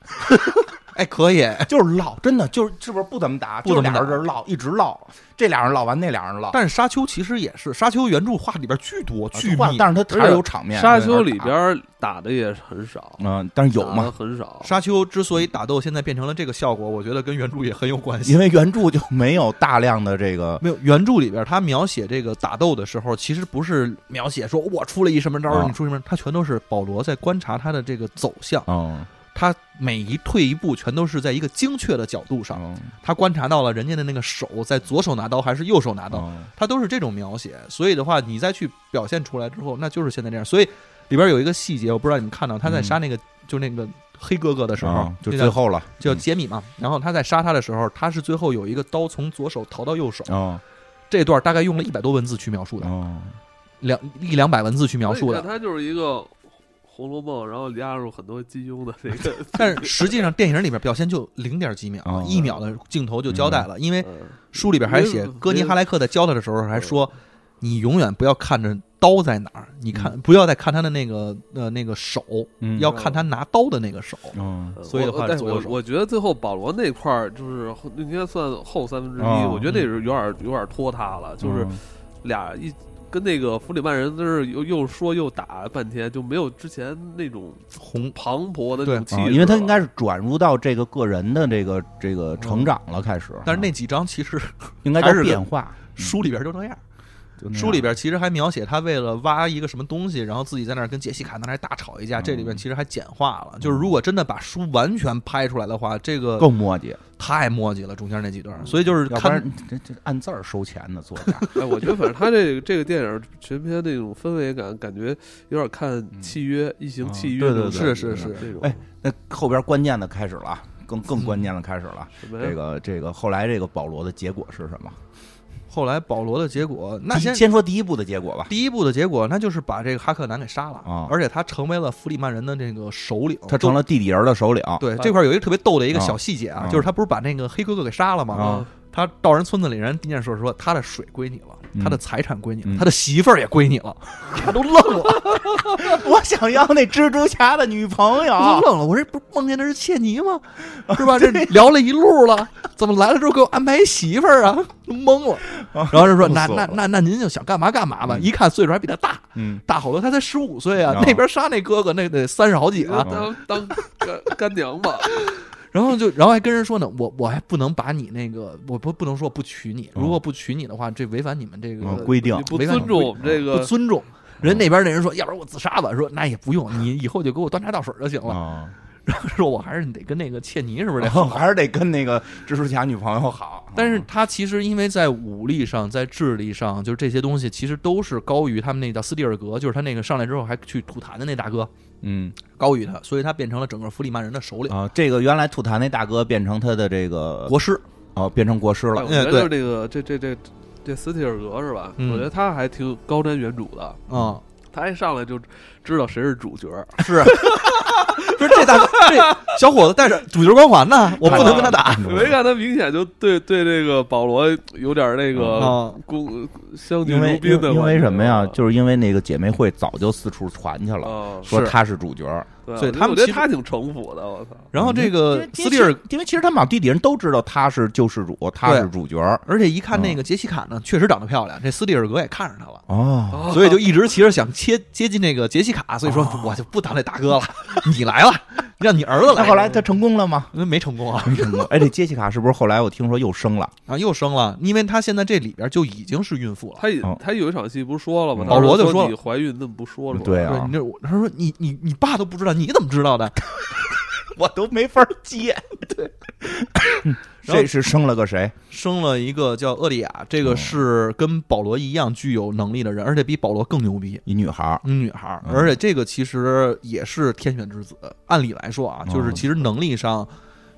[SPEAKER 4] 哎，可以，
[SPEAKER 2] 就是唠，真的就是是不是不怎么打，
[SPEAKER 4] 不
[SPEAKER 2] 就是
[SPEAKER 4] 怎么打
[SPEAKER 2] 俩人这儿唠，一直唠，这俩人唠完那俩人唠，
[SPEAKER 4] 但是沙丘其实也是沙丘原著画里边巨多巨
[SPEAKER 2] 啊话
[SPEAKER 4] 密，
[SPEAKER 2] 但是他还是有场面。
[SPEAKER 1] 沙丘里边儿打的也很少，
[SPEAKER 2] 嗯，但是有
[SPEAKER 1] 打
[SPEAKER 2] 嘛
[SPEAKER 4] 啊
[SPEAKER 1] 得？很少。
[SPEAKER 4] 沙丘之所以打斗现在变成了这个效果，我觉得跟原著也很有关系。
[SPEAKER 2] 因为原著就没有大量的这个
[SPEAKER 4] 没有原著里边，他描写这个打斗的时候，其实不是描写说我出了一什么招儿，
[SPEAKER 2] 啊
[SPEAKER 4] 你出什么招儿，他全都是保罗在观察他的这个走向，
[SPEAKER 2] 嗯
[SPEAKER 4] 他每一退一步全都是在一个精确的角度上，
[SPEAKER 2] 嗯
[SPEAKER 4] 他观察到了人家的那个手在左手拿刀还是右手拿刀，
[SPEAKER 2] 嗯
[SPEAKER 4] 它都是这种描写，所以的话，你再去表现出来之后，那就是现在这样。所以里边有一个细节，我不知道你们看到，他在杀那个、就那个黑哥哥的时候，
[SPEAKER 2] 嗯就
[SPEAKER 4] 那
[SPEAKER 2] 最
[SPEAKER 4] 叫
[SPEAKER 2] 后了，
[SPEAKER 4] 叫杰米嘛，然后他在杀他的时候，他是最后有一个刀从左手逃到右手，
[SPEAKER 2] 嗯
[SPEAKER 4] 这段大概用了一百多文字去描述的，
[SPEAKER 2] 嗯
[SPEAKER 4] 两一两百文字去描
[SPEAKER 1] 所以
[SPEAKER 4] 述
[SPEAKER 1] 你
[SPEAKER 4] 的
[SPEAKER 1] 看，。它就是一个《红楼梦》，然后加入很多金庸的这个，
[SPEAKER 4] 但是实际上，电影里边表现就零点几秒
[SPEAKER 2] 哦，
[SPEAKER 4] 一秒的镜头就交代了。因为
[SPEAKER 1] 嗯
[SPEAKER 4] 书里边还写
[SPEAKER 1] 嗯，
[SPEAKER 4] 哥尼哈莱克在教他的时候还说，你永远不要看着刀在哪儿，你看不要再看他的那个呃那个手，
[SPEAKER 2] 嗯
[SPEAKER 4] 要看他拿刀的那个手。
[SPEAKER 2] 嗯
[SPEAKER 1] 呃
[SPEAKER 4] 所以的
[SPEAKER 1] 我
[SPEAKER 4] 话
[SPEAKER 1] 但
[SPEAKER 4] 左
[SPEAKER 1] 我
[SPEAKER 4] 右手
[SPEAKER 1] 我觉得最后保罗那块儿就是后应该算后三分之一，
[SPEAKER 2] 哦
[SPEAKER 1] 我觉得那是有点儿有点儿拖沓了，就是
[SPEAKER 2] 嗯
[SPEAKER 1] 俩一跟那个弗里曼人都是又又说又打半天，就没有之前那种
[SPEAKER 4] 红
[SPEAKER 1] 磅礴的那种气
[SPEAKER 2] 嗯
[SPEAKER 1] 势、
[SPEAKER 2] 因为他应该。是转入到这个个人的这个这个成长了，开始。嗯
[SPEAKER 4] 但是那几章其实
[SPEAKER 2] 应该
[SPEAKER 4] 还是
[SPEAKER 2] 叫
[SPEAKER 4] 个
[SPEAKER 2] 变化，
[SPEAKER 4] 书里边就那样，
[SPEAKER 2] 就那样
[SPEAKER 4] 书里边其实还描写他为了挖一个什么东西，然后自己在那儿跟杰西卡那儿还大吵一架。
[SPEAKER 2] 嗯
[SPEAKER 4] 这里边其实还简化了，就是如果真的把书完全拍出来的话，这个
[SPEAKER 2] 更墨迹，
[SPEAKER 4] 太墨迹了，中间那几段。所以就是
[SPEAKER 2] 嗯要不
[SPEAKER 4] 看
[SPEAKER 2] 然这这按字儿收钱的作 家，
[SPEAKER 1] 哎，我觉得反正他这个这个电影全片那种氛围感，感觉有点看契约、异形契约
[SPEAKER 2] 嗯
[SPEAKER 1] 那种
[SPEAKER 2] 对
[SPEAKER 1] 感
[SPEAKER 2] 对
[SPEAKER 1] 觉，
[SPEAKER 4] 对是是
[SPEAKER 1] 这种
[SPEAKER 2] 哎那后边关键的开始了啊，更更关键的开始
[SPEAKER 4] 嗯
[SPEAKER 2] 了。
[SPEAKER 1] 什么呀
[SPEAKER 2] 这个这个后来这个保罗的结果是什么？
[SPEAKER 4] 后来保罗的结果，那
[SPEAKER 2] 第
[SPEAKER 4] 先
[SPEAKER 2] 先说第一部的结果吧。
[SPEAKER 4] 第一步的结果，那就是把这个哈克南给杀了，
[SPEAKER 2] 啊
[SPEAKER 4] 而且他成为了弗里曼人的这个首领，
[SPEAKER 2] 他成
[SPEAKER 4] 了。
[SPEAKER 2] 了地底人的首领，
[SPEAKER 4] 对这块有一个特别逗的一个
[SPEAKER 2] 啊
[SPEAKER 4] 小细节啊，
[SPEAKER 2] 啊
[SPEAKER 4] 就是他不是把那个黑哥哥给杀了吗？
[SPEAKER 2] 啊
[SPEAKER 4] 他到人村子里，人第一件事说他的水归你了，他的财产归你了，
[SPEAKER 2] 嗯
[SPEAKER 4] 他的媳妇儿也归你了， 他都愣了，
[SPEAKER 2] 我想要那蜘蛛侠的女朋
[SPEAKER 4] 他
[SPEAKER 2] 友
[SPEAKER 4] 都。愣了。我说这不是梦见的是切尼吗？是吧？这聊了一路了，怎么来了之后给我安排一媳妇儿啊？都懵了。
[SPEAKER 2] 啊
[SPEAKER 4] 然后就说那那那那您就想干嘛干嘛吧。一看岁数还比他大，
[SPEAKER 2] 嗯，
[SPEAKER 4] 大好多，他才十五岁啊
[SPEAKER 2] 啊，
[SPEAKER 4] 那边杀那哥哥那得三十好几了。
[SPEAKER 1] 当当干干娘吧，
[SPEAKER 4] 然后就，然后还跟人说呢，我我还不能把你那个，我不不能说不娶你，如果不娶你的话，这违反你们这个、
[SPEAKER 2] 嗯哦规定哦
[SPEAKER 1] 你不
[SPEAKER 4] 没看
[SPEAKER 1] 尊重我们这
[SPEAKER 4] 不
[SPEAKER 1] 个
[SPEAKER 4] 尊重。人那边那人说，要不然我自杀吧。说那也不用，你以后就给我端茶倒水就行了。
[SPEAKER 2] 啊，
[SPEAKER 4] 然后说我还是得跟那个切尼是不是得
[SPEAKER 2] 然
[SPEAKER 4] 好
[SPEAKER 2] 后还是得跟那个蜘蛛侠女朋友好。
[SPEAKER 4] 但是他其实因为在武力上、在智力上，就是这些东西其实都是高于他们那叫斯蒂尔格，就是他那个上来之后还去吐痰的那大哥
[SPEAKER 2] 嗯
[SPEAKER 4] 高于他，所以他变成了整个弗里曼人的首领、
[SPEAKER 2] 啊，这个原来吐痰那大哥变成他的这个
[SPEAKER 4] 国师。
[SPEAKER 2] 哦，变成国师
[SPEAKER 1] 哎
[SPEAKER 2] 了
[SPEAKER 1] 我。
[SPEAKER 4] 嗯
[SPEAKER 1] 觉得
[SPEAKER 4] 对
[SPEAKER 1] 就是这个这这这这斯蒂尔格是吧？
[SPEAKER 4] 嗯
[SPEAKER 1] 我觉得他还挺高瞻远瞩的，
[SPEAKER 2] 嗯
[SPEAKER 4] 啊、
[SPEAKER 1] 他一上来就知道谁是主角，
[SPEAKER 4] 是，不是这大哥这小伙子带着主角光环呢，我不能跟 他打。
[SPEAKER 1] 没看他明显就对对这个保罗有点那个
[SPEAKER 4] 啊，
[SPEAKER 1] 公相敬
[SPEAKER 2] 因为
[SPEAKER 1] 如宾的
[SPEAKER 2] 因为什么呀？
[SPEAKER 1] 是
[SPEAKER 2] 就是因为那个姐妹会早就四处传去了，
[SPEAKER 1] 啊，
[SPEAKER 2] 说
[SPEAKER 4] 是
[SPEAKER 2] 他是主角。
[SPEAKER 1] 对啊
[SPEAKER 4] 所以他们
[SPEAKER 1] 我觉得
[SPEAKER 4] 其实
[SPEAKER 1] 他挺城府的，我操，
[SPEAKER 4] 然后这个
[SPEAKER 2] 因为
[SPEAKER 4] 呃斯蒂尔，，
[SPEAKER 2] 因为其实他们老地底人都知道他是救世主，他是
[SPEAKER 4] 对
[SPEAKER 2] 主角。
[SPEAKER 4] 而且一看那个杰西卡呢，确实长得漂亮，这斯蒂尔格也看上她了。
[SPEAKER 2] 哦，
[SPEAKER 4] 所以就一直其实想接接近那个杰西卡，所以说我就不当那大哥了，你来了，让你儿子
[SPEAKER 2] 那
[SPEAKER 4] 来。
[SPEAKER 2] 后来他成功了吗？
[SPEAKER 4] 那没成 功啊，
[SPEAKER 2] 没成功。哎，这杰西卡是不是后来我听说又生了？
[SPEAKER 4] 然后又生了，因为他现在这里边就已经是孕妇 了。
[SPEAKER 1] 他也
[SPEAKER 2] 哦
[SPEAKER 1] 他有一场戏不是说了吗？
[SPEAKER 2] 嗯
[SPEAKER 1] 当时
[SPEAKER 4] 保罗就说
[SPEAKER 1] 你怀孕怎么不说了吗？
[SPEAKER 2] 对
[SPEAKER 4] 对，
[SPEAKER 2] 啊
[SPEAKER 4] 你，这我他说你你你爸都不知道，你怎么知道的？
[SPEAKER 2] 我都没法接。
[SPEAKER 4] 然后
[SPEAKER 2] 这是生了个谁？
[SPEAKER 4] 生了一个叫厄利亚，这个是跟保罗一样具有能力的人，而且比保罗更牛逼。
[SPEAKER 2] 一女孩儿，
[SPEAKER 4] 女孩儿，
[SPEAKER 2] 嗯
[SPEAKER 4] 而且这个其实也是天选之子。按理来说啊，
[SPEAKER 2] 嗯
[SPEAKER 4] 就是其实能力上，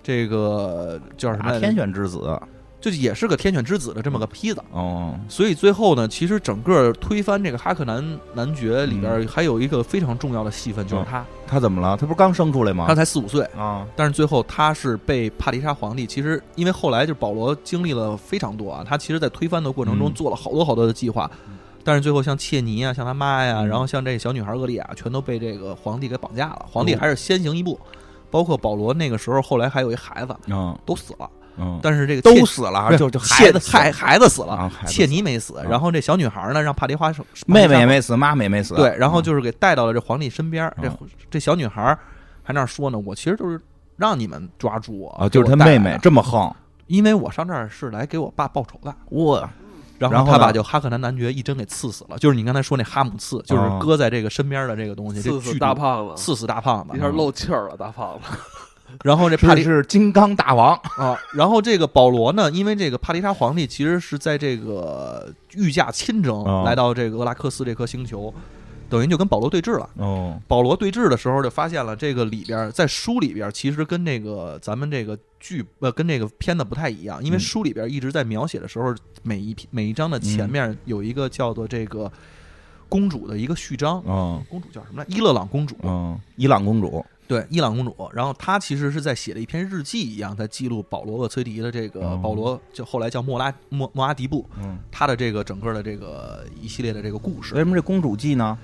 [SPEAKER 4] 这个叫什么
[SPEAKER 2] 啊
[SPEAKER 4] 来着
[SPEAKER 2] 天选之子。
[SPEAKER 4] 就也是个天选之子的这么个坯子。
[SPEAKER 2] 哦，
[SPEAKER 4] 所以最后呢，其实整个推翻这个哈克男男爵里
[SPEAKER 2] 嗯
[SPEAKER 4] 边还有一个非常重要的戏份，就是他，
[SPEAKER 2] 他怎么了？他不是刚生出来吗
[SPEAKER 4] 他？才四五岁，
[SPEAKER 2] 啊，
[SPEAKER 4] 但是最后他是被帕丽莎皇帝。其实因为后来就是保罗经历了非常多啊，他其实在推翻的过程中
[SPEAKER 2] 嗯
[SPEAKER 4] 做了好多好多的计划。但是最后，像切尼啊，像他妈呀，
[SPEAKER 2] 嗯
[SPEAKER 4] 然后像这小女孩厄利亚，全都被这个皇帝给绑架了。皇帝还是先行一步，
[SPEAKER 2] 哦
[SPEAKER 4] 包括保罗那个时候，后来还有一孩子
[SPEAKER 2] 嗯
[SPEAKER 4] 都死了。
[SPEAKER 2] 嗯，
[SPEAKER 4] 但是这个
[SPEAKER 2] 都
[SPEAKER 4] 切
[SPEAKER 2] 死了
[SPEAKER 4] 不
[SPEAKER 2] 啊，
[SPEAKER 4] 是
[SPEAKER 2] 就就
[SPEAKER 4] 切
[SPEAKER 2] 孩子死了
[SPEAKER 4] 孩孩子死了，
[SPEAKER 2] 啊，孩子
[SPEAKER 4] 切尼没死
[SPEAKER 2] 啊，
[SPEAKER 4] 然后这小女孩呢，让帕迪花手
[SPEAKER 2] 妹妹也没死，妈妈也没死。
[SPEAKER 4] 对，然后就是给带到了这皇帝身边儿。
[SPEAKER 2] 嗯
[SPEAKER 4] 这这小女孩儿还那儿说呢，我其实就是让你们抓住我
[SPEAKER 2] 啊，就是
[SPEAKER 4] 给
[SPEAKER 2] 他
[SPEAKER 4] 我带来
[SPEAKER 2] 妹
[SPEAKER 4] 的
[SPEAKER 2] 妹这么横，
[SPEAKER 4] 因为我上这儿是来给我爸报仇的。
[SPEAKER 2] 我
[SPEAKER 4] 然
[SPEAKER 2] 然后呢
[SPEAKER 4] 他把就哈克南男爵一针给刺死了，就是你刚才说那哈姆刺，就是
[SPEAKER 2] 哦
[SPEAKER 4] 搁在这个身边的这个东西，这
[SPEAKER 1] 刺死
[SPEAKER 4] 剧
[SPEAKER 1] 大
[SPEAKER 4] 毒
[SPEAKER 1] 胖子，
[SPEAKER 4] 刺死大胖子
[SPEAKER 1] 一。下漏气儿了，大胖子。
[SPEAKER 4] 然后这帕
[SPEAKER 2] 这
[SPEAKER 4] 迪
[SPEAKER 2] 是金刚大王，
[SPEAKER 4] 啊，然后这个保罗呢，因为这个帕迪莎皇帝其实是在这个御驾亲征
[SPEAKER 2] 哦
[SPEAKER 4] 来到这个厄拉克斯这颗星球，等于就跟保罗对峙了。
[SPEAKER 2] 哦，
[SPEAKER 4] 保罗对峙的时候，就发现了这个里边儿在书里边儿其实跟那个咱们这个剧呃跟这个片子不太一样，因为
[SPEAKER 2] 嗯
[SPEAKER 4] 书里边儿一直在描写的时候，每一篇每一章的前面有一个叫做这个公主的一个序章，
[SPEAKER 2] 嗯
[SPEAKER 4] 公主叫什么来？伊勒朗公主，
[SPEAKER 2] 嗯，伊朗公主，
[SPEAKER 4] 对，伊朗公主。然后她其实是在写了一篇日记一样，在记录保罗厄崔迪的这个
[SPEAKER 2] 哦
[SPEAKER 4] 保罗就后来叫莫拉莫莫阿迪布
[SPEAKER 2] 嗯，
[SPEAKER 4] 他的这个整个的这个一系列的这个故
[SPEAKER 2] 为
[SPEAKER 4] 事。
[SPEAKER 2] 什么这公主记呢？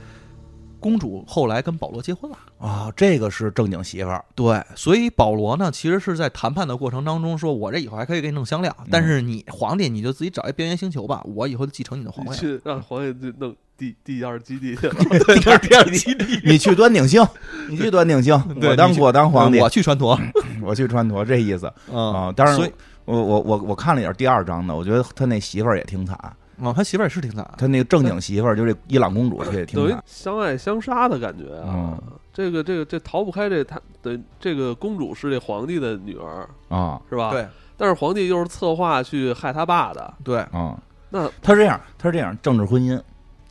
[SPEAKER 4] 公主后来跟保罗结婚了。
[SPEAKER 2] 啊，这个是正经媳妇儿，
[SPEAKER 4] 对，所以保罗呢，其实是在谈判的过程当中说，我这以后还可以给你弄香料，但是你皇帝你就自己找一边缘星球吧，我以后就继承你的皇
[SPEAKER 1] 你
[SPEAKER 4] 位。
[SPEAKER 1] 去让黄爷去弄第第二基地去了，
[SPEAKER 2] 第二第二基地，你去端 鼎星，你去端鼎星，
[SPEAKER 4] 对
[SPEAKER 2] 我当
[SPEAKER 4] 你去
[SPEAKER 2] 我当皇帝
[SPEAKER 4] 嗯，我去传陀。
[SPEAKER 2] 我去船头，这意思
[SPEAKER 4] 嗯，
[SPEAKER 2] 啊。当然
[SPEAKER 4] 所以，
[SPEAKER 2] 我我我我看了一点第二章的，我觉得他那媳妇儿也挺惨，
[SPEAKER 4] 哦，他媳妇儿也是挺惨的。
[SPEAKER 2] 他那个正经媳妇儿，就这伊朗公主，她也挺
[SPEAKER 1] 等于
[SPEAKER 2] 惨。
[SPEAKER 1] 相爱相杀的感觉啊。
[SPEAKER 2] 嗯
[SPEAKER 1] 这个这个这逃不开这他的这个公主是这皇帝的女儿
[SPEAKER 2] 啊
[SPEAKER 1] 是吧？。
[SPEAKER 4] 对
[SPEAKER 1] 但是皇帝又是策划去害他爸的，
[SPEAKER 4] 对，
[SPEAKER 2] 啊。
[SPEAKER 1] 那
[SPEAKER 2] 他是这样，他是这样，政治婚姻，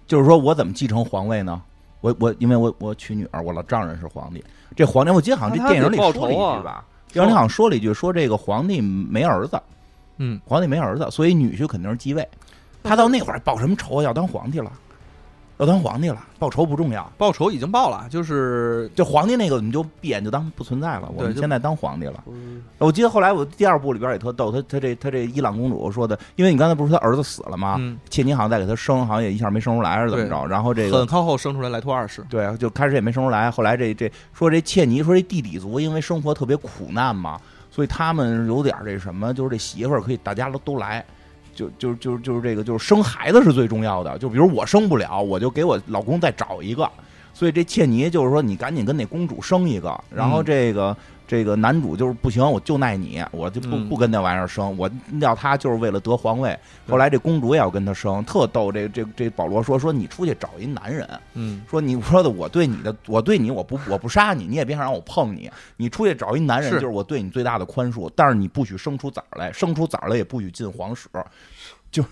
[SPEAKER 2] 就是说我怎么继承皇位呢？我我因为我我娶女儿，我老丈人是皇帝，这皇帝我记得好像这
[SPEAKER 1] 那他得
[SPEAKER 2] 电影里
[SPEAKER 1] 报
[SPEAKER 2] 说了一
[SPEAKER 1] 仇啊
[SPEAKER 2] 句吧，电影里好像说了一句，说这个皇帝没儿子，
[SPEAKER 4] 嗯，
[SPEAKER 2] 皇帝没儿子，所以女婿肯定是继位。他到那会儿报什么仇啊？要当皇帝了，要当皇帝了，报仇不重要。
[SPEAKER 4] 报仇已经报了，就是
[SPEAKER 2] 就皇帝那个，你就闭眼就当不存在了。我
[SPEAKER 4] 对
[SPEAKER 2] 们
[SPEAKER 4] 就
[SPEAKER 2] 现在当皇帝了。
[SPEAKER 1] 嗯，
[SPEAKER 2] 我记得后来我第二部里边也特逗，他他这他这伊朗公主说的，因为你刚才不是说他儿子死了吗？
[SPEAKER 4] 嗯，
[SPEAKER 2] 切尼好像在给他生，好像也一下没生出来，还是怎么着？然后这个
[SPEAKER 4] 很靠后生出来莱托二世。
[SPEAKER 2] 对，啊就开始也没生出来。后来这这说这切尼说这地底族因为生活特别苦难嘛，所以他们有点这什么，就是这媳妇儿可以大家都都来。就就就就是这个，就是生孩子是最重要的。就比如我生不了，我就给我老公再找一个。所以这切尼就是说，你赶紧跟那公主生一个。然后
[SPEAKER 4] 嗯
[SPEAKER 2] 这个、这个男主就是不行，我就耐你，我就不
[SPEAKER 4] 嗯
[SPEAKER 2] 不跟那玩意儿生，我要他就是为了得皇位。
[SPEAKER 4] 对
[SPEAKER 2] 后来这公主也要跟他生，特逗。这这这保罗说说你出去找一男人，
[SPEAKER 4] 嗯，
[SPEAKER 2] 说你说的我对你的，我对你我不我不杀你，你也别想让我碰你。你出去找一男人，
[SPEAKER 4] 是
[SPEAKER 2] 就是我对你最大的宽恕，但是你不许生出崽儿来，生出崽儿来也不许进皇室，就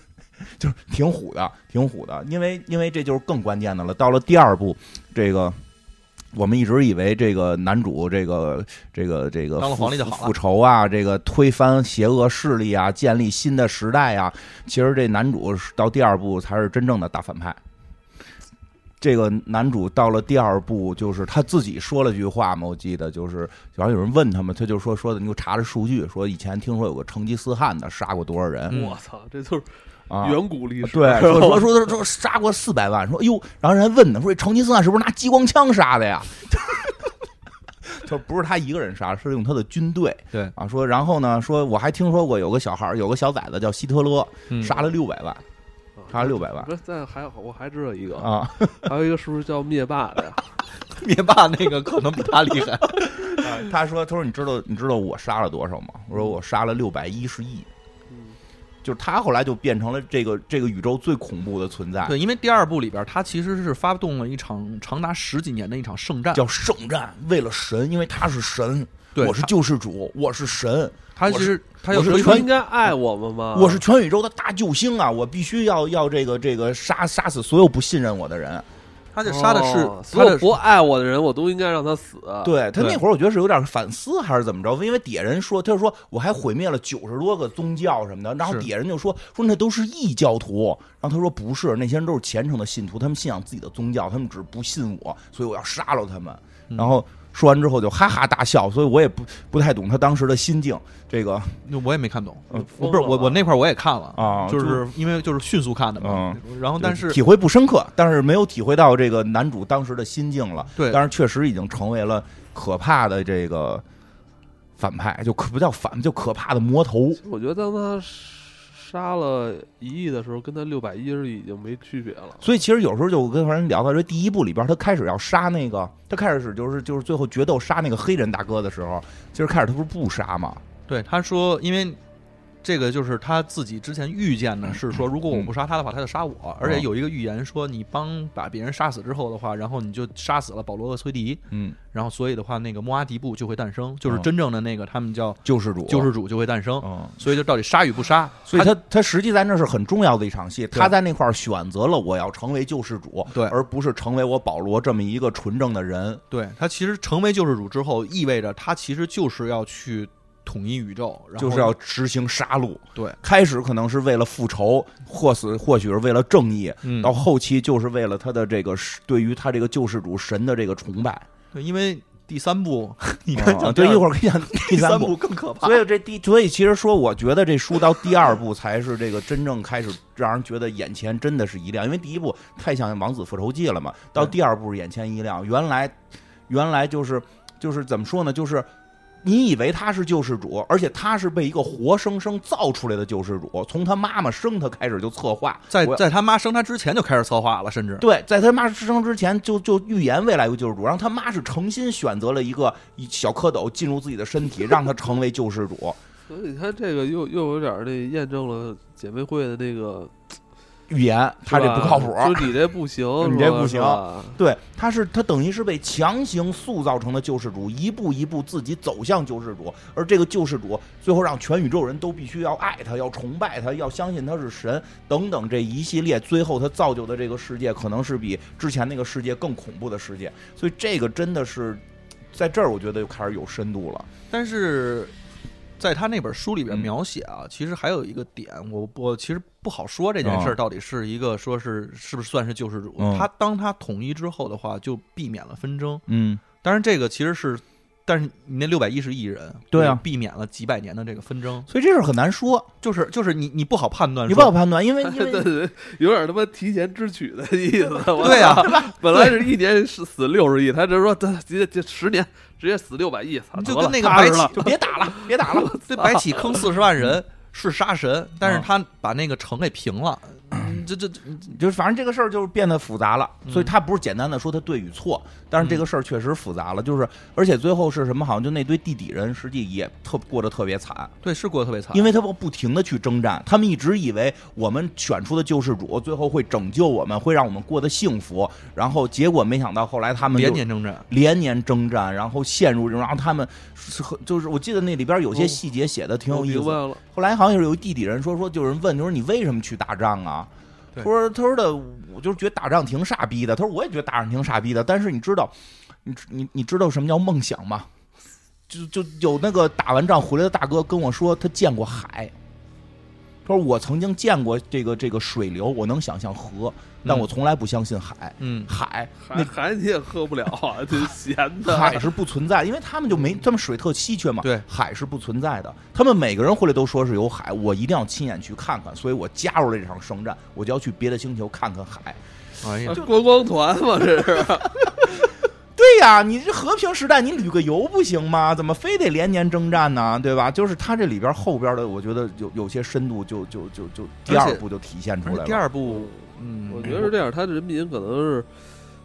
[SPEAKER 2] 就是挺虎的，挺虎的。因为因为这就是更关键的了。到了第二部，这个我们一直以为这个男主这个这个这个
[SPEAKER 4] 当了
[SPEAKER 2] 复
[SPEAKER 4] 皇帝就好了
[SPEAKER 2] 复仇啊，这个推翻邪恶势力啊，建立新的时代啊。其实这男主是到第二部才是真正的大反派。这个男主到了第二部，就是他自己说了句话嘛，我记得就是好像有人问他们，他就说说的，你给我查查数据，说以前听说有个成吉思汗的杀过多少人、
[SPEAKER 4] 嗯
[SPEAKER 1] 我操，这就是
[SPEAKER 2] 啊？
[SPEAKER 1] 远古历史。
[SPEAKER 2] 对，
[SPEAKER 1] 是吧
[SPEAKER 2] 说说说说说杀过四百万，说哎呦，然后人还问呢，说这成吉思汗是不是拿激光枪杀的呀？就不是他一个人杀，是用他的军队。
[SPEAKER 4] 对
[SPEAKER 2] 啊，说然后呢，说我还听说过有个小孩儿，有个小崽子叫希特勒，
[SPEAKER 4] 嗯
[SPEAKER 2] 杀了六百万
[SPEAKER 1] 啊
[SPEAKER 2] 杀了600万
[SPEAKER 1] 不是，但还有我还知道一个，
[SPEAKER 2] 啊，
[SPEAKER 1] 还有一个是不是叫灭霸的呀？
[SPEAKER 4] 灭霸那个可能比他厉害。
[SPEAKER 2] 他说：“他说你知道你知道我杀了多少吗？”我说：“我杀了六百一十亿。
[SPEAKER 1] 嗯”
[SPEAKER 2] 然就是他后来就变成了这个这个宇宙最恐怖的存在，
[SPEAKER 4] 对，因为第二部里边，他其实是发动了一场长达十几年的一场圣战，
[SPEAKER 2] 叫圣战。为了神，因为他是神，
[SPEAKER 4] 对
[SPEAKER 2] 我是
[SPEAKER 4] 他
[SPEAKER 2] 救世主，我是神，
[SPEAKER 4] 他
[SPEAKER 2] 我
[SPEAKER 4] 其
[SPEAKER 2] 是
[SPEAKER 4] 实他有
[SPEAKER 2] 我是
[SPEAKER 1] 不是
[SPEAKER 4] 说一
[SPEAKER 1] 说
[SPEAKER 2] 全
[SPEAKER 1] 应该爱我们
[SPEAKER 4] 啊
[SPEAKER 1] 吗？
[SPEAKER 2] 我是全宇宙的大救星啊！我必须要要这个这个杀杀死所有不信任我的人。
[SPEAKER 4] 他这杀的是
[SPEAKER 1] 哦
[SPEAKER 4] 他
[SPEAKER 1] 所有
[SPEAKER 4] 的
[SPEAKER 1] 不爱我的人，我都应该让他死。
[SPEAKER 2] 对他
[SPEAKER 4] 啊对
[SPEAKER 2] 那会儿，我觉得是有点反思还是怎么着？因为底下人说，他就说我还毁灭了九十多个宗教什么的，然后
[SPEAKER 4] 是
[SPEAKER 2] 底下人就说说那都是异教徒，然后他说不是，那些人都是虔诚的信徒，他们信仰自己的宗教，他们只是不信我，所以我要杀了他们。
[SPEAKER 4] 嗯
[SPEAKER 2] 然后说完之后就哈哈大笑，所以我也不不太懂他当时的心境。这个
[SPEAKER 4] 我也没看懂，
[SPEAKER 2] 嗯
[SPEAKER 4] 我不是我我那块儿我也看了
[SPEAKER 2] 啊嗯
[SPEAKER 4] 就是因为就是迅速看的嘛，然后但是
[SPEAKER 2] 体会不深刻，但是没有体会到这个男主当时的心境了。
[SPEAKER 4] 对
[SPEAKER 2] 但是确实已经成为了可怕的这个反派，就可不叫反，就可怕的魔头。
[SPEAKER 1] 我觉得当他杀了一亿的时候，跟他六百一十已经没区别了。
[SPEAKER 2] 所以其实有时候就跟人聊到这第一部里边，他开始要杀那个，他开始就是就是最后决斗杀那个黑人大哥的时候，其实开始他不是不杀嘛，
[SPEAKER 4] 对他说，因为这个就是他自己之前预见的是
[SPEAKER 2] 嗯
[SPEAKER 4] 说，如果我不杀他的话，他就杀我，而且有一个预言说，你帮把别人杀死之后的话，然后你就杀死了保罗厄崔迪，
[SPEAKER 2] 嗯，
[SPEAKER 4] 然后所以的话，那个莫阿迪布就会诞生，就是
[SPEAKER 2] 嗯
[SPEAKER 4] 真正的那个他们叫
[SPEAKER 2] 救世主，
[SPEAKER 4] 救世主就会诞生，
[SPEAKER 2] 嗯。
[SPEAKER 4] 所以就到底杀与不杀，
[SPEAKER 2] 所以
[SPEAKER 4] 他
[SPEAKER 2] 他他实际在那是很重要的一场戏，
[SPEAKER 4] 对
[SPEAKER 2] 他在那块儿选择了我要成为救世主，
[SPEAKER 4] 对
[SPEAKER 2] 而不是成为我保罗这么一个纯正的人，
[SPEAKER 4] 对他其实成为救世主之后，意味着他其实就是要去统一宇宙，然后
[SPEAKER 2] 就是要实行杀戮。
[SPEAKER 4] 对，
[SPEAKER 2] 开始可能是为了复仇，或死或许是为了正义，
[SPEAKER 4] 嗯
[SPEAKER 2] 到后期就是为了他的这个对于他这个救世主神的这个崇拜。
[SPEAKER 4] 对，因为第三部你看
[SPEAKER 2] 啊，
[SPEAKER 4] 讲
[SPEAKER 2] 对，
[SPEAKER 4] 第二
[SPEAKER 2] 一会儿跟你讲第
[SPEAKER 4] 第
[SPEAKER 2] 三
[SPEAKER 4] 三
[SPEAKER 2] 部。
[SPEAKER 4] 更可 怕，
[SPEAKER 2] 所以这第，所以其实说，我觉得这书到第二部才是这个真正开始让人觉得眼前真的是一亮，因为第一部太像《王子复仇记》了嘛，到第二部是眼前一亮，原来原来就是就是怎么说呢，就是。你以为他是救世主，而且他是被一个活生生造出来的救世主，从他妈妈生他开始就策划，
[SPEAKER 4] 在
[SPEAKER 2] 我要
[SPEAKER 4] 在他妈生他之前就开始策划了，甚至
[SPEAKER 2] 对，在他妈生之前就就预言未来有救世主，然后他妈是诚心选择了一个一小蝌蚪进入自己的身体，让他成为救世主，
[SPEAKER 1] 所以你看这个又又有点儿那验证了姐妹会的那个，
[SPEAKER 2] 预言他这
[SPEAKER 1] 是吧
[SPEAKER 2] 不靠谱。，
[SPEAKER 1] 就你这不行
[SPEAKER 2] 你这
[SPEAKER 1] 是吧
[SPEAKER 2] 不
[SPEAKER 1] 是
[SPEAKER 2] 行
[SPEAKER 1] 吧
[SPEAKER 2] 对，他是他等于是被强行塑造成的救世主，一步一步自己走向救世主，而这个救世主最后让全宇宙人都必须要爱他，要崇拜他，要相信他是神等等这一系列，最后他造就的这个世界可能是比之前那个世界更恐怖的世界，所以这个真的是在这儿，我觉得就开始有深度了。
[SPEAKER 4] 但是在他那本书里边
[SPEAKER 2] 嗯
[SPEAKER 4] 描写啊，其实还有一个点，我我其实不好说这件事
[SPEAKER 2] 嗯
[SPEAKER 4] 儿到底是一个说是是不是算是救世主。
[SPEAKER 2] 嗯
[SPEAKER 4] 他当他统一之后的话，就避免了纷争。
[SPEAKER 2] 嗯，
[SPEAKER 4] 当然，这个其实是，但是你那六百一十亿人，
[SPEAKER 2] 对啊
[SPEAKER 4] 就是避免了几百年的这个纷争，
[SPEAKER 2] 所以这事儿很难说，
[SPEAKER 4] 就是就是你你不好判断，
[SPEAKER 2] 你不好判 断，因为因
[SPEAKER 1] 对
[SPEAKER 2] 为
[SPEAKER 1] 对，有点他妈提前支取的意 思。
[SPEAKER 2] 啊
[SPEAKER 1] 我
[SPEAKER 4] 对呀
[SPEAKER 1] 操， 本来是一年是死六十亿，他这说这这这十年直接死六百亿，操得
[SPEAKER 4] 就
[SPEAKER 1] 了
[SPEAKER 4] 跟那个
[SPEAKER 1] 踏
[SPEAKER 4] 白
[SPEAKER 1] 实
[SPEAKER 4] 起
[SPEAKER 1] 了，
[SPEAKER 2] 就别打了，别 打了。
[SPEAKER 4] 这白起坑四十万人
[SPEAKER 2] 嗯
[SPEAKER 4] 是杀神，但
[SPEAKER 2] 啊
[SPEAKER 4] 是他把那个城给平了，
[SPEAKER 2] 嗯
[SPEAKER 4] 这这这
[SPEAKER 2] 就是反正这个事儿就是变得复杂了，所以他不是简单的说他对与错，但是这个事儿确实复杂了，就是而且最后是什么？好像就那堆地底人实际也特过得特别惨，
[SPEAKER 4] 对是过得特别惨
[SPEAKER 2] 因。为他们不停的去征战，他们一直以为我们选出的救世主最后会拯救我们，会让我们过得幸福，然后结果没想到后来他们就
[SPEAKER 4] 连年征战，
[SPEAKER 2] 连年征战，然后陷入这种，然后他们是和就是我记得那里边有些细节写的挺
[SPEAKER 1] 我
[SPEAKER 2] 有意思
[SPEAKER 1] 明白
[SPEAKER 2] 的，
[SPEAKER 1] 了，
[SPEAKER 2] 后来好像是有地底人说说，就有人问，就说你为什么去打仗啊？他
[SPEAKER 4] 对
[SPEAKER 2] 说他说的，我就是觉得打仗挺傻逼的。他说我也觉得打仗挺傻逼的，但是你知道，你知你你知道什么叫梦想吗？就就有那个打完仗回来的大哥跟我说，他见过海。他说我曾经见过这个这个水流，我能想象河，但
[SPEAKER 4] 嗯
[SPEAKER 2] 我从来不相信海。
[SPEAKER 4] 嗯，
[SPEAKER 2] 海
[SPEAKER 1] 海
[SPEAKER 2] 那
[SPEAKER 1] 海你也喝不了啊，挺咸的。
[SPEAKER 2] 海是不存在，因为他们就没，他们水特稀缺嘛。
[SPEAKER 4] 对
[SPEAKER 2] 海是不存在的。他们每个人回来都说是有海，我一定要亲眼去看看，所以我加入了这场圣战，我就要去别的星球看看海。
[SPEAKER 4] 哎呀，
[SPEAKER 1] 观光团嘛，这是
[SPEAKER 2] 对呀，你这和平时代你旅个游不行吗？怎么非得连年征战呢？对吧？就是他这里边后边的，我觉得有有些深度就，就就就第
[SPEAKER 4] 而
[SPEAKER 2] 二
[SPEAKER 4] 且
[SPEAKER 2] 部就体现出
[SPEAKER 4] 而
[SPEAKER 2] 来
[SPEAKER 4] 且
[SPEAKER 2] 了。
[SPEAKER 4] 第二部，嗯，
[SPEAKER 1] 我觉得是这样，他人民可能是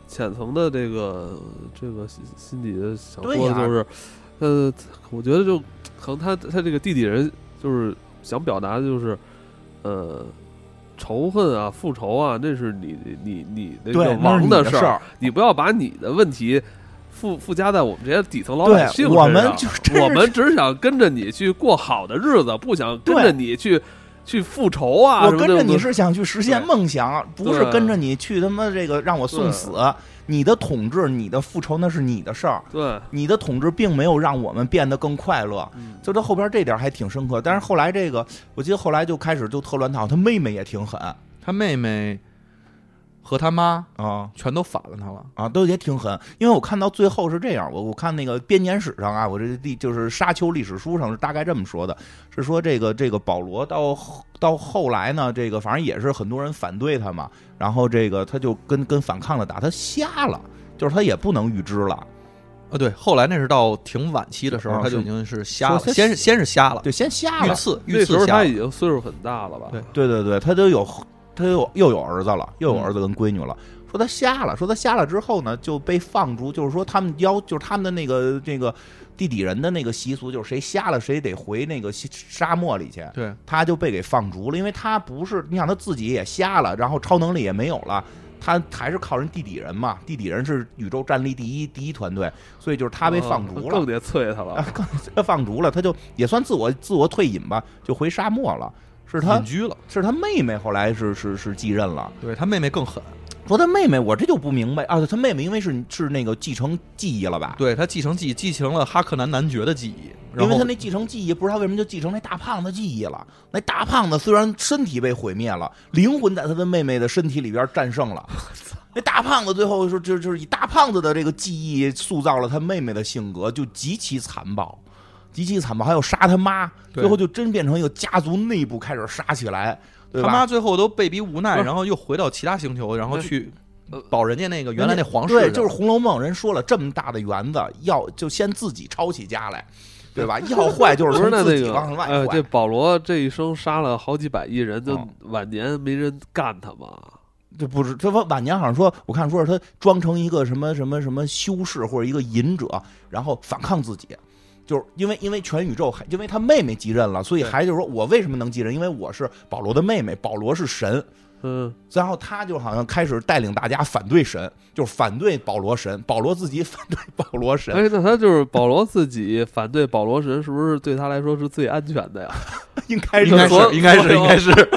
[SPEAKER 1] 浅层的这个这个心心底的想说
[SPEAKER 2] 对呀
[SPEAKER 1] 的就是，呃，我觉得就可能他他这个地底人就是想表达的就是，呃，仇恨啊、复仇啊，那是你你你那个
[SPEAKER 2] 对，那是
[SPEAKER 1] 王
[SPEAKER 2] 你
[SPEAKER 1] 的
[SPEAKER 2] 的
[SPEAKER 1] 事
[SPEAKER 2] 事
[SPEAKER 1] 儿，
[SPEAKER 2] 儿。
[SPEAKER 1] 你不要把你的问题附附加在我们这些底层老
[SPEAKER 2] 对
[SPEAKER 1] 百姓，身上。啊
[SPEAKER 2] 我们就真是
[SPEAKER 1] 我们只是想跟着你去过好的日子，不想跟着
[SPEAKER 2] 对
[SPEAKER 1] 你去去复仇啊。
[SPEAKER 2] 我
[SPEAKER 1] 什么
[SPEAKER 2] 跟
[SPEAKER 1] 的
[SPEAKER 2] 着你是想去实现梦想，不是
[SPEAKER 1] 对
[SPEAKER 2] 跟着你去他妈这个让我送
[SPEAKER 1] 对
[SPEAKER 2] 死。你的统治，你的复仇，那是你的事儿。
[SPEAKER 1] 对，
[SPEAKER 2] 你的统治并没有让我们变得更快乐。
[SPEAKER 1] 嗯
[SPEAKER 2] 就到后边这点还挺深刻，但是后来这个，我记得后来就开始就特乱套，他妹妹也挺狠
[SPEAKER 3] 他妹妹和他妈
[SPEAKER 2] 啊
[SPEAKER 3] 全都反了他了。
[SPEAKER 2] 啊，都也挺狠。因为我看到最后是这样，我我看那个编年史上啊，我这历就是沙丘历史书上是大概这么说的，是说这个这个保罗到后到后来呢，这个反正也是很多人反对他嘛，然后这个他就跟跟反抗的打，他瞎了，就是他也不能预知了，
[SPEAKER 4] 啊，对，后来那是到挺晚期的时候，
[SPEAKER 2] 啊
[SPEAKER 4] 他就是已经是瞎了，
[SPEAKER 2] 说他
[SPEAKER 4] 先是先是瞎了，
[SPEAKER 2] 对，先瞎
[SPEAKER 4] 遇
[SPEAKER 2] 了，
[SPEAKER 4] 刺遇
[SPEAKER 1] 那时候
[SPEAKER 4] 刺瞎
[SPEAKER 1] 他
[SPEAKER 4] 了
[SPEAKER 1] 已，经岁数很大了吧？
[SPEAKER 4] 对
[SPEAKER 2] 对对对，他都有他又又有儿子了，又有儿子跟闺女了。说他瞎了，说他瞎了之后呢，就被放逐，就是说他们要就是他们的那个这个地底人的那个习俗，就是谁瞎了谁得回那个西沙漠里去。
[SPEAKER 3] 对，
[SPEAKER 2] 他就被给放逐了，因为他不是你想他自己也瞎了，然后超能力也没有了。他还是靠人地底人嘛，地底人是宇宙战力第一第一团队，所以就是他被放
[SPEAKER 1] 嗯
[SPEAKER 2] 逐了，
[SPEAKER 1] 更得啐他 了
[SPEAKER 2] 啊。他放逐了，他就也算自我自我退隐吧，就回沙漠了。是他
[SPEAKER 3] 隐居了。
[SPEAKER 2] 是他妹妹后来是是是继任了。
[SPEAKER 3] 对他妹妹更狠，
[SPEAKER 2] 说他妹妹，我这就不明白啊，他妹妹因为是是那个继承记忆了吧？
[SPEAKER 3] 对他继承记忆，继承了哈克南男爵的记忆，然
[SPEAKER 2] 因为
[SPEAKER 3] 后
[SPEAKER 2] 他那继承记忆，不知道为什么就继承那大胖子记忆了。那大胖子虽然身体被毁灭了，灵魂在他的妹妹的身体里边战胜了。那大胖子最后说，就就是以大胖子的这个记忆塑造了他妹妹的性格，就极其残暴，极其残暴，还有杀他妈，
[SPEAKER 3] 对
[SPEAKER 2] 最后就真变成一个家族内部开始杀起来，对
[SPEAKER 3] 他
[SPEAKER 2] 吧？
[SPEAKER 3] 妈最后都被逼无
[SPEAKER 1] 不
[SPEAKER 3] 奈，
[SPEAKER 1] 是
[SPEAKER 3] 然后又回到其他星球，然后去
[SPEAKER 1] 呃
[SPEAKER 3] 保人家那个原来那皇室的。
[SPEAKER 2] 对，就是《红楼梦》人说了，这么大的园子，要就先自己抄起家来，对 吧？要坏就
[SPEAKER 1] 不
[SPEAKER 2] 是
[SPEAKER 1] 是
[SPEAKER 2] 从
[SPEAKER 1] 那
[SPEAKER 2] 自
[SPEAKER 1] 那
[SPEAKER 2] 己
[SPEAKER 1] 个，
[SPEAKER 2] 往外
[SPEAKER 1] 哎，这
[SPEAKER 2] 坏。
[SPEAKER 1] 保罗这一生杀了好几百亿人，就
[SPEAKER 2] 哦
[SPEAKER 1] 晚年没人干他嘛。
[SPEAKER 2] 这不是，这不晚年好像说，我看说是他装成一个什么什么什么修士或者一个隐者，然后反抗自己。就是因为因为全宇宙还因为他妹妹继任了，所以
[SPEAKER 3] 对
[SPEAKER 2] 还就是说我为什么能继任？因为我是保罗的妹妹，保罗是神，
[SPEAKER 1] 嗯，
[SPEAKER 2] 然后他就好像开始带领大家反对神，就是反对保罗神，保罗自己 反对保罗神。
[SPEAKER 1] 哎，那他就是保罗自己 反对保罗神，是不是对他来说是最安全 的呀？
[SPEAKER 2] 应该
[SPEAKER 3] 应该
[SPEAKER 1] 所有
[SPEAKER 3] 是应该
[SPEAKER 1] 所
[SPEAKER 3] 是
[SPEAKER 1] 有
[SPEAKER 3] 应该是，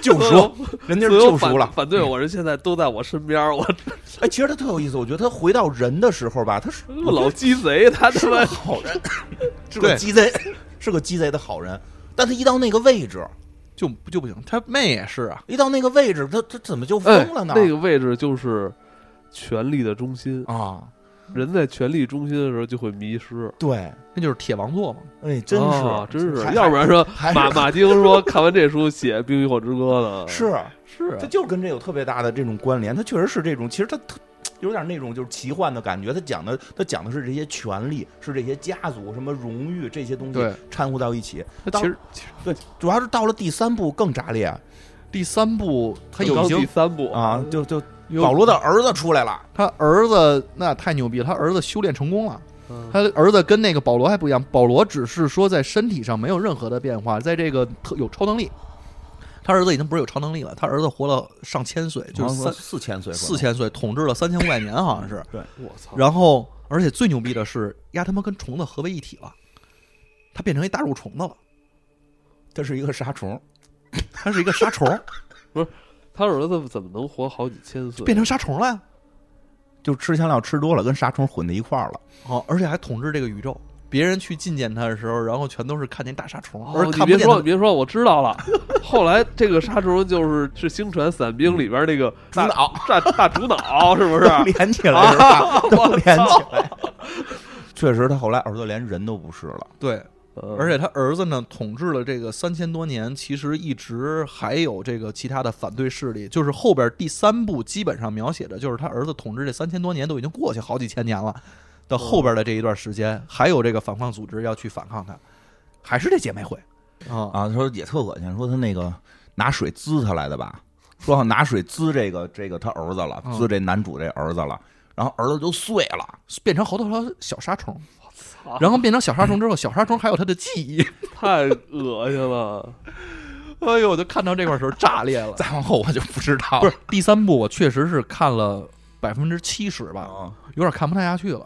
[SPEAKER 2] 救
[SPEAKER 1] 所
[SPEAKER 2] 赎
[SPEAKER 1] 有，
[SPEAKER 2] 人家
[SPEAKER 1] 所
[SPEAKER 2] 是
[SPEAKER 1] 有
[SPEAKER 2] 救
[SPEAKER 1] 反
[SPEAKER 2] 赎了。
[SPEAKER 1] 反对我人现在都在我身边儿， 我
[SPEAKER 2] 哎，其实他特有意思，我觉得他回到人的时候吧，他是我觉
[SPEAKER 1] 老鸡贼，他
[SPEAKER 2] 得
[SPEAKER 1] 他
[SPEAKER 2] 是啊
[SPEAKER 1] 妈
[SPEAKER 2] 个好人，是
[SPEAKER 3] 对
[SPEAKER 2] 个鸡贼，是个鸡贼的好人。但他一到那个位置，
[SPEAKER 3] 就就不行。他妹也是啊，
[SPEAKER 2] 一到那个位置，他他怎么就
[SPEAKER 1] 哎
[SPEAKER 2] 疯了呢？
[SPEAKER 1] 那个位置就是权力的中心，
[SPEAKER 3] 啊，
[SPEAKER 1] 人在权力中心的时候就会迷失。
[SPEAKER 2] 对，
[SPEAKER 3] 那就是铁王座嘛。
[SPEAKER 2] 哎，真是，
[SPEAKER 1] 啊真是
[SPEAKER 2] 还，
[SPEAKER 1] 要不然说
[SPEAKER 2] 还
[SPEAKER 1] 马马丁 说看完这书写《冰与火之歌》呢，
[SPEAKER 2] 是
[SPEAKER 1] 啊
[SPEAKER 3] 是
[SPEAKER 2] 他就跟这有特别大的这种关联，他确实是这种，其实他特。有点那种就是奇幻的感觉，他讲的他讲的是这些权利，是这些家族什么荣誉这些东西
[SPEAKER 3] 对
[SPEAKER 2] 掺和到一起。
[SPEAKER 3] 他其实其实
[SPEAKER 2] 对，主要是到了第三部更炸裂
[SPEAKER 3] 第三部他
[SPEAKER 1] 刚
[SPEAKER 3] 已
[SPEAKER 1] 第
[SPEAKER 3] 经
[SPEAKER 1] 三部
[SPEAKER 2] 啊，就就
[SPEAKER 3] 有
[SPEAKER 2] 保罗的儿子出来了，
[SPEAKER 3] 他儿子那太牛逼了，他儿子修炼成功了。
[SPEAKER 1] 嗯
[SPEAKER 3] 他儿子跟那个保罗还不一样，保罗只是说在身体上没有任何的变化，在这个特有超能力。
[SPEAKER 4] 他儿子已经不是有超能力了，他儿子活了上千岁，就是三
[SPEAKER 2] 四千岁，
[SPEAKER 4] 四千岁，统治了三千五百年，好像是。
[SPEAKER 1] 我操，
[SPEAKER 4] 然后，而且最牛逼的是，丫他妈跟虫子合为一体了，他变成一大肉虫子了，
[SPEAKER 2] 这是一个杀虫，
[SPEAKER 4] 他是一个杀虫，
[SPEAKER 1] 他儿子怎么能活好几千岁？
[SPEAKER 4] 变成杀虫了呀！
[SPEAKER 2] 就吃香料吃多了，跟杀虫混在一块儿了。
[SPEAKER 4] 哦，而且还统治这个宇宙。别人去觐见他的时候，然后全都是看见大杀虫，
[SPEAKER 1] 哦
[SPEAKER 4] 而
[SPEAKER 1] 你
[SPEAKER 4] 看
[SPEAKER 1] 别
[SPEAKER 4] 不见
[SPEAKER 1] 说，
[SPEAKER 4] 他
[SPEAKER 1] 你别说，我知道 了。后来这个杀虫就是是星船伞兵里边那个大
[SPEAKER 2] 主脑
[SPEAKER 1] 大大主脑，是不 是？啊
[SPEAKER 2] 都连起来是吧？都连起来。确实，他后来儿子连人都不是了。
[SPEAKER 4] 对，
[SPEAKER 1] 嗯
[SPEAKER 4] 而且他儿子呢，统治了这个三千多年，其实一直还有这个其他的反对势力。就是后边第三部基本上描写的就是他儿子统治这三千多年都已经过去好几千年了，到后边的这一段时间，还有这个反抗组织要去反抗他，还是这姐妹会啊
[SPEAKER 2] 啊，他说也特恶心，说他那个拿水滋他来的吧，说好拿水滋这个这个他儿子了，
[SPEAKER 3] 嗯
[SPEAKER 2] 滋这男主这儿子了，然后儿子就碎了。
[SPEAKER 3] 变成好多条小杀虫，
[SPEAKER 1] 操
[SPEAKER 3] 然后变成小杀虫之后，小杀虫还有他的记忆，
[SPEAKER 1] 太恶心了。
[SPEAKER 3] 哎呦，我就看到这块儿时候炸裂了。
[SPEAKER 2] 再往后我就不知 道
[SPEAKER 3] 不是第三部，我确实是看了百分之七十吧，
[SPEAKER 2] 了，啊
[SPEAKER 3] 有点看不太下去了。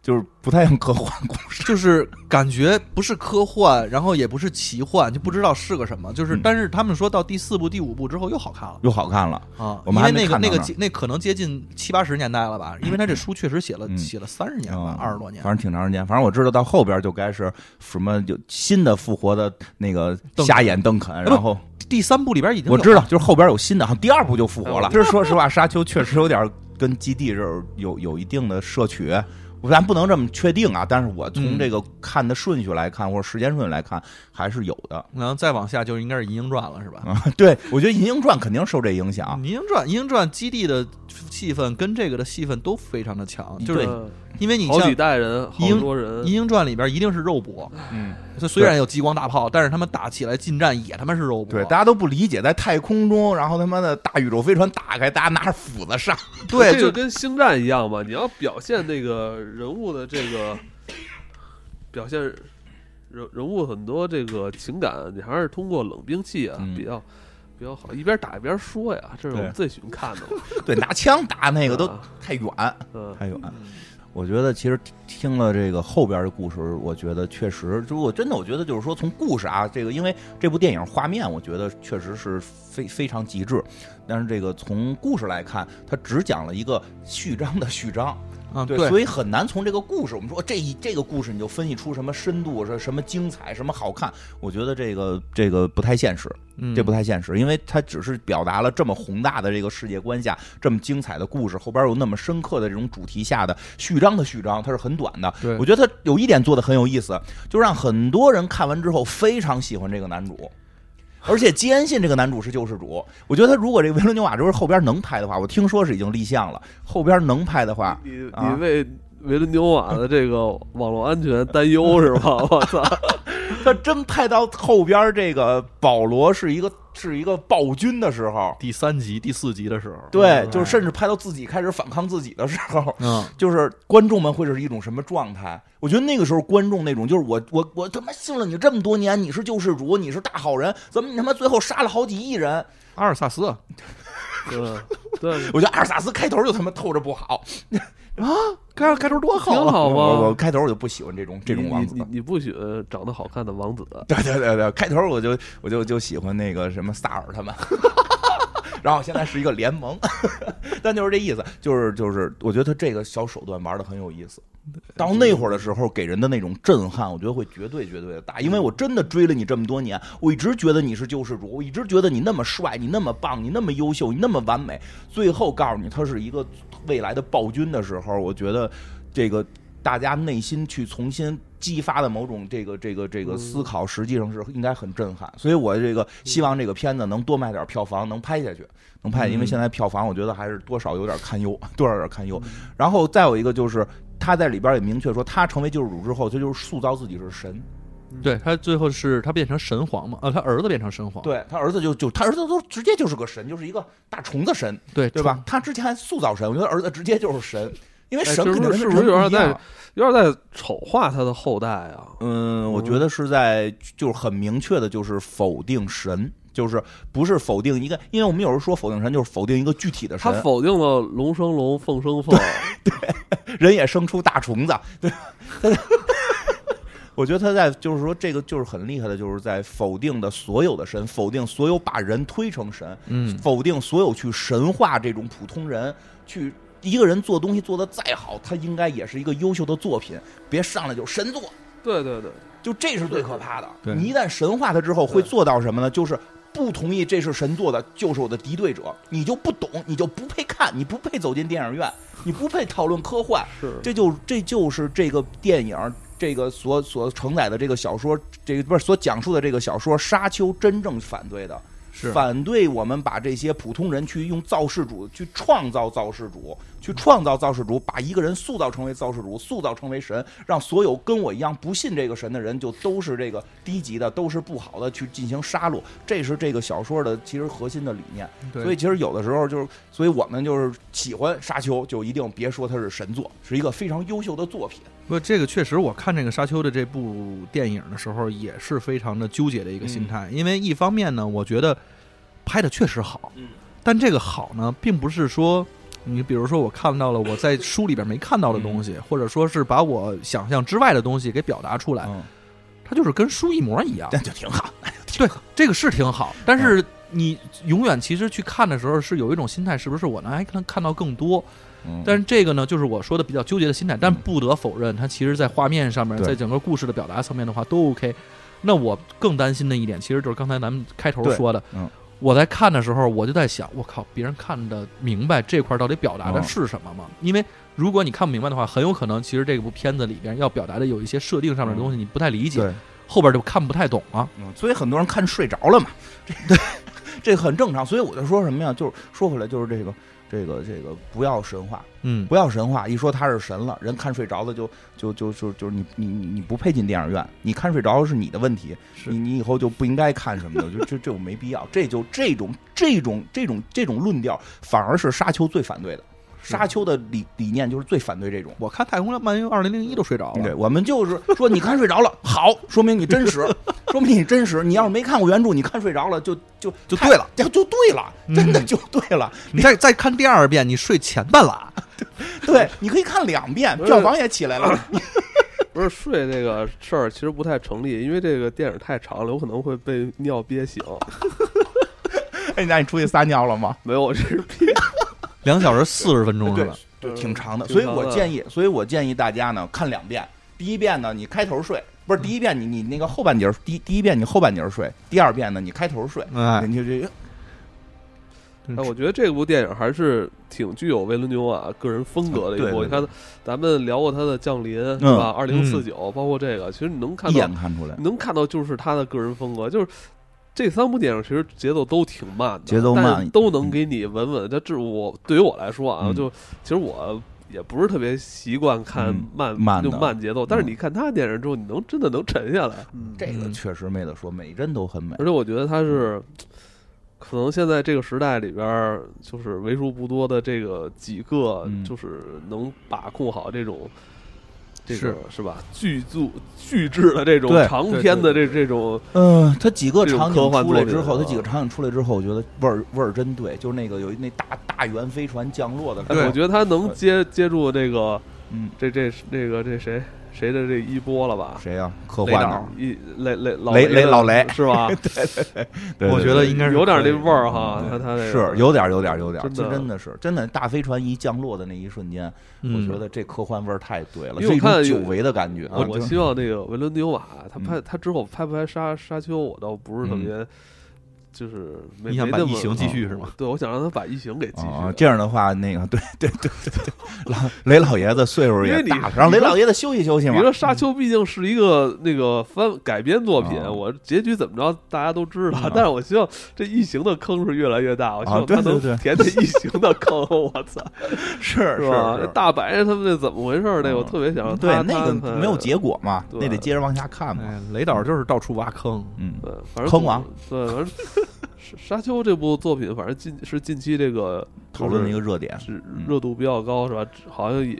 [SPEAKER 2] 就是不太像科幻 故事。
[SPEAKER 4] 就是感觉不是科幻，然后也不是奇幻，就不知道是个什么。就是，
[SPEAKER 2] 嗯
[SPEAKER 4] 但是他们说到第四部、第五部之后又好看了
[SPEAKER 2] 又好看了，
[SPEAKER 4] 啊，
[SPEAKER 2] 我们还
[SPEAKER 4] 因为那
[SPEAKER 2] 没
[SPEAKER 4] 个
[SPEAKER 2] 看
[SPEAKER 4] 那
[SPEAKER 2] 到
[SPEAKER 4] 个
[SPEAKER 2] 呢
[SPEAKER 4] 接那可能接近七八十年代了吧，
[SPEAKER 3] 嗯
[SPEAKER 4] 因为他这书确实写了、
[SPEAKER 2] 嗯
[SPEAKER 4] 写了三十年吧，
[SPEAKER 2] 嗯
[SPEAKER 4] 二十多年。
[SPEAKER 2] 反正挺长时间。反正我知道到后边就该是什么有新的复活的那个
[SPEAKER 4] 肯
[SPEAKER 2] 瞎眼邓肯，然后
[SPEAKER 4] 第三部里哦边已经
[SPEAKER 2] 我
[SPEAKER 4] 有
[SPEAKER 2] 知道就是后边有新的，好像第二部就复活 了
[SPEAKER 1] 嗯。
[SPEAKER 2] 这说实话，沙丘确实有点跟基地这儿有有一定的摄取。咱不能这么确定啊，但是我从
[SPEAKER 4] 嗯
[SPEAKER 2] 这个看的顺序来看，或者时间顺序来看，还是有 的。
[SPEAKER 4] 然后再往下就应该是《银鹰传》了，是吧？
[SPEAKER 2] 啊，对，我觉得《银鹰传》肯定受这影
[SPEAKER 3] 啊
[SPEAKER 2] 响。
[SPEAKER 4] 银鹰传》《银鹰传》基地的戏份跟这个的戏份都非常的强，就是
[SPEAKER 2] 对
[SPEAKER 1] 嗯
[SPEAKER 4] 因为你
[SPEAKER 1] 好
[SPEAKER 4] 像
[SPEAKER 1] 几
[SPEAKER 4] 《
[SPEAKER 1] 代人，好
[SPEAKER 4] 鹰
[SPEAKER 1] 多人
[SPEAKER 4] 银，鹰传》里边一定是肉搏，
[SPEAKER 3] 哎
[SPEAKER 2] 嗯，
[SPEAKER 4] 就虽然有激光大炮，但是他们打起来近战也他妈是肉搏。
[SPEAKER 2] 对，大家都不理解，在太空中，然后他妈的大宇宙飞船打开，大家拿着斧子上，
[SPEAKER 4] 对
[SPEAKER 1] 这
[SPEAKER 4] 就
[SPEAKER 1] 个跟星战一样嘛，你要表现那个人物的这个表现人人物很多这个情感，你还是通过冷兵器啊、
[SPEAKER 2] 嗯
[SPEAKER 1] 比较比较好，一边打一边说呀，这是我们最喜欢看的嘛。
[SPEAKER 2] 对，拿枪打那个都
[SPEAKER 1] 啊
[SPEAKER 2] 太远，
[SPEAKER 1] 嗯，
[SPEAKER 2] 太远。我觉得其实听听了这个后边的故事，我觉得确实，就我真的我觉得就是说从故事啊，这个因为这部电影画面，我觉得确实是非非常极致。但是这个从故事来看，它只讲了一个序章的序章，
[SPEAKER 4] 啊，
[SPEAKER 2] 对，所以很难从这个故事，我们说这一这个故事你就分析出什么深度，是什么精彩，什么好看。我觉得这个这个不太现实，
[SPEAKER 4] 嗯
[SPEAKER 2] 这不太现实，因为它只是表达了这么宏大的这个世界观下这么精彩的故事，后边有那么深刻的这种主题下的序章的序章，它是很短的。
[SPEAKER 3] 对
[SPEAKER 2] 我觉得它有一点做的很有意思，就让很多人看完之后非常喜欢这个男主。而且坚信这个男主是救世主，我觉得他如果这个维伦纽瓦州后边能拍的话，我听说是已经立项了。后边能拍的话，
[SPEAKER 1] 你
[SPEAKER 2] 啊
[SPEAKER 1] 你为维伦纽瓦的这个网络安全担忧是吧？ 我操，
[SPEAKER 2] 他真拍到后边儿这个保罗是一个是一个暴君的时候，
[SPEAKER 3] 第三集、第四集的时候，
[SPEAKER 2] 对，就是甚至拍到自己开始反抗自己的时候，
[SPEAKER 4] 嗯，
[SPEAKER 2] 就是观众们会是一种什么状态？我觉得那个时候观众那种就是我我我他妈信了你这么多年，你是救世主，你是大好人，怎么你他妈最后杀了好几亿人？
[SPEAKER 3] 阿尔萨斯，
[SPEAKER 1] 嗯，对，
[SPEAKER 2] 我觉得阿尔萨斯开头就他妈透着不好，
[SPEAKER 3] 开开头多
[SPEAKER 1] 挺
[SPEAKER 3] 好啊！
[SPEAKER 1] 好
[SPEAKER 2] 我我
[SPEAKER 1] 吗？
[SPEAKER 2] 开头我就不喜欢这种这种王子哎
[SPEAKER 1] 你。你你不许长得好看的王子，
[SPEAKER 2] 对对对对，开头我就我就就喜欢那个什么萨尔他们， 然后现在是一个联盟， 但就是这意思，就是就是，我觉得他这个小手段玩的很有意思。到那会儿的时候，给人的那种震撼，我觉得会绝对绝对的大，因为我真的追了你这么多年，我一直觉得你是救世主，我一直觉得你那么帅，你那么棒，你那么优秀，你那么完美，最后告诉你他是一个未来的暴君的时候，我觉得这个大家内心去重新激发的某种这个这个这个
[SPEAKER 1] 嗯
[SPEAKER 2] 思考，实际上是应该很震撼。所以我这个希望这个片子能多卖点票房，能拍下去，能拍，因为现在票房我觉得还是多少有点堪忧， 多少有点堪忧。然后再有一个就是。他在里边也明确说，他成为救世主之后，他就是塑造自己是神。
[SPEAKER 3] 对他最后是他变成神皇嘛？呃，他儿子变成神皇，
[SPEAKER 2] 对他儿子就就他儿子都直接就是个神，就是一个大虫子神，
[SPEAKER 3] 对
[SPEAKER 2] 对吧？？他之前还塑造神，我觉得儿子直接就是神，因为
[SPEAKER 1] 哎
[SPEAKER 2] 神
[SPEAKER 1] 是
[SPEAKER 2] 肯
[SPEAKER 1] 不
[SPEAKER 2] 定
[SPEAKER 1] 是
[SPEAKER 2] 跟
[SPEAKER 1] 是
[SPEAKER 2] 人
[SPEAKER 1] 不是有点
[SPEAKER 2] 一样啊
[SPEAKER 1] 在有点在丑化他的后代啊？
[SPEAKER 2] 嗯，我觉得是在就是很明确的，就是否定神，就是不是否定一个，因为我们有时候说否定神，就是否定一个具体的
[SPEAKER 1] 他
[SPEAKER 2] 神，
[SPEAKER 1] 否定了龙生龙，凤生凤，
[SPEAKER 2] 人也生出大虫子， 对。我觉得他在就是说这个就是很厉害的，就是在否定的所有的神，否定所有把人推成神，
[SPEAKER 3] 嗯，
[SPEAKER 2] 否定所有去神化这种普通人，去一个人做东西做得再好，他应该也是一个优秀的作品，别上来就神作，
[SPEAKER 1] 对 对对，
[SPEAKER 2] 就这是最可怕的。
[SPEAKER 3] 对
[SPEAKER 2] 你一旦神化它之后，会
[SPEAKER 1] 对
[SPEAKER 2] 做到什么呢？就是不同意这是神做的，就是我的敌对者，你就不懂，你就不配看，你不配走进电影院，你不配讨论科幻，
[SPEAKER 1] 是
[SPEAKER 2] 这就这就是这个电影。这个所所承载的这个小说，这个不是所讲述的这个小说《沙丘》真正反对的，
[SPEAKER 3] 是
[SPEAKER 2] 反对我们把这些普通人去用造世主去创造造世主，去创造造世主，把一个人塑造成为造世主，塑造成为神，让所有跟我一样不信这个神的人就都是这个低级的，都是不好的，去进行杀戮。这是这个小说的其实核心的理念。
[SPEAKER 4] 对
[SPEAKER 2] 所以其实有的时候就是，所以我们就是喜欢沙丘，就一定别说它是神作，是一个非常优秀的作品。
[SPEAKER 4] 不，这个确实，我看这个《沙丘》的这部电影的时候，也是非常的纠结的一个
[SPEAKER 2] 嗯
[SPEAKER 4] 心态。因为一方面呢，我觉得拍的确实好，
[SPEAKER 2] 嗯
[SPEAKER 4] 但这个好呢，并不是说你比如说我看到了我在书里边没看到的东
[SPEAKER 2] 嗯
[SPEAKER 4] 西，或者说是把我想象之外的东西给表达出来，
[SPEAKER 2] 嗯，
[SPEAKER 4] 它就是跟书一模一样。
[SPEAKER 2] 那就挺好。
[SPEAKER 4] 对，这个是挺
[SPEAKER 2] 嗯
[SPEAKER 4] 好，但是你永远其实去看的时候是有一种心态，是不是我能还能看到更多？
[SPEAKER 2] 嗯
[SPEAKER 3] 但
[SPEAKER 4] 但是这个呢，就是我说的比较纠结的心态。但
[SPEAKER 2] 嗯
[SPEAKER 4] 不得否认，它其实在画面上面，
[SPEAKER 2] 对
[SPEAKER 4] 在整个故事的表达层面的话都 OK。那我更担心的一点，其实就是刚才咱们开头
[SPEAKER 2] 对
[SPEAKER 4] 说的，
[SPEAKER 2] 嗯
[SPEAKER 4] 我在看的时候，我就在想，我靠，别人看的明白这块儿到底表达的
[SPEAKER 2] 嗯
[SPEAKER 4] 是什么吗？因为如果你看不明白的话，很有可能其实这部片子里边要表达的有一些设定上面的东西你不太理解，
[SPEAKER 2] 对，
[SPEAKER 4] 后边就看不太懂啊了、
[SPEAKER 2] 嗯，所以很多人看睡着了嘛，这 这很正常。所以我就说什么呀？就是说回来，就是这个这个这个不要神话，
[SPEAKER 4] 嗯，
[SPEAKER 2] 不要神话。一说他是神了，人看睡着了就就就就就是你你你你不配进电影院，你看睡着是你的问题，
[SPEAKER 4] 是
[SPEAKER 2] 你你以后就不应该看什么的，就这这我没必要。这就这种这种这种这种论调，反而是沙丘最反对的。
[SPEAKER 4] 是
[SPEAKER 2] 沙丘的理理念就是最反对这种。
[SPEAKER 4] 我看《太空漫游二零零一》都睡着
[SPEAKER 2] 对，
[SPEAKER 4] 了，
[SPEAKER 2] 我们就是 说，你看睡着了，好，说明你真实，说明你真实。你要是没看过原著，你看睡着了，就就
[SPEAKER 4] 就对了，
[SPEAKER 2] 就就对了，嗯真的就对了。
[SPEAKER 4] 你再再看第二遍，你睡前半拉，
[SPEAKER 2] 对，你可以看两遍，票房也起来了。
[SPEAKER 1] 不是睡这个事儿其实不太成立，因为这个电影太长了，有可能会被尿憋 醒。
[SPEAKER 2] 哎，那你出去撒尿了吗？
[SPEAKER 1] 没有，我这是憋。
[SPEAKER 4] 两小时四十分钟是
[SPEAKER 2] 对
[SPEAKER 4] 吧？，
[SPEAKER 2] 对，挺长的。
[SPEAKER 1] 挺
[SPEAKER 2] 所以
[SPEAKER 1] 长
[SPEAKER 2] 我
[SPEAKER 1] 的
[SPEAKER 2] 建议，所以我建议大家呢看两遍。第一遍呢，你开头睡，不是第一遍你你那个后半截儿，第第一遍你后半截儿睡，第二遍呢你开头睡，
[SPEAKER 4] 哎，
[SPEAKER 2] 你就这
[SPEAKER 1] 哎，我觉得这部电影还是挺具有维伦纽瓦个人风格的一
[SPEAKER 2] 对
[SPEAKER 1] 部。
[SPEAKER 2] 对
[SPEAKER 1] 你看，咱们聊过他的《降临》是
[SPEAKER 2] 嗯
[SPEAKER 1] 吧？二零四九，包括这个，其实你能看嗯
[SPEAKER 2] 一
[SPEAKER 1] 到
[SPEAKER 2] 眼，看出来。
[SPEAKER 1] 能看到就是他的个人风格，就是。这三部电影其实节奏都挺慢的，
[SPEAKER 2] 节奏慢
[SPEAKER 1] 但是都能给你稳稳的。这我对于我来说啊，
[SPEAKER 2] 嗯
[SPEAKER 1] 就其实我也不是特别习惯看
[SPEAKER 2] 嗯
[SPEAKER 1] 慢、
[SPEAKER 2] 慢的嗯
[SPEAKER 1] 就慢节奏，但是你看他的电影之后，你能真的能沉下来。
[SPEAKER 2] 这
[SPEAKER 4] 嗯
[SPEAKER 2] 个确实没得说，每帧都很美
[SPEAKER 1] 而。且我觉得他是，
[SPEAKER 2] 嗯
[SPEAKER 1] 可能现在这个时代里边儿，就是为数不多的这个几个
[SPEAKER 2] 嗯，
[SPEAKER 1] 就是能把控好这种，这个
[SPEAKER 4] 是
[SPEAKER 1] 是吧？巨著巨制的这种
[SPEAKER 2] 对
[SPEAKER 1] 长
[SPEAKER 4] 对
[SPEAKER 1] 篇的
[SPEAKER 4] 对
[SPEAKER 1] 这这种，
[SPEAKER 2] 嗯，它几个场
[SPEAKER 1] 这种科
[SPEAKER 2] 景
[SPEAKER 1] 幻
[SPEAKER 2] 出
[SPEAKER 1] 作
[SPEAKER 2] 来
[SPEAKER 1] 品
[SPEAKER 2] 之后，它
[SPEAKER 1] 啊
[SPEAKER 2] 几个场景出来之后，我觉得味儿味儿真对，就是那个有一那大大圆飞船降落的时
[SPEAKER 1] 哎
[SPEAKER 2] 候
[SPEAKER 1] 我，觉得他能
[SPEAKER 2] 对
[SPEAKER 4] 呃
[SPEAKER 1] 接接住这个
[SPEAKER 2] 嗯，
[SPEAKER 1] 这这这个这谁谁的这一波了吧？
[SPEAKER 2] 谁呀？科
[SPEAKER 1] 雷
[SPEAKER 2] 幻
[SPEAKER 1] 导
[SPEAKER 4] 啊
[SPEAKER 2] 的，
[SPEAKER 1] 一雷雷老
[SPEAKER 2] 雷
[SPEAKER 1] 雷
[SPEAKER 2] 雷
[SPEAKER 1] 的
[SPEAKER 2] 老雷
[SPEAKER 1] 是 吧？
[SPEAKER 2] 对
[SPEAKER 4] 我
[SPEAKER 2] 对对
[SPEAKER 4] 觉得应该是
[SPEAKER 1] 有点
[SPEAKER 4] 可以
[SPEAKER 1] 那味儿哈，
[SPEAKER 4] 嗯
[SPEAKER 1] 他他这个
[SPEAKER 2] 是有点儿有点儿有点儿，
[SPEAKER 1] 真
[SPEAKER 2] 这
[SPEAKER 1] 的
[SPEAKER 2] 真的是真的。大飞船一降落的那一瞬间，我
[SPEAKER 4] 哎
[SPEAKER 2] 觉得这科幻味儿太对了，
[SPEAKER 1] 因为
[SPEAKER 2] 是
[SPEAKER 1] 我
[SPEAKER 2] 一
[SPEAKER 1] 看
[SPEAKER 2] 种
[SPEAKER 1] 有
[SPEAKER 2] 久违的感觉。
[SPEAKER 1] 我
[SPEAKER 2] 啊
[SPEAKER 1] 我
[SPEAKER 2] 就
[SPEAKER 1] 希望那个维伦纽瓦他拍
[SPEAKER 2] 嗯
[SPEAKER 1] 他之后拍不拍沙沙丘，我倒不
[SPEAKER 4] 嗯
[SPEAKER 1] 是特别，就是没
[SPEAKER 4] 你想
[SPEAKER 1] 没
[SPEAKER 4] 把
[SPEAKER 1] 那
[SPEAKER 4] 异
[SPEAKER 1] 么啊
[SPEAKER 4] 形继续是吗？
[SPEAKER 1] 对，我想让他把异形给继
[SPEAKER 4] 哦
[SPEAKER 2] 啊，
[SPEAKER 1] 续。
[SPEAKER 2] 这样的话，那个对对对对对，老雷老爷子岁数
[SPEAKER 1] 因
[SPEAKER 2] 也
[SPEAKER 1] 为你
[SPEAKER 2] 大了，让雷
[SPEAKER 1] 你说
[SPEAKER 2] 老爷子休息休息
[SPEAKER 1] 你
[SPEAKER 2] 嘛。
[SPEAKER 1] 说《沙丘》毕竟是一个那个翻改编作品，
[SPEAKER 2] 啊
[SPEAKER 1] 我结局怎么着大家都知道
[SPEAKER 2] 嗯，
[SPEAKER 1] 但是我希望这异形的坑是越来越大，我希
[SPEAKER 2] 啊
[SPEAKER 1] 望他
[SPEAKER 2] 对对
[SPEAKER 1] 能
[SPEAKER 2] 对
[SPEAKER 1] 填这异形的坑。 我操，
[SPEAKER 2] 是
[SPEAKER 1] 是吧？这
[SPEAKER 2] 是，
[SPEAKER 1] 大白他们这怎么回事儿？那我
[SPEAKER 2] 嗯
[SPEAKER 1] 特别想让
[SPEAKER 2] 对
[SPEAKER 1] 他呃
[SPEAKER 2] 那个
[SPEAKER 1] 他
[SPEAKER 2] 没有结果嘛，
[SPEAKER 1] 对
[SPEAKER 2] 那得接着往下看嘛。
[SPEAKER 4] 哎，雷导就是到处挖坑，
[SPEAKER 2] 嗯，
[SPEAKER 1] 对，呃反正
[SPEAKER 2] 坑王
[SPEAKER 1] 对，反正沙沙丘这部作品，反正近是近期这个
[SPEAKER 2] 讨论的一
[SPEAKER 1] 个
[SPEAKER 2] 个热点。
[SPEAKER 1] 是
[SPEAKER 2] 嗯
[SPEAKER 1] 热度比较高，是吧？好像也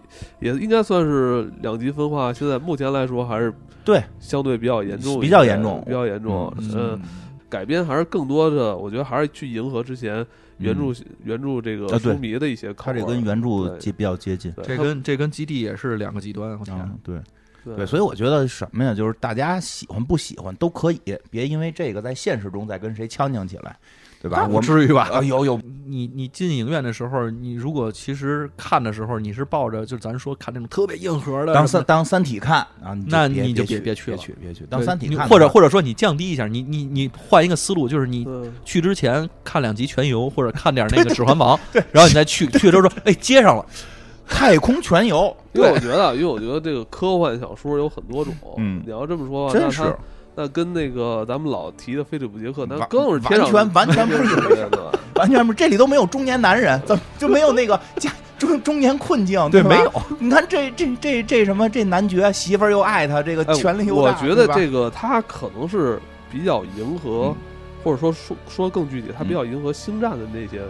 [SPEAKER 1] 也应该算是两极分化，现在目前来说还是
[SPEAKER 2] 对
[SPEAKER 1] 相对比较严重一些，
[SPEAKER 2] 比较严重
[SPEAKER 1] 比较严重。
[SPEAKER 2] 嗯
[SPEAKER 1] 嗯，改编还是更多的，我觉得还是去迎合之前原著原著这个
[SPEAKER 2] 嗯啊对
[SPEAKER 1] 书迷的一些
[SPEAKER 2] 它
[SPEAKER 1] 看法。
[SPEAKER 2] 这跟原著
[SPEAKER 1] 对
[SPEAKER 2] 接比较接近。
[SPEAKER 1] 对
[SPEAKER 4] 这
[SPEAKER 1] 它
[SPEAKER 4] 跟这跟基地也是两个极端，我天，
[SPEAKER 2] 啊，对对，
[SPEAKER 1] 对
[SPEAKER 2] 所以我觉得什么呀，就是大家喜欢不喜欢都可以，别因为这个在现实中再跟谁呛呛起来，对吧？
[SPEAKER 4] 那
[SPEAKER 2] 我
[SPEAKER 4] 不
[SPEAKER 2] 们
[SPEAKER 4] 至于吧？
[SPEAKER 2] 啊有有
[SPEAKER 4] 你你进影院的时候，你如果其实看的时候，你是抱着就咱说看那种特别硬核的
[SPEAKER 2] 当
[SPEAKER 4] 什么
[SPEAKER 2] 三当三体看啊，你
[SPEAKER 4] 那
[SPEAKER 2] 别
[SPEAKER 4] 你就
[SPEAKER 2] 别
[SPEAKER 4] 别别
[SPEAKER 2] 去别
[SPEAKER 4] 去了
[SPEAKER 2] 去别去，
[SPEAKER 4] 对
[SPEAKER 2] 当三体
[SPEAKER 4] 你
[SPEAKER 2] 看
[SPEAKER 4] 或者
[SPEAKER 2] 的话
[SPEAKER 4] 或者说你降低一下，你你你换一个思路，就是你
[SPEAKER 1] 嗯
[SPEAKER 4] 去之前看两集全游或者 看点那个指环王， 然后你再去去了之后说，哎接上了，
[SPEAKER 2] 太空全 游，
[SPEAKER 1] 因为我觉得啊，因为我觉得这个科幻小说有很多种，
[SPEAKER 2] 嗯
[SPEAKER 1] 你要这么说吧，
[SPEAKER 2] 真
[SPEAKER 1] 那它
[SPEAKER 2] 是
[SPEAKER 1] 那跟那个咱们老提的菲利普杰克，那
[SPEAKER 2] 完
[SPEAKER 1] 更是天壤
[SPEAKER 2] 完全完全不是一回
[SPEAKER 1] 对对对
[SPEAKER 2] 完全不是，这里都没有中年男人，怎么就没有那个家中中年困境，
[SPEAKER 3] 对，
[SPEAKER 2] 吧
[SPEAKER 3] 没有。
[SPEAKER 2] 你看这这这这什么？这男爵媳妇儿又爱他，这个
[SPEAKER 1] 哎
[SPEAKER 2] 权力又
[SPEAKER 1] 我
[SPEAKER 2] 大
[SPEAKER 1] 觉得
[SPEAKER 2] 对吧嗯
[SPEAKER 1] 这个他可能是比较迎合，或者说说说更具体，他比较迎合星战的那些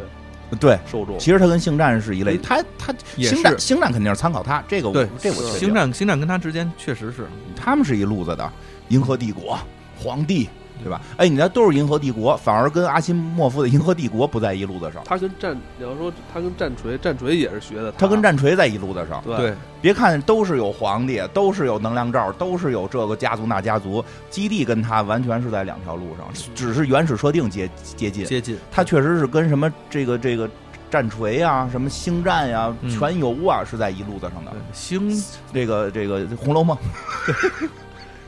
[SPEAKER 2] 对，
[SPEAKER 1] 受众。
[SPEAKER 2] 其实他跟嗯星战是一
[SPEAKER 4] 哎
[SPEAKER 2] 类，
[SPEAKER 1] 嗯
[SPEAKER 2] 他他
[SPEAKER 3] 也是
[SPEAKER 2] 星战星战肯定是参考他，这个我
[SPEAKER 4] 对
[SPEAKER 2] 这我确
[SPEAKER 1] 是
[SPEAKER 2] 定
[SPEAKER 4] 星，战星战跟他之间确实是
[SPEAKER 2] 他们是一路子的，银河帝国皇帝。对吧？哎，你那都是银河帝国，反而跟阿西莫夫的银河帝国不在一路子上，
[SPEAKER 1] 他跟战，你要说他跟战锤，战锤也是学的
[SPEAKER 2] 他跟战锤在一路子上。
[SPEAKER 1] 对
[SPEAKER 4] 对
[SPEAKER 2] 别看都是有皇帝，都是有能量罩，都是有这个家族那家族，基地跟他完全是在两条路上，只是原始设定接接近。
[SPEAKER 4] 接近
[SPEAKER 2] 他确实是跟什么这个这个战锤啊、什么星战呀、
[SPEAKER 4] 嗯
[SPEAKER 2] 全游啊是在一路子上的
[SPEAKER 4] 对。星
[SPEAKER 2] 这个这个《红楼梦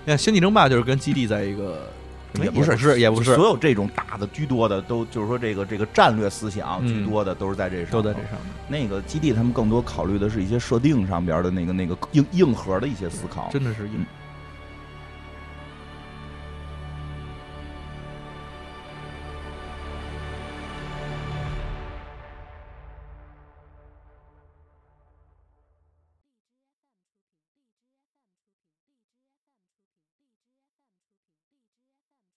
[SPEAKER 4] 你看星际争霸就是跟基地在一个》也
[SPEAKER 2] 不
[SPEAKER 4] 不是也不是
[SPEAKER 2] 所有这种大的居多的都就是说这个这个战略思想
[SPEAKER 4] 嗯
[SPEAKER 2] 居多的都是在这上头，
[SPEAKER 4] 都在这上面，
[SPEAKER 2] 那个基地他们更多考虑的是一些设定上边的那个那个硬硬核的一些思考。
[SPEAKER 4] 真的是硬